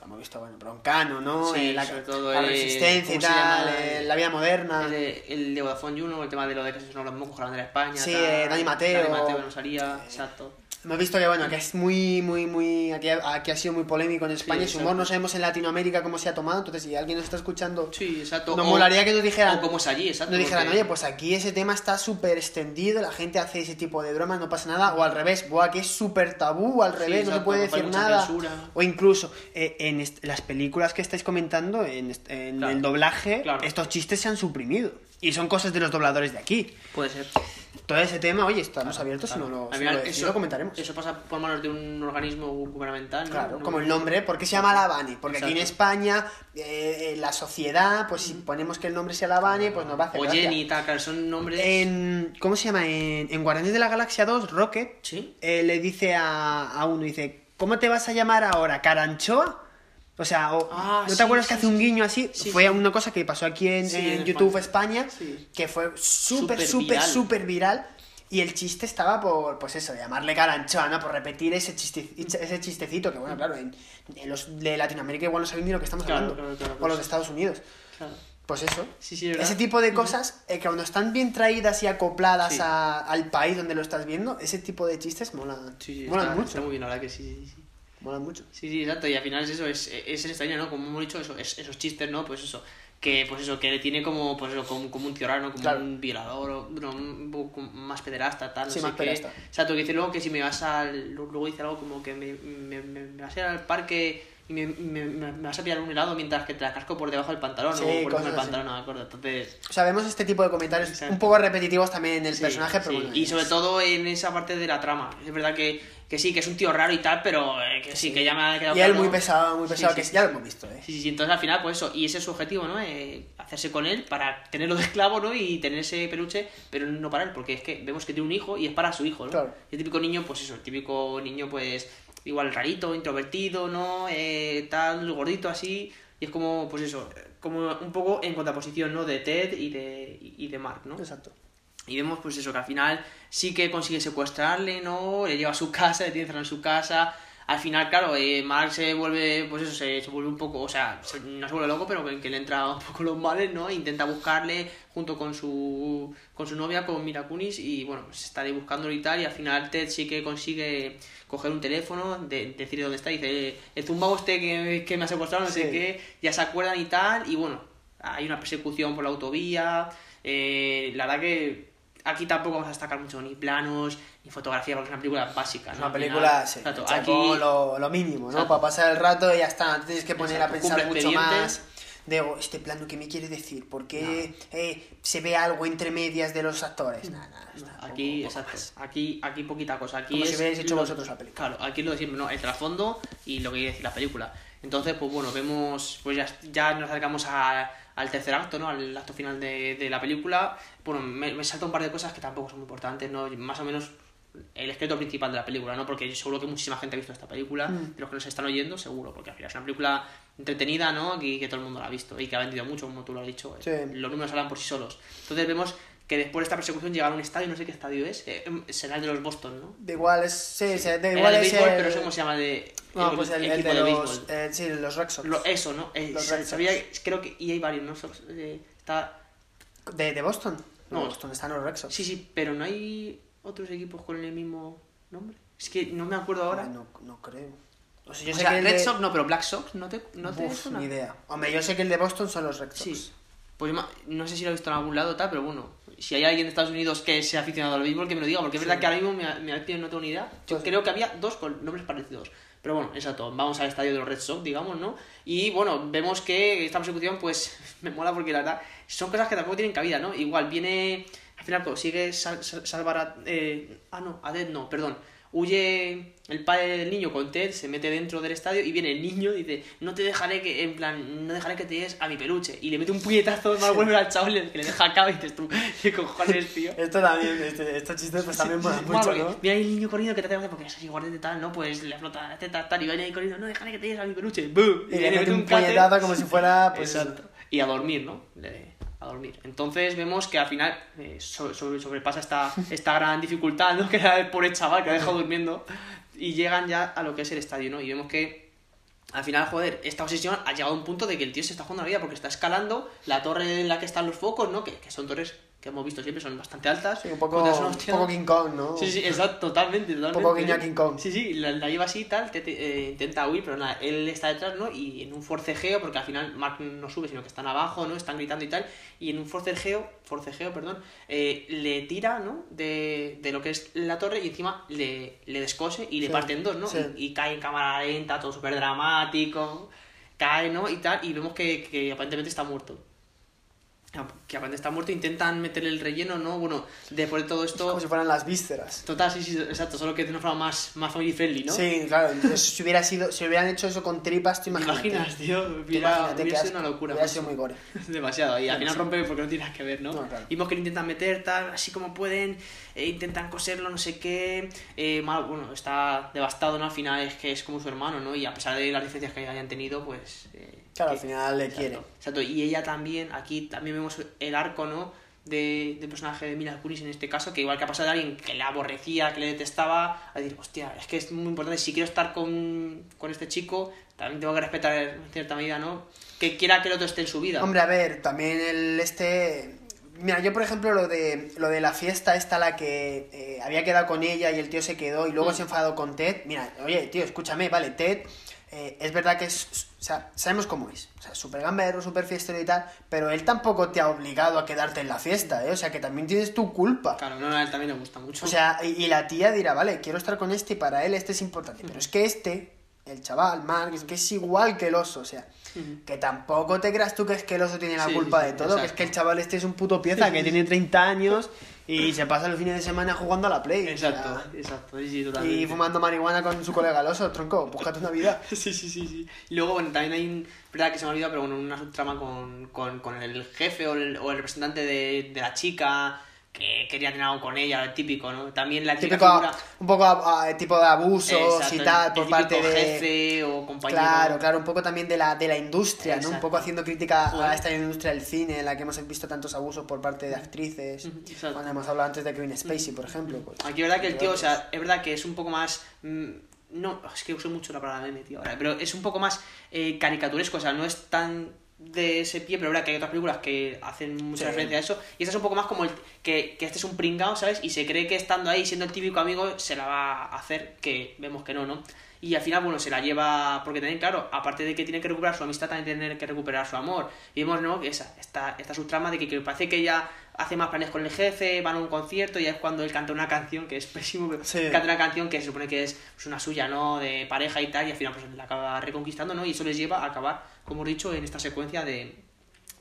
S15: hemos visto, bueno, Broncano, ¿no? Eh,
S16: Sí, la, sobre todo
S15: la resistencia y tal, el, la vida moderna.
S16: El, el de Vodafone Juno, el tema de lo de que se son los mocos con la bandera de España.
S15: Sí,
S16: tal,
S15: Dani Mateo.
S16: Dani Mateo no salía, eh, exacto.
S15: Hemos visto que, bueno, que es muy, muy, muy... Aquí, aquí ha sido muy polémico en España. Sí, Su humor no sabemos en Latinoamérica cómo se ha tomado. Entonces, si alguien nos está escuchando...
S16: Sí, exacto.
S15: Nos o, molaría que nos dijeran...
S16: O cómo es allí, exacto.
S15: Nos dijeran, porque... oye, pues aquí ese tema está súper extendido. La gente hace ese tipo de bromas, no pasa nada. O al revés, buah, que es súper tabú. Al revés, sí, no se puede decir nada. Censura. O incluso, eh, en las películas que estáis comentando, en, en claro. el doblaje, claro. estos chistes se han suprimido. Y son cosas de los dobladores de aquí.
S16: Puede ser
S15: todo ese tema, oye, estamos claro, abiertos claro. y no lo, final, lo, eso,
S16: lo
S15: comentaremos.
S16: Eso pasa por manos de un organismo gubernamental. ¿no?
S15: Claro,
S16: no,
S15: como el nombre, ¿por qué se llama Lavane? Porque Exacto. aquí en España, eh, la sociedad, pues si ponemos que el nombre sea Lavane, pues nos va a hacer.
S16: O Jenny, Takar, son nombres.
S15: En, ¿Cómo se llama? En, en Guardianes de la Galaxia 2, Rocket
S16: ¿Sí?
S15: eh, le dice a, a uno: dice, ¿Cómo te vas a llamar ahora? ¿Caranchoa? O sea, o, ah, ¿no te sí, acuerdas sí, que hace un guiño así? Sí, fue una cosa que pasó aquí en, en, en YouTube España, España que fue súper, súper, súper viral. Y el chiste estaba por, pues eso, llamarle caranchoa, ¿no? Por repetir ese, chiste, ese chistecito, que bueno, claro, en, en los de Latinoamérica igual no saben ni lo que estamos
S16: claro,
S15: hablando.
S16: Claro, claro,
S15: o los de Estados Unidos. Pues eso. ese
S16: ¿verdad?
S15: tipo de cosas, eh, que cuando están bien traídas y acopladas a, al país donde lo estás viendo, ese tipo de chistes molan, molan
S16: está,
S15: mucho.
S16: Está muy bien, la verdad que sí, sí.
S15: Mola mucho.
S16: Sí, sí, exacto. Y al final es eso, es, es en extraño, ¿no? Como hemos dicho, eso, es, esos chistes, ¿no? Pues eso, que pues eso, que le tiene como, pues eso, como, como un tío raro, ¿no? Como claro. un violador, o no, un, un, más pederasta, tal, no
S15: sí,
S16: sé
S15: más
S16: qué.
S15: Exacto,
S16: o sea, que dice luego que si me vas al. Luego dice algo como que me, me, me, me vas a ir al parque y me, me, me, vas a pillar un helado mientras que te la casco por debajo del pantalón
S15: sí,
S16: o por debajo del pantalón, no me acuerdo. Entonces...
S15: O sea, vemos este tipo de comentarios Exacto. un poco repetitivos también en el
S16: sí,
S15: personaje, pero
S16: sí.
S15: bueno,
S16: Y sobre todo en esa parte de la trama. Es verdad que, que sí, que es un tío raro y tal, pero eh, que sí, que ya me ha quedado
S15: Y él muy pesado, muy pesado, que ya lo hemos visto, ¿eh?
S16: Sí, sí, entonces al final, pues eso. Y ese es su objetivo, ¿no? Eh, hacerse con él para tenerlo de esclavo, ¿no? Y tener ese peluche, pero no para él, porque es que vemos que tiene un hijo y es para su hijo, ¿no?
S15: Claro.
S16: El típico niño, pues eso, el típico niño, pues igual rarito, introvertido, ¿no? Eh, tal, gordito así. Y es como, pues eso, como un poco en contraposición, ¿no? De Ted y de, y de Mark, ¿no?
S15: Exacto.
S16: Y vemos, pues eso, que al final sí que consigue secuestrarle, ¿no? Le lleva a su *laughs* casa, le tiene encerrado en su casa. Al final, claro, eh, Mark se vuelve, pues eso, se, se vuelve un poco, o sea, se, no se vuelve loco, pero que, que, le entra un *laughs* poco los males, ¿no? E Intenta buscarle junto con su, con su novia, con Mira Kunis, y bueno, se está ahí buscándolo y tal, y al final Ted sí que consigue coger un teléfono, de, decirle dónde está, y dice, el zumbao este que, que me ha secuestrado, no sí. sé qué, ya se acuerdan y tal, y bueno, hay una persecución por la autovía, eh, la verdad que aquí tampoco vamos a destacar mucho ni planos, ni fotografía, porque es una película básica, ¿no?
S15: Una película, sí,
S16: exacto,
S15: aquí... lo, lo, mínimo, ¿no? Exacto. Para pasar el rato y ya está, no tienes que poner
S16: exacto,
S15: a pensar mucho más digo, este plano que me quiere decir, porque no. eh, se ve algo entre medias de los actores.
S16: Mm.
S15: Nada, nada, nada
S16: aquí, poco, poco exacto. Aquí, aquí poquita cosa. Aquí
S15: Como
S16: es
S15: si habéis hecho lo, vosotros la película.
S16: Claro, aquí lo decimos, ¿no? El trasfondo y lo que quiere decir la película. Entonces, pues bueno, vemos, pues ya, ya nos acercamos a, al tercer acto, ¿no? Al acto final de, de la película. Bueno, me, me salta un par de cosas que tampoco son muy importantes, ¿no? Más o menos el escrito principal de la película, ¿no? Porque yo seguro que muchísima gente ha visto esta película, mm. de los que nos están oyendo, seguro, porque al final es una película entretenida, ¿no? Y que todo el mundo la ha visto y que ha vendido mucho, como tú lo has dicho.
S15: Sí.
S16: Los números hablan por sí solos. Entonces vemos que después de esta persecución llegaron a un estadio, no sé qué estadio es, eh, será el de los Boston, ¿no?
S15: De igual es, sí, sí de
S16: igual
S15: el
S16: de béisbol, el... pero no sé cómo se llama de...
S15: No, el, pues el, el de, los, de eh, sí, los Red Sox.
S16: Lo, eso, ¿no? Eh,
S15: los Red
S16: sabía, Sox. creo que... Y hay varios, ¿no? eh, está...
S15: ¿De, de Boston?
S16: No,
S15: Boston están los Red Sox.
S16: Sí, sí, pero no hay... otros equipos con el mismo nombre? Es que no me acuerdo ahora.
S15: Ah, No, no creo. Pues
S16: O sea, yo o sé sea, que el Red de... Sox no, pero Black Sox no te, no te
S15: Uf, ni idea. Hombre, yo sé que el de Boston son los Red Sox.
S16: Sí. Pues no sé si lo he visto en algún lado, tal, pero bueno. Si hay alguien de Estados Unidos que sea aficionado al béisbol, que me lo diga, porque es verdad sí. que ahora mismo me, me no tengo ni idea. Yo pues... creo que había dos con nombres parecidos. Pero bueno, exacto, vamos al estadio de los Red Sox, digamos, ¿no? Y bueno, vemos que esta persecución, pues, *laughs* me mola porque la verdad, son cosas que tampoco tienen cabida, ¿no? Igual viene, al final consigue sal, sal, salvar a... Eh, ah, no, a Dead no, perdón. Huye el padre del niño con Ted, se mete dentro del estadio y viene el niño y dice, no te dejaré que, en plan, no dejaré que te des a mi peluche. Y le mete un puñetazo, mal vuelve al chaval que le deja acá y dices tú, *laughs* qué cojones, tío.
S15: Esto también, este, estos chistes pues también molan mucho, porque, ¿no?
S16: Mira ahí el niño corriendo que te hace porque es así guardete tal, ¿no? Pues le flota la teta tal y viene ahí corriendo, no dejaré que te des a mi peluche. ¡Bum!
S15: Y, y, le, mete un, un puñetazo como si fuera, pues...
S16: Exacto. Y a dormir, ¿no? Le a dormir. Entonces vemos que al final eh, sobre, sobre, sobrepasa esta, esta gran dificultad, ¿no? *laughs* Que era el pobre chaval que ha dejado durmiendo. Y llegan ya a lo que es el estadio, ¿no? Y vemos que al final, joder, esta obsesión ha llegado a un punto de que el tío se está jugando la vida porque está escalando la torre en la que están los focos, ¿no? Que, que son torres que hemos visto siempre, son bastante altas.
S15: Sí, un poco, un poco King Kong, ¿no?
S16: Sí, sí, exacto, totalmente, totalmente.
S15: Un poco guiña King Kong.
S16: Sí, sí, la, la lleva así y tal, te, te, eh, intenta huir, pero nada, él está detrás, ¿no? Y en un forcejeo, porque al final Mark no sube, sino que están abajo, ¿no? Están gritando y tal, y en un forcejeo, forcejeo, perdón, eh, le tira, ¿no? De, de, lo que es la torre y encima le, le descose y le sí, parte en dos, ¿no? Sí. Y, y cae en cámara lenta, todo súper dramático, cae, ¿no? Y tal, y vemos que, que aparentemente está muerto que aparte está muerto, intentan meterle el relleno, ¿no? Bueno, después de todo esto... Es
S15: como si fueran las vísceras.
S16: Total, sí, sí, exacto, solo que de una forma más, más family friendly, ¿no?
S15: Sí, claro, entonces si hubiera sido, si hubieran hecho eso con tripas, tú imagínate.
S16: imaginas, tío, hubiera, hubiera sido una locura.
S15: Hubiera
S16: *laughs*
S15: sido muy gore.
S16: Demasiado, y al final rompe porque no tiene nada que ver, ¿no? no claro. Vimos que lo intentan meter, tal, así como pueden, eh, intentan coserlo, no sé qué, eh, mal, bueno, está devastado, ¿no? Al final es que es como su hermano, ¿no? Y a pesar de las licencias que hayan tenido, pues... Eh,
S15: Claro,
S16: que,
S15: al final le
S16: exacto,
S15: quiere.
S16: Exacto, y ella también, aquí también vemos el arco, ¿no? De, del personaje de Mila Kunis en este caso, que igual que ha pasado de alguien que la aborrecía, que le detestaba, a decir, hostia, es que es muy importante, si quiero estar con, con este chico, también tengo que respetar en cierta medida, ¿no? Que quiera que el otro esté en su vida.
S15: Hombre, a ver, también el este... Mira, yo por ejemplo lo de, lo de la fiesta esta, la que eh, había quedado con ella y el tío se quedó y luego mm. se enfadó con Ted. Mira, oye, tío, escúchame, vale, Ted eh, es verdad que es, o sea, sabemos cómo es, o sea, súper gambero, súper fiestero y tal, pero él tampoco te ha obligado a quedarte en la fiesta, ¿eh? O sea, que también tienes tu culpa.
S16: Claro, no, a él también le gusta mucho.
S15: O sea, y, y la tía dirá, vale, quiero estar con este y para él este es importante, uh -huh. pero es que este, el chaval, Mark, es que es igual que el oso, o sea, uh -huh. que tampoco te creas tú que es que el oso tiene la sí, culpa sí, de todo, exacto. que es que el chaval este es un puto pieza que tiene 30 años y se pasa los fines de semana jugando a la Play.
S16: Exacto, o sea, exacto. Sí,
S15: y fumando marihuana con su colega Loso, tronco, búscate una vida.
S16: *laughs* sí, sí, sí, sí. Y luego, bueno, también hay un... Verdad que se me olvida, pero bueno, una subtrama con, con, con el jefe o el, o el representante de, de la chica que quería tener algo con ella, el típico, ¿no? También la
S15: típico, figura... un poco a, a, tipo de abusos Exacto, y tal por parte de
S16: jefe o compañero.
S15: Claro, claro, un poco también de la de la industria, Exacto. ¿no? Un poco haciendo crítica bueno. a esta industria del cine en la que hemos visto tantos abusos por parte de actrices. Exacto. Cuando hemos hablado antes de Kevin Spacey, por ejemplo, pues,
S16: Aquí es verdad que el tío, otros. o sea, es verdad que es un poco más mm, no, es que uso mucho la palabra meme, tío, ahora, pero es un poco más eh, caricaturesco, o sea, no es tan de ese pie, pero verdad que hay otras películas que hacen mucha sí. referencia a eso. Y esta es un poco más como el, que, que este es un pringao, ¿sabes? Y se cree que estando ahí, siendo el típico amigo, se la va a hacer, que vemos que no, ¿no? Y al final, bueno, se la lleva. Porque también, claro, aparte de que tiene que recuperar su amistad, también tiene que recuperar su amor. Y vemos, ¿no? Esa, esta, esta subtrama de que, que parece que ella hace más planes con el jefe, van a un concierto y es cuando él canta una canción que es pésimo, pero sí. canta una canción que se supone que es pues, una suya, ¿no? De pareja y tal, y al final pues la acaba reconquistando, ¿no? Y eso les lleva a acabar, como he dicho, en esta secuencia de,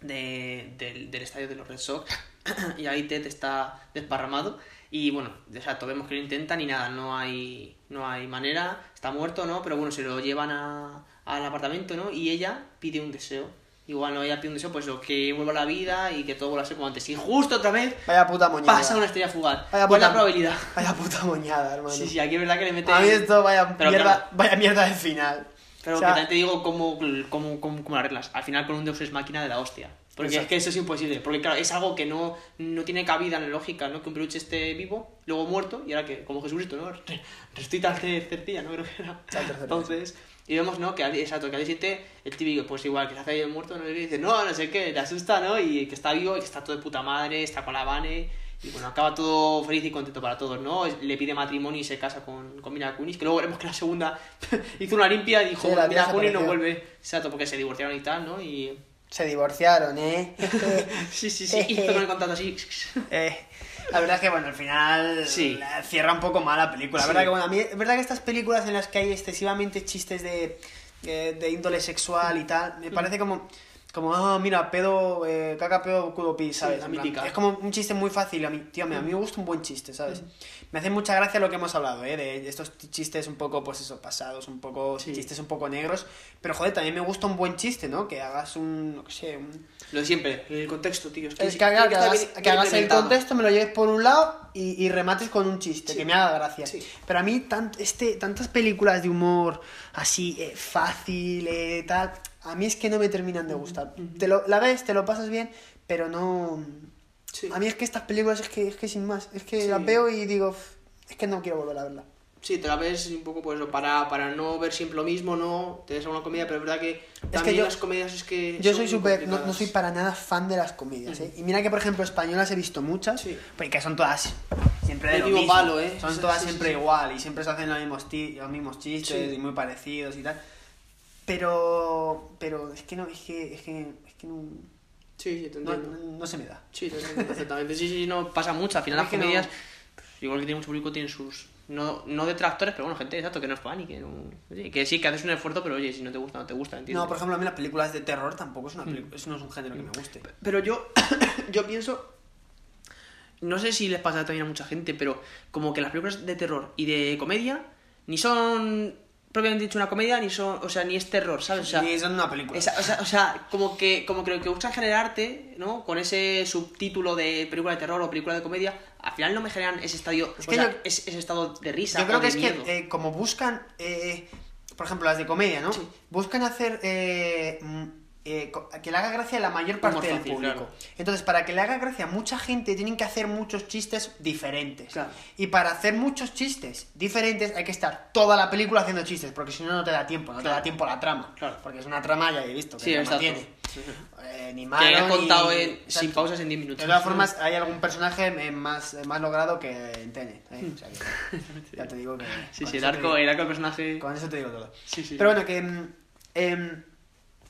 S16: de del, del, estadio de los Red Sox. *clears throat* y ahí Ted está desparramado. Y bueno, exacto, vemos que lo intentan y nada, no hay, no hay manera, está muerto, ¿no? Pero bueno, se lo llevan a, al apartamento, ¿no? Y ella pide un deseo. Igual no ella pide un deseo, pues lo que vuelva a la vida y que todo vuelva a ser como antes. Y justo otra vez
S15: Vaya puta moñada.
S16: pasa una estrella fugaz.
S15: Vaya
S16: Buena puta, probabilidad.
S15: Vaya puta moñada, hermano.
S16: Sí, sí, aquí es verdad que le mete.
S15: A mí esto vaya, Pero mierda, claro. vaya mierda de final.
S16: Pero o sea... que también te digo cómo, cómo, cómo, cómo arreglas. Al final con un Deus es máquina de la hostia. Porque Exacto. es que eso es imposible. Porque claro, es algo que no, no tiene cabida en la lógica, ¿no? Que un peluche esté vivo, luego muerto, y ahora que, como Jesucristo, ¿no? Resucita de certilla, ¿no? Creo que era. Entonces. Y vemos, ¿no? Que exacto, que al siguiente el típico, pues igual, que se hace ahí el muerto, ¿no? Y dice, no, no sé qué, te asusta, ¿no? Y que está vivo y que está todo de puta madre, está con la Vane. Y bueno, acaba todo feliz y contento para todos, ¿no? Le pide matrimonio y se casa con, con Mila Kunis, que luego veremos que la segunda *laughs* hizo una limpia y dijo,
S15: Sí, la
S16: Mila
S15: tía
S16: Kunis no
S15: desapareció.
S16: vuelve, exacto, porque se divorciaron y tal, ¿no? Y... *laughs*
S15: Se divorciaron, ¿eh?
S16: sí, sí,
S15: *laughs*
S16: sí, hizo con el contrato así. *laughs*
S15: Eh, la verdad es que, bueno, al final
S16: Sí.
S15: la- cierra un poco mal la película. La
S16: Sí.
S15: verdad que, bueno, a mí, es verdad que estas películas en las que hay excesivamente chistes de, eh, de índole sexual y tal,
S16: Mm.
S15: me parece como, como ah, mira, pedo, eh, caca, pedo, culo, pis, ¿sabes?
S16: la
S15: En plan,
S16: mítica. Mm.
S15: Es como un chiste muy fácil. A mí, tío, a mí, a mí me gusta un buen chiste, ¿sabes? Me hace mucha gracia lo que hemos hablado, ¿eh? De estos chistes un poco, pues eso, pasados, un poco, chistes un poco negros. Pero, joder, también me gusta un buen chiste, ¿no? Que hagas un, no sé, un...
S16: Lo de siempre, el contexto, tío. Es que,
S15: Es que, haga- que
S16: está
S15: hagas,
S16: bien-
S15: que
S16: bien
S15: hagas el
S16: implementado.
S15: contexto, me lo lleves por un lado y, y remates con un chiste,
S16: Sí.
S15: que me haga gracia.
S16: Sí.
S15: Pero a mí tant- este, tantas películas de humor así eh, fácil, eh, tal, a mí es que no me terminan de gustar. te lo, la ves, te lo pasas bien, pero no... A mí es que estas películas es que, es que sin más, es que
S16: Sí.
S15: la veo y digo, "Pff, es que no quiero volver a verla.
S16: Sí, te la ves un poco pues, para, para no ver siempre lo mismo, no te des alguna comedia, pero es verdad que también
S15: yo-
S16: las comedias es que.
S15: Yo
S16: son
S15: soy
S16: muy
S15: súper, no, no
S16: complicadas.
S15: soy para nada fan de las comedias, ¿eh? Y mira que, por ejemplo, españolas he visto muchas, porque son todas siempre de
S16: El
S15: lo
S16: mismo
S15: mismo.
S16: palo, ¿eh?
S15: Son
S16: Sí,
S15: todas
S16: sí,
S15: siempre
S16: sí, sí.
S15: igual y siempre se hacen los mismos, ti- los mismos chistes
S16: Sí.
S15: y muy parecidos y tal. Pero, pero es que no, es que, es que, es que no,
S16: Sí, sí, te
S15: no,
S16: entiendo.
S15: no se me da.
S16: Sí, te entiendo perfectamente. Sí, sí, sí, no pasa mucho. Al final
S15: Es
S16: las
S15: que no-
S16: comedias, pues, igual que tiene mucho público, tienen sus. No, no detractores, pero bueno, gente, exacto, que no es fan y que no. oye, que sí, que haces un esfuerzo, pero oye, si no te gusta, no te gusta, ¿entiendes?
S15: No, por ejemplo, a mí las películas de terror tampoco es una
S16: Mm.
S15: pelicu- eso no es un género que me guste. *coughs*
S16: Pero yo, yo pienso. No sé si les pasa también a mucha gente, pero como que las películas de terror y de comedia ni son propiamente dicho una comedia, ni son. O sea, ni es terror, ¿sabes? O sea,
S15: Ni son una película.
S16: esa- o sea, o sea, como que como que lo que buscan generarte, ¿no? Con ese subtítulo de película de terror o película de comedia, al final no me generan ese estadio.
S15: Es
S16: o
S15: que
S16: sea,
S15: yo-
S16: es- ese estado de risa.
S15: Yo creo
S16: o
S15: que
S16: de
S15: es
S16: miedo.
S15: que eh, como buscan, eh, por ejemplo, las de comedia, ¿no? Buscan hacer eh, mm, eh, co- que le haga gracia a la mayor parte
S16: Humor
S15: del
S16: fácil,
S15: público.
S16: claro.
S15: Entonces, para que le haga gracia a mucha gente, tienen que hacer muchos chistes diferentes. Y para hacer muchos chistes diferentes, hay que estar toda la película haciendo chistes, porque si no, no te da tiempo, no te da tiempo a la trama. Porque es una trama, ya he visto, que
S16: Sí,
S15: no
S16: exacto.
S15: tiene. Eh, ni malo,
S16: que hayas
S15: ni-
S16: contado en-
S15: exacto.
S16: sin pausas en 10 minutos.
S15: De todas formas, hay algún personaje eh, más, eh, más logrado que en Tenet. ¿eh? O sea que, ya te digo que.
S16: Mm. *laughs* Sí,
S15: con
S16: sí,
S15: eso
S16: el
S15: te
S16: arco,
S15: digo-
S16: el arco del personaje.
S15: Con eso te digo todo.
S16: Sí, sí.
S15: Pero bueno, que. mm, em,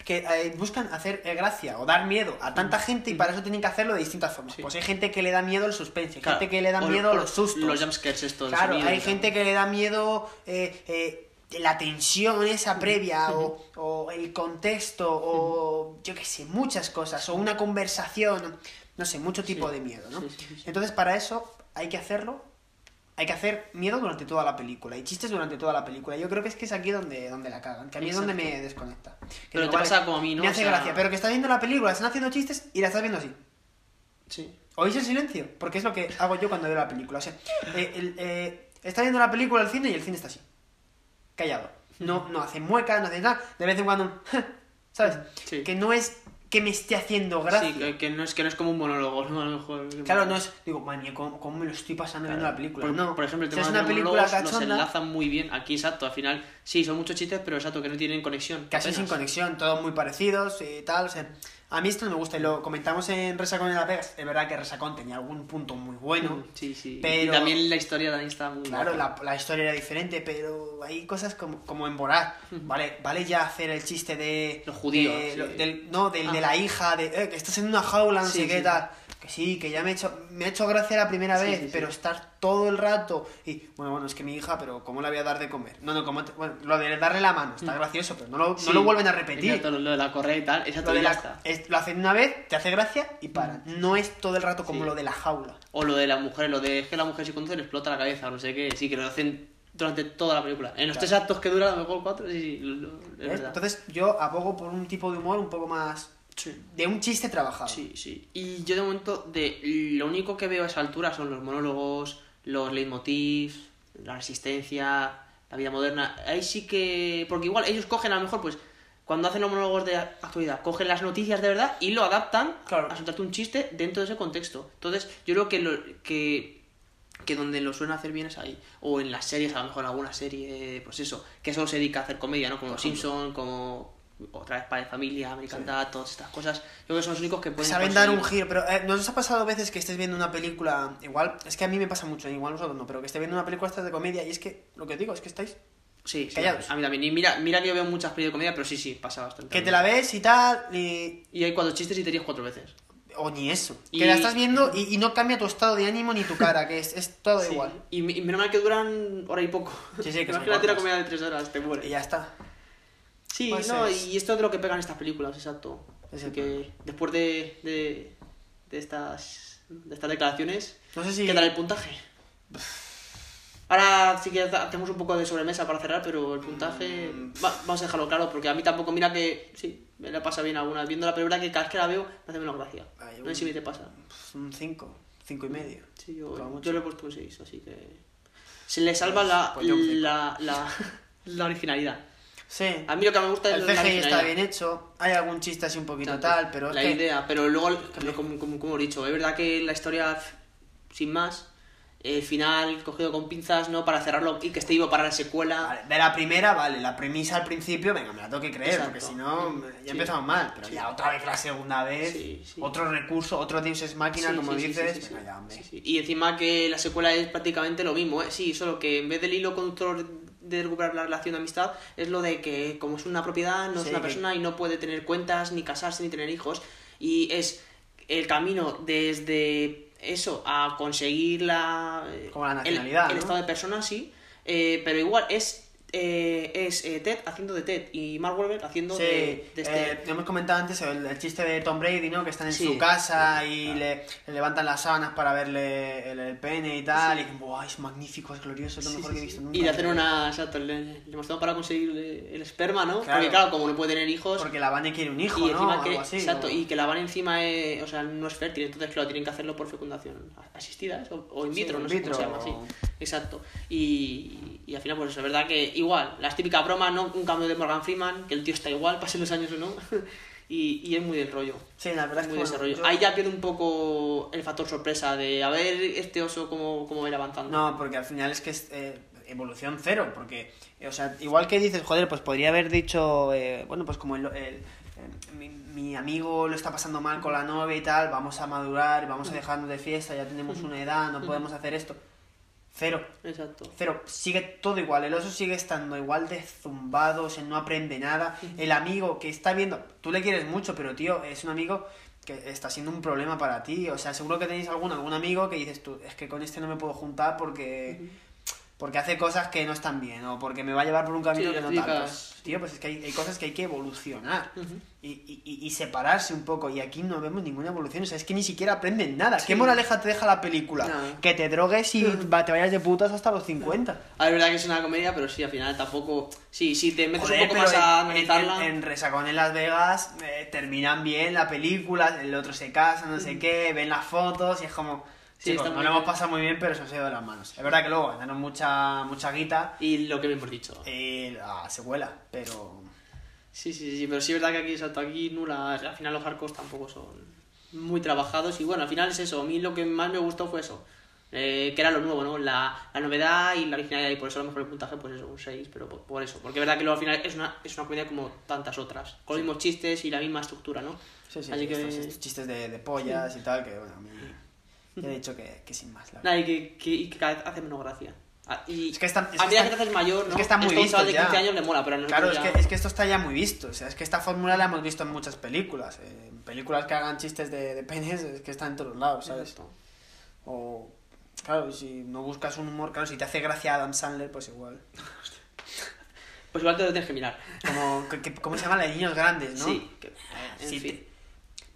S15: que eh, buscan hacer eh, gracia o dar miedo a tanta
S16: Mm.
S15: gente y para eso tienen que hacerlo de distintas formas. Pues hay gente que le da miedo el suspense, hay
S16: Claro.
S15: gente que le da
S16: O-
S15: miedo
S16: o
S15: los sustos.
S16: Los jumpscares estos. el
S15: Claro,
S16: sonido y
S15: hay
S16: tal.
S15: gente que le da miedo eh, eh, la tensión esa previa o, o el contexto o yo qué sé, muchas cosas o una conversación, no sé, mucho tipo de miedo, ¿no? Entonces para eso hay que hacerlo, hay que hacer miedo durante toda la película y chistes durante toda la película. Yo creo que es que es aquí donde, donde la cagan, que a mí es donde
S16: Exacto.
S15: me desconecta. Que
S16: Pero
S15: digo,
S16: te
S15: vale,
S16: pasa como a mí, ¿no?
S15: Me
S16: O
S15: hace
S16: sea-
S15: gracia, pero que estás viendo la película, están haciendo chistes y la estás viendo así.
S16: Sí.
S15: ¿Oís el silencio? Porque es lo que hago yo cuando veo la película. O sea, eh, el, eh, está viendo la película al cine y el cine está así. Callado. No, no hace muecas, no hace nada. De vez en cuando, un ¿sabes? Que no es que me esté haciendo gracia.
S16: Sí, que, que no es, que no es como un monólogo, *laughs* ¿no? A lo mejor.
S15: Claro, no es, digo, man, ¿cómo, cómo me lo estoy pasando viendo la película?
S16: Por,
S15: no,
S16: por ejemplo, el
S15: O sea, es
S16: tema de
S15: una
S16: los
S15: película
S16: monólogos los
S15: cachonda.
S16: enlazan muy bien. Aquí, exacto, al final, sí, son muchos chistes, pero exacto, que no tienen conexión.
S15: casi
S16: apenas.
S15: sin conexión, todos muy parecidos y tal. O sea, a mí esto no me gusta y lo comentamos en Resacón en Las Vegas. Es verdad que Resacón tenía algún punto muy bueno.
S16: Sí, sí.
S15: Pero-
S16: Y también la historia también está muy
S15: Claro,
S16: guapa.
S15: la, la historia era diferente, pero hay cosas como, como en Borat. Vale, vale ya hacer el chiste de. Los
S16: Mm. judíos, sí.
S15: del, no, del, de
S16: Ah.
S15: la hija, de eh, que estás en una jaula, no
S16: Sí,
S15: sé qué
S16: sí.
S15: tal. Que sí, que ya me ha hecho, me ha hecho gracia la primera
S16: Sí,
S15: vez,
S16: sí, sí.
S15: pero estar todo el rato. Y bueno, bueno, es que mi hija, pero ¿cómo la voy a dar de comer? No, no, como bueno, lo de darle la mano, está
S16: Mm.
S15: gracioso, pero no lo,
S16: Sí.
S15: no lo vuelven a repetir.
S16: Exacto, lo, lo de la correa y tal, exacto,
S15: Lo, de
S16: y ya
S15: la-
S16: está. Mm.
S15: es- lo hacen una vez, te hace gracia y paran. No es todo el rato como lo de la jaula.
S16: O lo de las mujeres, lo de es que la mujer si conduce le explota la cabeza, o no sé qué. Sí, que lo hacen durante toda la película. En los
S15: Claro.
S16: tres actos que dura, a lo mejor cuatro, sí, sí, lo- lo- es
S15: ¿Ves?
S16: verdad.
S15: Entonces yo abogo por un tipo de humor un poco más... De un chiste trabajado.
S16: Sí, sí. Y yo de momento, de lo único que veo a esa altura son los monólogos, los leitmotivs, la resistencia, la vida moderna. Ahí sí que. Porque igual ellos cogen a lo mejor, pues, cuando hacen los monólogos de actualidad, cogen las noticias de verdad y lo adaptan a soltarte un chiste dentro de ese contexto. Entonces, yo creo que lo que que donde lo suelen hacer bien es ahí. O en las series, a lo mejor en alguna serie, pues eso, que solo se dedica a hacer comedia, ¿no? Como Los Simpson, como otra vez Padre Familia, American sí. Dad, todas estas cosas. Yo creo que son los únicos que pueden.
S15: Saben conseguir... dar un giro, pero eh, ¿no os ha pasado a veces que estés viendo una película? Igual, es que a mí me pasa mucho, igual nosotros no, pero que estés viendo una película esta de comedia y es que lo que os digo es que estáis.
S16: Sí, callados. Sí, a mí también. Y mira, mira que yo veo muchas películas de comedia, pero sí, sí, pasa bastante.
S15: Que te la ves y tal, y.
S16: Y hay cuatro chistes y te ríes cuatro veces.
S15: O ni eso. Y... Que la estás viendo y, y, no cambia tu estado de ánimo ni tu cara, que es, es todo
S16: sí.
S15: igual.
S16: Y, y, menos mal que duran hora y poco. Sí, *laughs* sí, que, que la tira comida de tres horas, te muere.
S15: Y ya está.
S16: Sí, pues no, es... y esto es de lo que pegan estas películas, exacto. Es Así que plan. después de, de, de, estas, de estas declaraciones,
S15: no sé si...
S16: ¿qué tal el *sighs* puntaje? Ahora sí que hacemos un poco de sobremesa para cerrar, pero el puntaje. Mm. Va, vamos a dejarlo claro, porque a mí tampoco, mira que. Sí, me la pasa bien alguna. Viendo la película que cada vez que la veo, me hace menos gracia. Ay, no un... sé si me te pasa.
S15: pues Un 5, 5 y medio.
S16: Sí, yo, yo, yo le he puesto un 6, así que. Se le salva la, pues la, la, *laughs* la, originalidad.
S15: Sí.
S16: A mí lo que me gusta
S15: el es el CGI está bien hecho, hay algún chiste así un poquito Exacto. tal, pero.
S16: La
S15: que...
S16: idea, pero luego, como, como, como he dicho, es verdad que la historia, sin más, el final cogido con pinzas, ¿no? Para cerrarlo y que esté vivo para la secuela.
S15: Vale, de la primera, vale, la premisa al principio, venga, me la tengo que creer, Exacto. porque si no, ya sí. empezamos mal. Pero sí. ya otra vez la segunda vez, sí, otro recurso, otro Deus es máquina, como dices, venga, ya, hombre.
S16: Y encima que la secuela es prácticamente lo mismo, ¿eh? Sí, solo que en vez del hilo conductor de recuperar la relación de amistad es lo de que como es una propiedad, no es una persona y no puede tener cuentas, ni casarse, ni tener hijos. Y es el camino desde eso, a conseguir la,
S15: Como la nacionalidad,
S16: el, el
S15: ¿no?
S16: estado de persona, sí. Eh, pero igual es, eh, es eh, Ted haciendo de Ted y Mark Wahlberg haciendo
S15: sí,
S16: de, de
S15: este... hemos comentado antes el, el, chiste de Tom Brady, ¿no? Que están en sí, su casa sí, y claro. le, le, levantan las sábanas para verle el, el pene y tal. Y dicen, ¡buah, es magnífico, es glorioso, es lo mejor que he visto nunca!
S16: Y le hacen una... Exacto, le, le mostramos para conseguir eh, el esperma, ¿no? Claro, porque claro, como no puede tener hijos...
S15: Porque la Vane quiere un hijo,
S16: y encima
S15: ¿no?
S16: Que,
S15: Algo así,
S16: exacto,
S15: o...
S16: y que la Vane encima es, o sea, no es fértil, entonces claro, tienen que hacerlo por fecundación asistida o, o in vitro, no sé cómo se llama, sí. Exacto. Y, y al final, pues eso, es verdad que igual, las típicas bromas, ¿no? Un cambio de Morgan Freeman, que el tío está igual, pasen los años o no. *laughs* y, y es muy del rollo.
S15: Sí, la verdad es
S16: muy bueno, desarrollo. Yo... Ahí ya pierde un poco el factor sorpresa de a ver este oso cómo, cómo va a ir avanzando.
S15: No, porque al final es que es eh, evolución cero, porque, eh, o sea, igual que dices, joder, pues podría haber dicho, eh, bueno, pues como el, el mi, mi, amigo lo está pasando mal con la novia y tal, vamos a madurar, vamos a dejarnos de fiesta, ya tenemos una edad, no podemos hacer esto. Cero.
S16: Exacto.
S15: Cero. Sigue todo igual. El oso sigue estando igual de zumbado, o sea, no aprende nada. El amigo que está viendo, tú le quieres mucho, pero tío, es un amigo que está siendo un problema para ti. O sea, seguro que tenéis algún, algún amigo que dices tú, es que con este no me puedo juntar porque... Uh -huh porque hace cosas que no están bien o porque me va a llevar por un camino sí, que no tal. Pues, tío, pues es que hay, hay, cosas que hay que evolucionar uh -huh. y, y, y, separarse un poco. Y aquí no vemos ninguna evolución. O sea, es que ni siquiera aprenden nada. Sí. ¿Qué moraleja te deja la película? No. Que te drogues *laughs* y te vayas de putas hasta los 50.
S16: Ah, es verdad que es una comedia, pero sí, al final tampoco. Sí, sí, te
S15: Pues
S16: metes Joder, un poco más a
S15: En,
S16: analizarla.
S15: en, en, Resacón en Las Vegas eh, terminan bien la película, el otro se casa, no uh -huh. sé qué, ven las fotos y es como. Sí, Chicos, no lo hemos pasado muy bien, pero se os ha ido de las manos. Es verdad que luego ganaron mucha, mucha guita.
S16: Y lo que me hemos dicho.
S15: Y la secuela, pero.
S16: Sí, sí, sí, pero sí es verdad que aquí, exacto, aquí nula. Al final los arcos tampoco son muy trabajados. Y bueno, al final es eso. A mí lo que más me gustó fue eso. Eh, que era lo nuevo, ¿no? La, la, novedad y la originalidad. Y por eso a lo mejor el puntaje, pues es un 6, pero por, por, eso. Porque es verdad que luego al final es una, es una comedia como tantas otras. Con los mismos chistes y la misma estructura, ¿no?
S15: Sí, sí, Así sí que... estos, estos chistes de, de pollas y tal, que bueno, a mí. Ya he dicho que, que sin más. La
S16: verdad. Nah, y que, que, y que hace menos gracia. Ah, y
S15: es que está, es
S16: a
S15: medida
S16: que te haces mayor, ¿no?
S15: Es que está muy esto visto.
S16: Un de 15
S15: ya.
S16: años este le mola, pero no
S15: Claro, es,
S16: ya...
S15: que, es que esto está ya muy visto. O sea, es que esta fórmula la hemos visto en muchas películas. En eh, películas que hagan chistes de, de penes, es que está en todos lados, ¿sabes? Exacto. O, claro, si no buscas un humor, claro, si te hace gracia Adam Sandler, pues igual.
S16: pues igual te lo tienes que mirar.
S15: Como, que, ¿Cómo se llama? La de niños grandes, ¿no?
S16: Sí. en sí, fin. Te...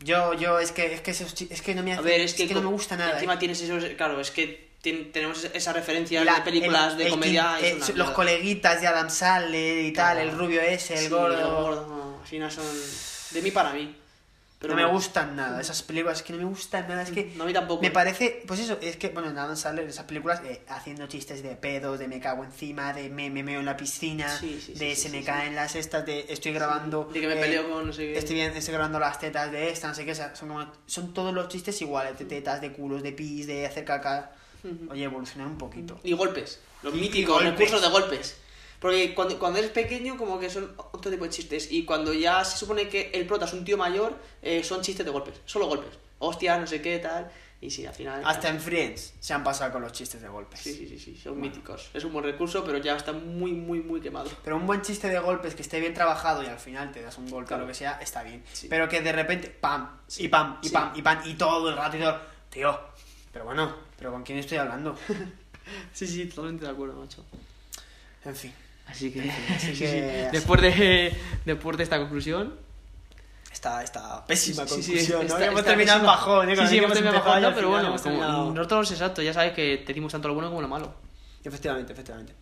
S15: Yo, yo, es que, es que, esos, es que no me hace,
S16: a ver, es que,
S15: es que no me gusta nada.
S16: Encima
S15: eh.
S16: tienes esos, claro, es que ten, tenemos esas referencias de películas el, de el comedia.
S15: Kim,
S16: el,
S15: eh, los verdad. coleguitas de Adam Sandler y claro. tal, el rubio ese, el
S16: sí,
S15: gordo.
S16: gordo no, así no son de mí para mí.
S15: Pero no bueno. me gustan nada esas películas, es que no me gustan nada, es que...
S16: No, a mí tampoco. ¿eh?
S15: Me parece, pues eso, es que, bueno, en Adam Sandler, esas películas, eh, haciendo chistes de pedos, de me cago encima, de me, me meo en la piscina,
S16: sí, sí,
S15: de
S16: sí,
S15: se me caen las estas, de estoy grabando...
S16: De que me
S15: eh,
S16: peleo con no sé qué...
S15: Estoy, estoy, grabando las tetas de esta, no sé qué, o sea, son, como, son todos los chistes iguales,
S16: Mm.
S15: de tetas, de culos, de pis,
S16: Mm.
S15: de hacer caca... Oye, evolucionar un poquito.
S16: Y golpes, los y míticos, recursos de golpes. Porque cuando, cuando eres pequeño, como que son otro tipo de chistes. Y cuando ya se supone que el prota es un tío mayor, eh, son chistes de golpes. Solo golpes. Hostias, no sé qué, tal. Y sí, al final.
S15: Hasta en Friends se han pasado con los chistes de golpes.
S16: Sí, sí, sí, sí son bueno. míticos. Es un buen recurso, pero ya está muy, muy, muy quemado.
S15: Pero un buen chiste de golpes que esté bien trabajado y al final te das un golpe claro. o lo que sea, está bien. Sí. Pero que de repente, pam, y pam, y pam, y pam, y todo el rato y todo. Tío, pero bueno, pero ¿con quién estoy
S16: *laughs*
S15: hablando?
S16: sí, sí, totalmente de acuerdo, macho.
S15: En fin.
S16: Así que,
S15: así
S16: que sí, después, de, después de esta conclusión,
S15: esta, esta, pésima
S16: sí,
S15: conclusión. Sí, sí,
S16: esta,
S15: ¿no? hemos terminado en bajón, ¿eh?
S16: Sí, sí, hemos terminado bajón, no, pero bueno, como nosotros, exacto, ya sabes que tenemos tanto lo bueno como lo malo.
S15: Efectivamente, efectivamente.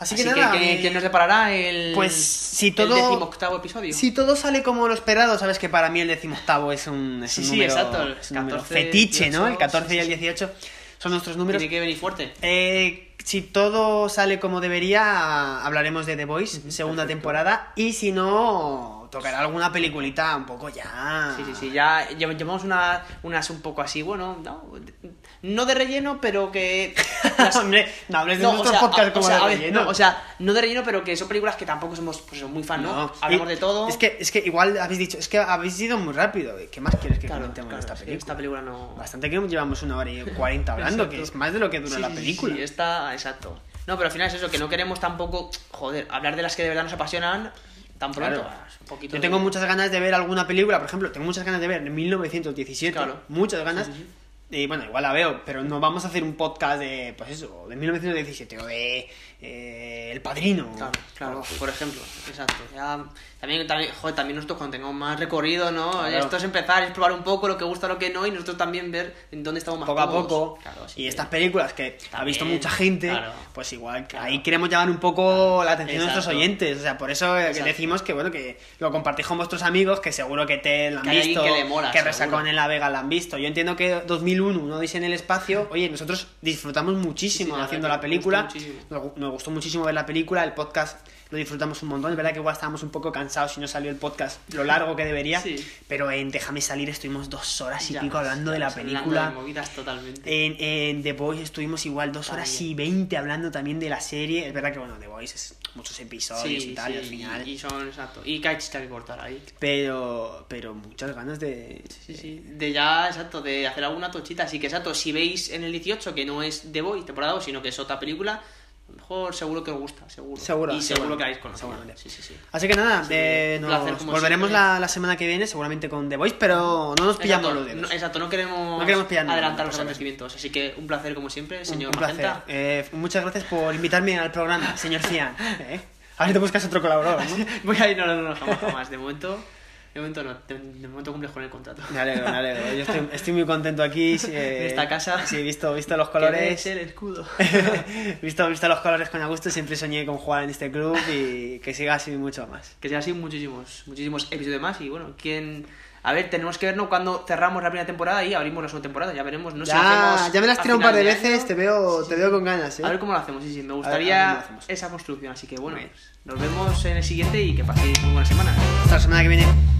S16: Así, Así que, nada, que, eh... ¿quién nos deparará el,
S15: pues, si todo,
S16: el decimoctavo episodio?
S15: Si todo sale como lo esperado, sabes que para mí el decimoctavo es un, es un número,
S16: exacto,
S15: el 14, número fetiche, 18, ¿no? El 14 y el 18 son nuestros números.
S16: Tiene que venir fuerte.
S15: Eh, si todo sale como debería, hablaremos de The Voice, uh -huh, segunda perfecto. temporada, y si no, tocará alguna peliculita un poco ya.
S16: Sí, sí, sí, ya llevamos una, unas un poco así, bueno, no, no de relleno, pero
S15: *laughs*
S16: que...
S15: Las... Hombre, no hables de no, nuestros o sea, podcasts como
S16: o sea,
S15: de relleno.
S16: Ver, no, o sea, no de relleno, pero que son películas que tampoco somos pues, muy fan, ¿no? Hablamos
S15: y,
S16: de todo.
S15: Es que, es que igual habéis dicho, es que habéis ido muy rápido. ¿Qué más quieres que
S16: claro,
S15: comentemos
S16: claro,
S15: esta película?
S16: esta película no...
S15: Bastante que llevamos una hora y cuarenta hablando, que es más de lo que dura
S16: sí,
S15: la película.
S16: Sí, está, exacto. No, pero al final es eso, que no queremos tampoco, joder, hablar de las que de verdad nos apasionan tan pronto. Claro. Un poquito
S15: Yo tengo de... muchas ganas de ver alguna película, por ejemplo, tengo muchas ganas de ver 1917, claro. muchas ganas. Sí, sí, sí. Y bueno, igual la veo, pero no vamos a hacer un podcast de, pues eso, de 1917 o de eh, El Padrino.
S16: Claro, claro,
S15: pues
S16: por ejemplo, exacto. Ya, también, también, joder, también nosotros cuando tengamos más recorrido, ¿no? Claro. Esto es empezar, es probar un poco lo que gusta, lo que no, y nosotros también ver en dónde estamos más
S15: Poco a poco. Claro, y que... estas películas que también, ha visto mucha gente, pues igual ahí queremos llamar un poco la atención de nuestros oyentes. O sea, por eso exacto. decimos que, bueno, que lo compartís con vuestros amigos, que seguro que te la han
S16: que
S15: visto,
S16: que, le mola,
S15: que Resacón en la Vega la han visto. Yo entiendo que 2000 2001, no dice en el espacio. Oye, nosotros disfrutamos muchísimo sí, sí, haciendo la película. Nos gustó, nos gustó muchísimo ver la película, el podcast lo disfrutamos un montón. Es verdad que igual estábamos un poco cansados y no salió el podcast lo largo que debería. Sí. Pero en Déjame salir estuvimos dos horas y ya, pico hablando de la película. Eh,
S16: pues, De movidas totalmente.
S15: En, en, The Voice estuvimos igual dos también. horas y veinte hablando también de la serie. Es verdad que bueno, The Voice es muchos episodios sí, y tal, y
S16: sí,
S15: al final.
S16: Y, y, son, exacto. Y que hay chiste que cortar ahí.
S15: Pero, pero muchas ganas de.
S16: Sí, de ya, exacto, de hacer alguna tochita. Así que exacto, si veis en el 18 que no es The Voice temporada sino que es otra película mejor seguro que os gusta, seguro.
S15: seguro
S16: y seguro, seguro que habéis
S15: conocido.
S16: Sí, sí, sí.
S15: Así que nada, eh, nos placer, volveremos la, la, semana que viene, seguramente con The Voice, pero no nos pillamos
S16: exacto,
S15: los dedos.
S16: No, exacto, no queremos,
S15: no queremos pillarnos,
S16: adelantar los acontecimientos. Así que un placer, como siempre, señor
S15: un, un placer. Eh, muchas gracias por invitarme al programa, señor Cian. ¿Eh? A ver, te buscas otro colaborador. ¿no? *laughs*
S16: Voy a ir, no, no, no, jamás, jamás. De momento. De momento no, de, de, momento cumples con el contrato.
S15: Me alegro, me alegro. Yo estoy, estoy muy contento aquí. Si,
S16: eh, *laughs* en esta casa.
S15: Sí, si he visto, visto los colores.
S16: *laughs* Que el escudo.
S15: *laughs* visto, visto los colores con Augusto. Siempre soñé con jugar en este club y que siga así mucho más.
S16: Que siga así muchísimos, muchísimos episodios más. Y bueno, ¿quién.? A ver, tenemos que vernos cuando cerramos la primera temporada y abrimos la segunda temporada. Ya veremos, no
S15: ya,
S16: sé, Pues hacemos
S15: ya me las tirado un par de veces, año. te veo, sí, sí. te veo con ganas. ¿eh?
S16: A ver cómo lo hacemos, sí, sí. Me gustaría a ver, a ver esa construcción. Así que bueno, nos vemos en el siguiente y que paséis una buena semana.
S15: Hasta la semana que viene.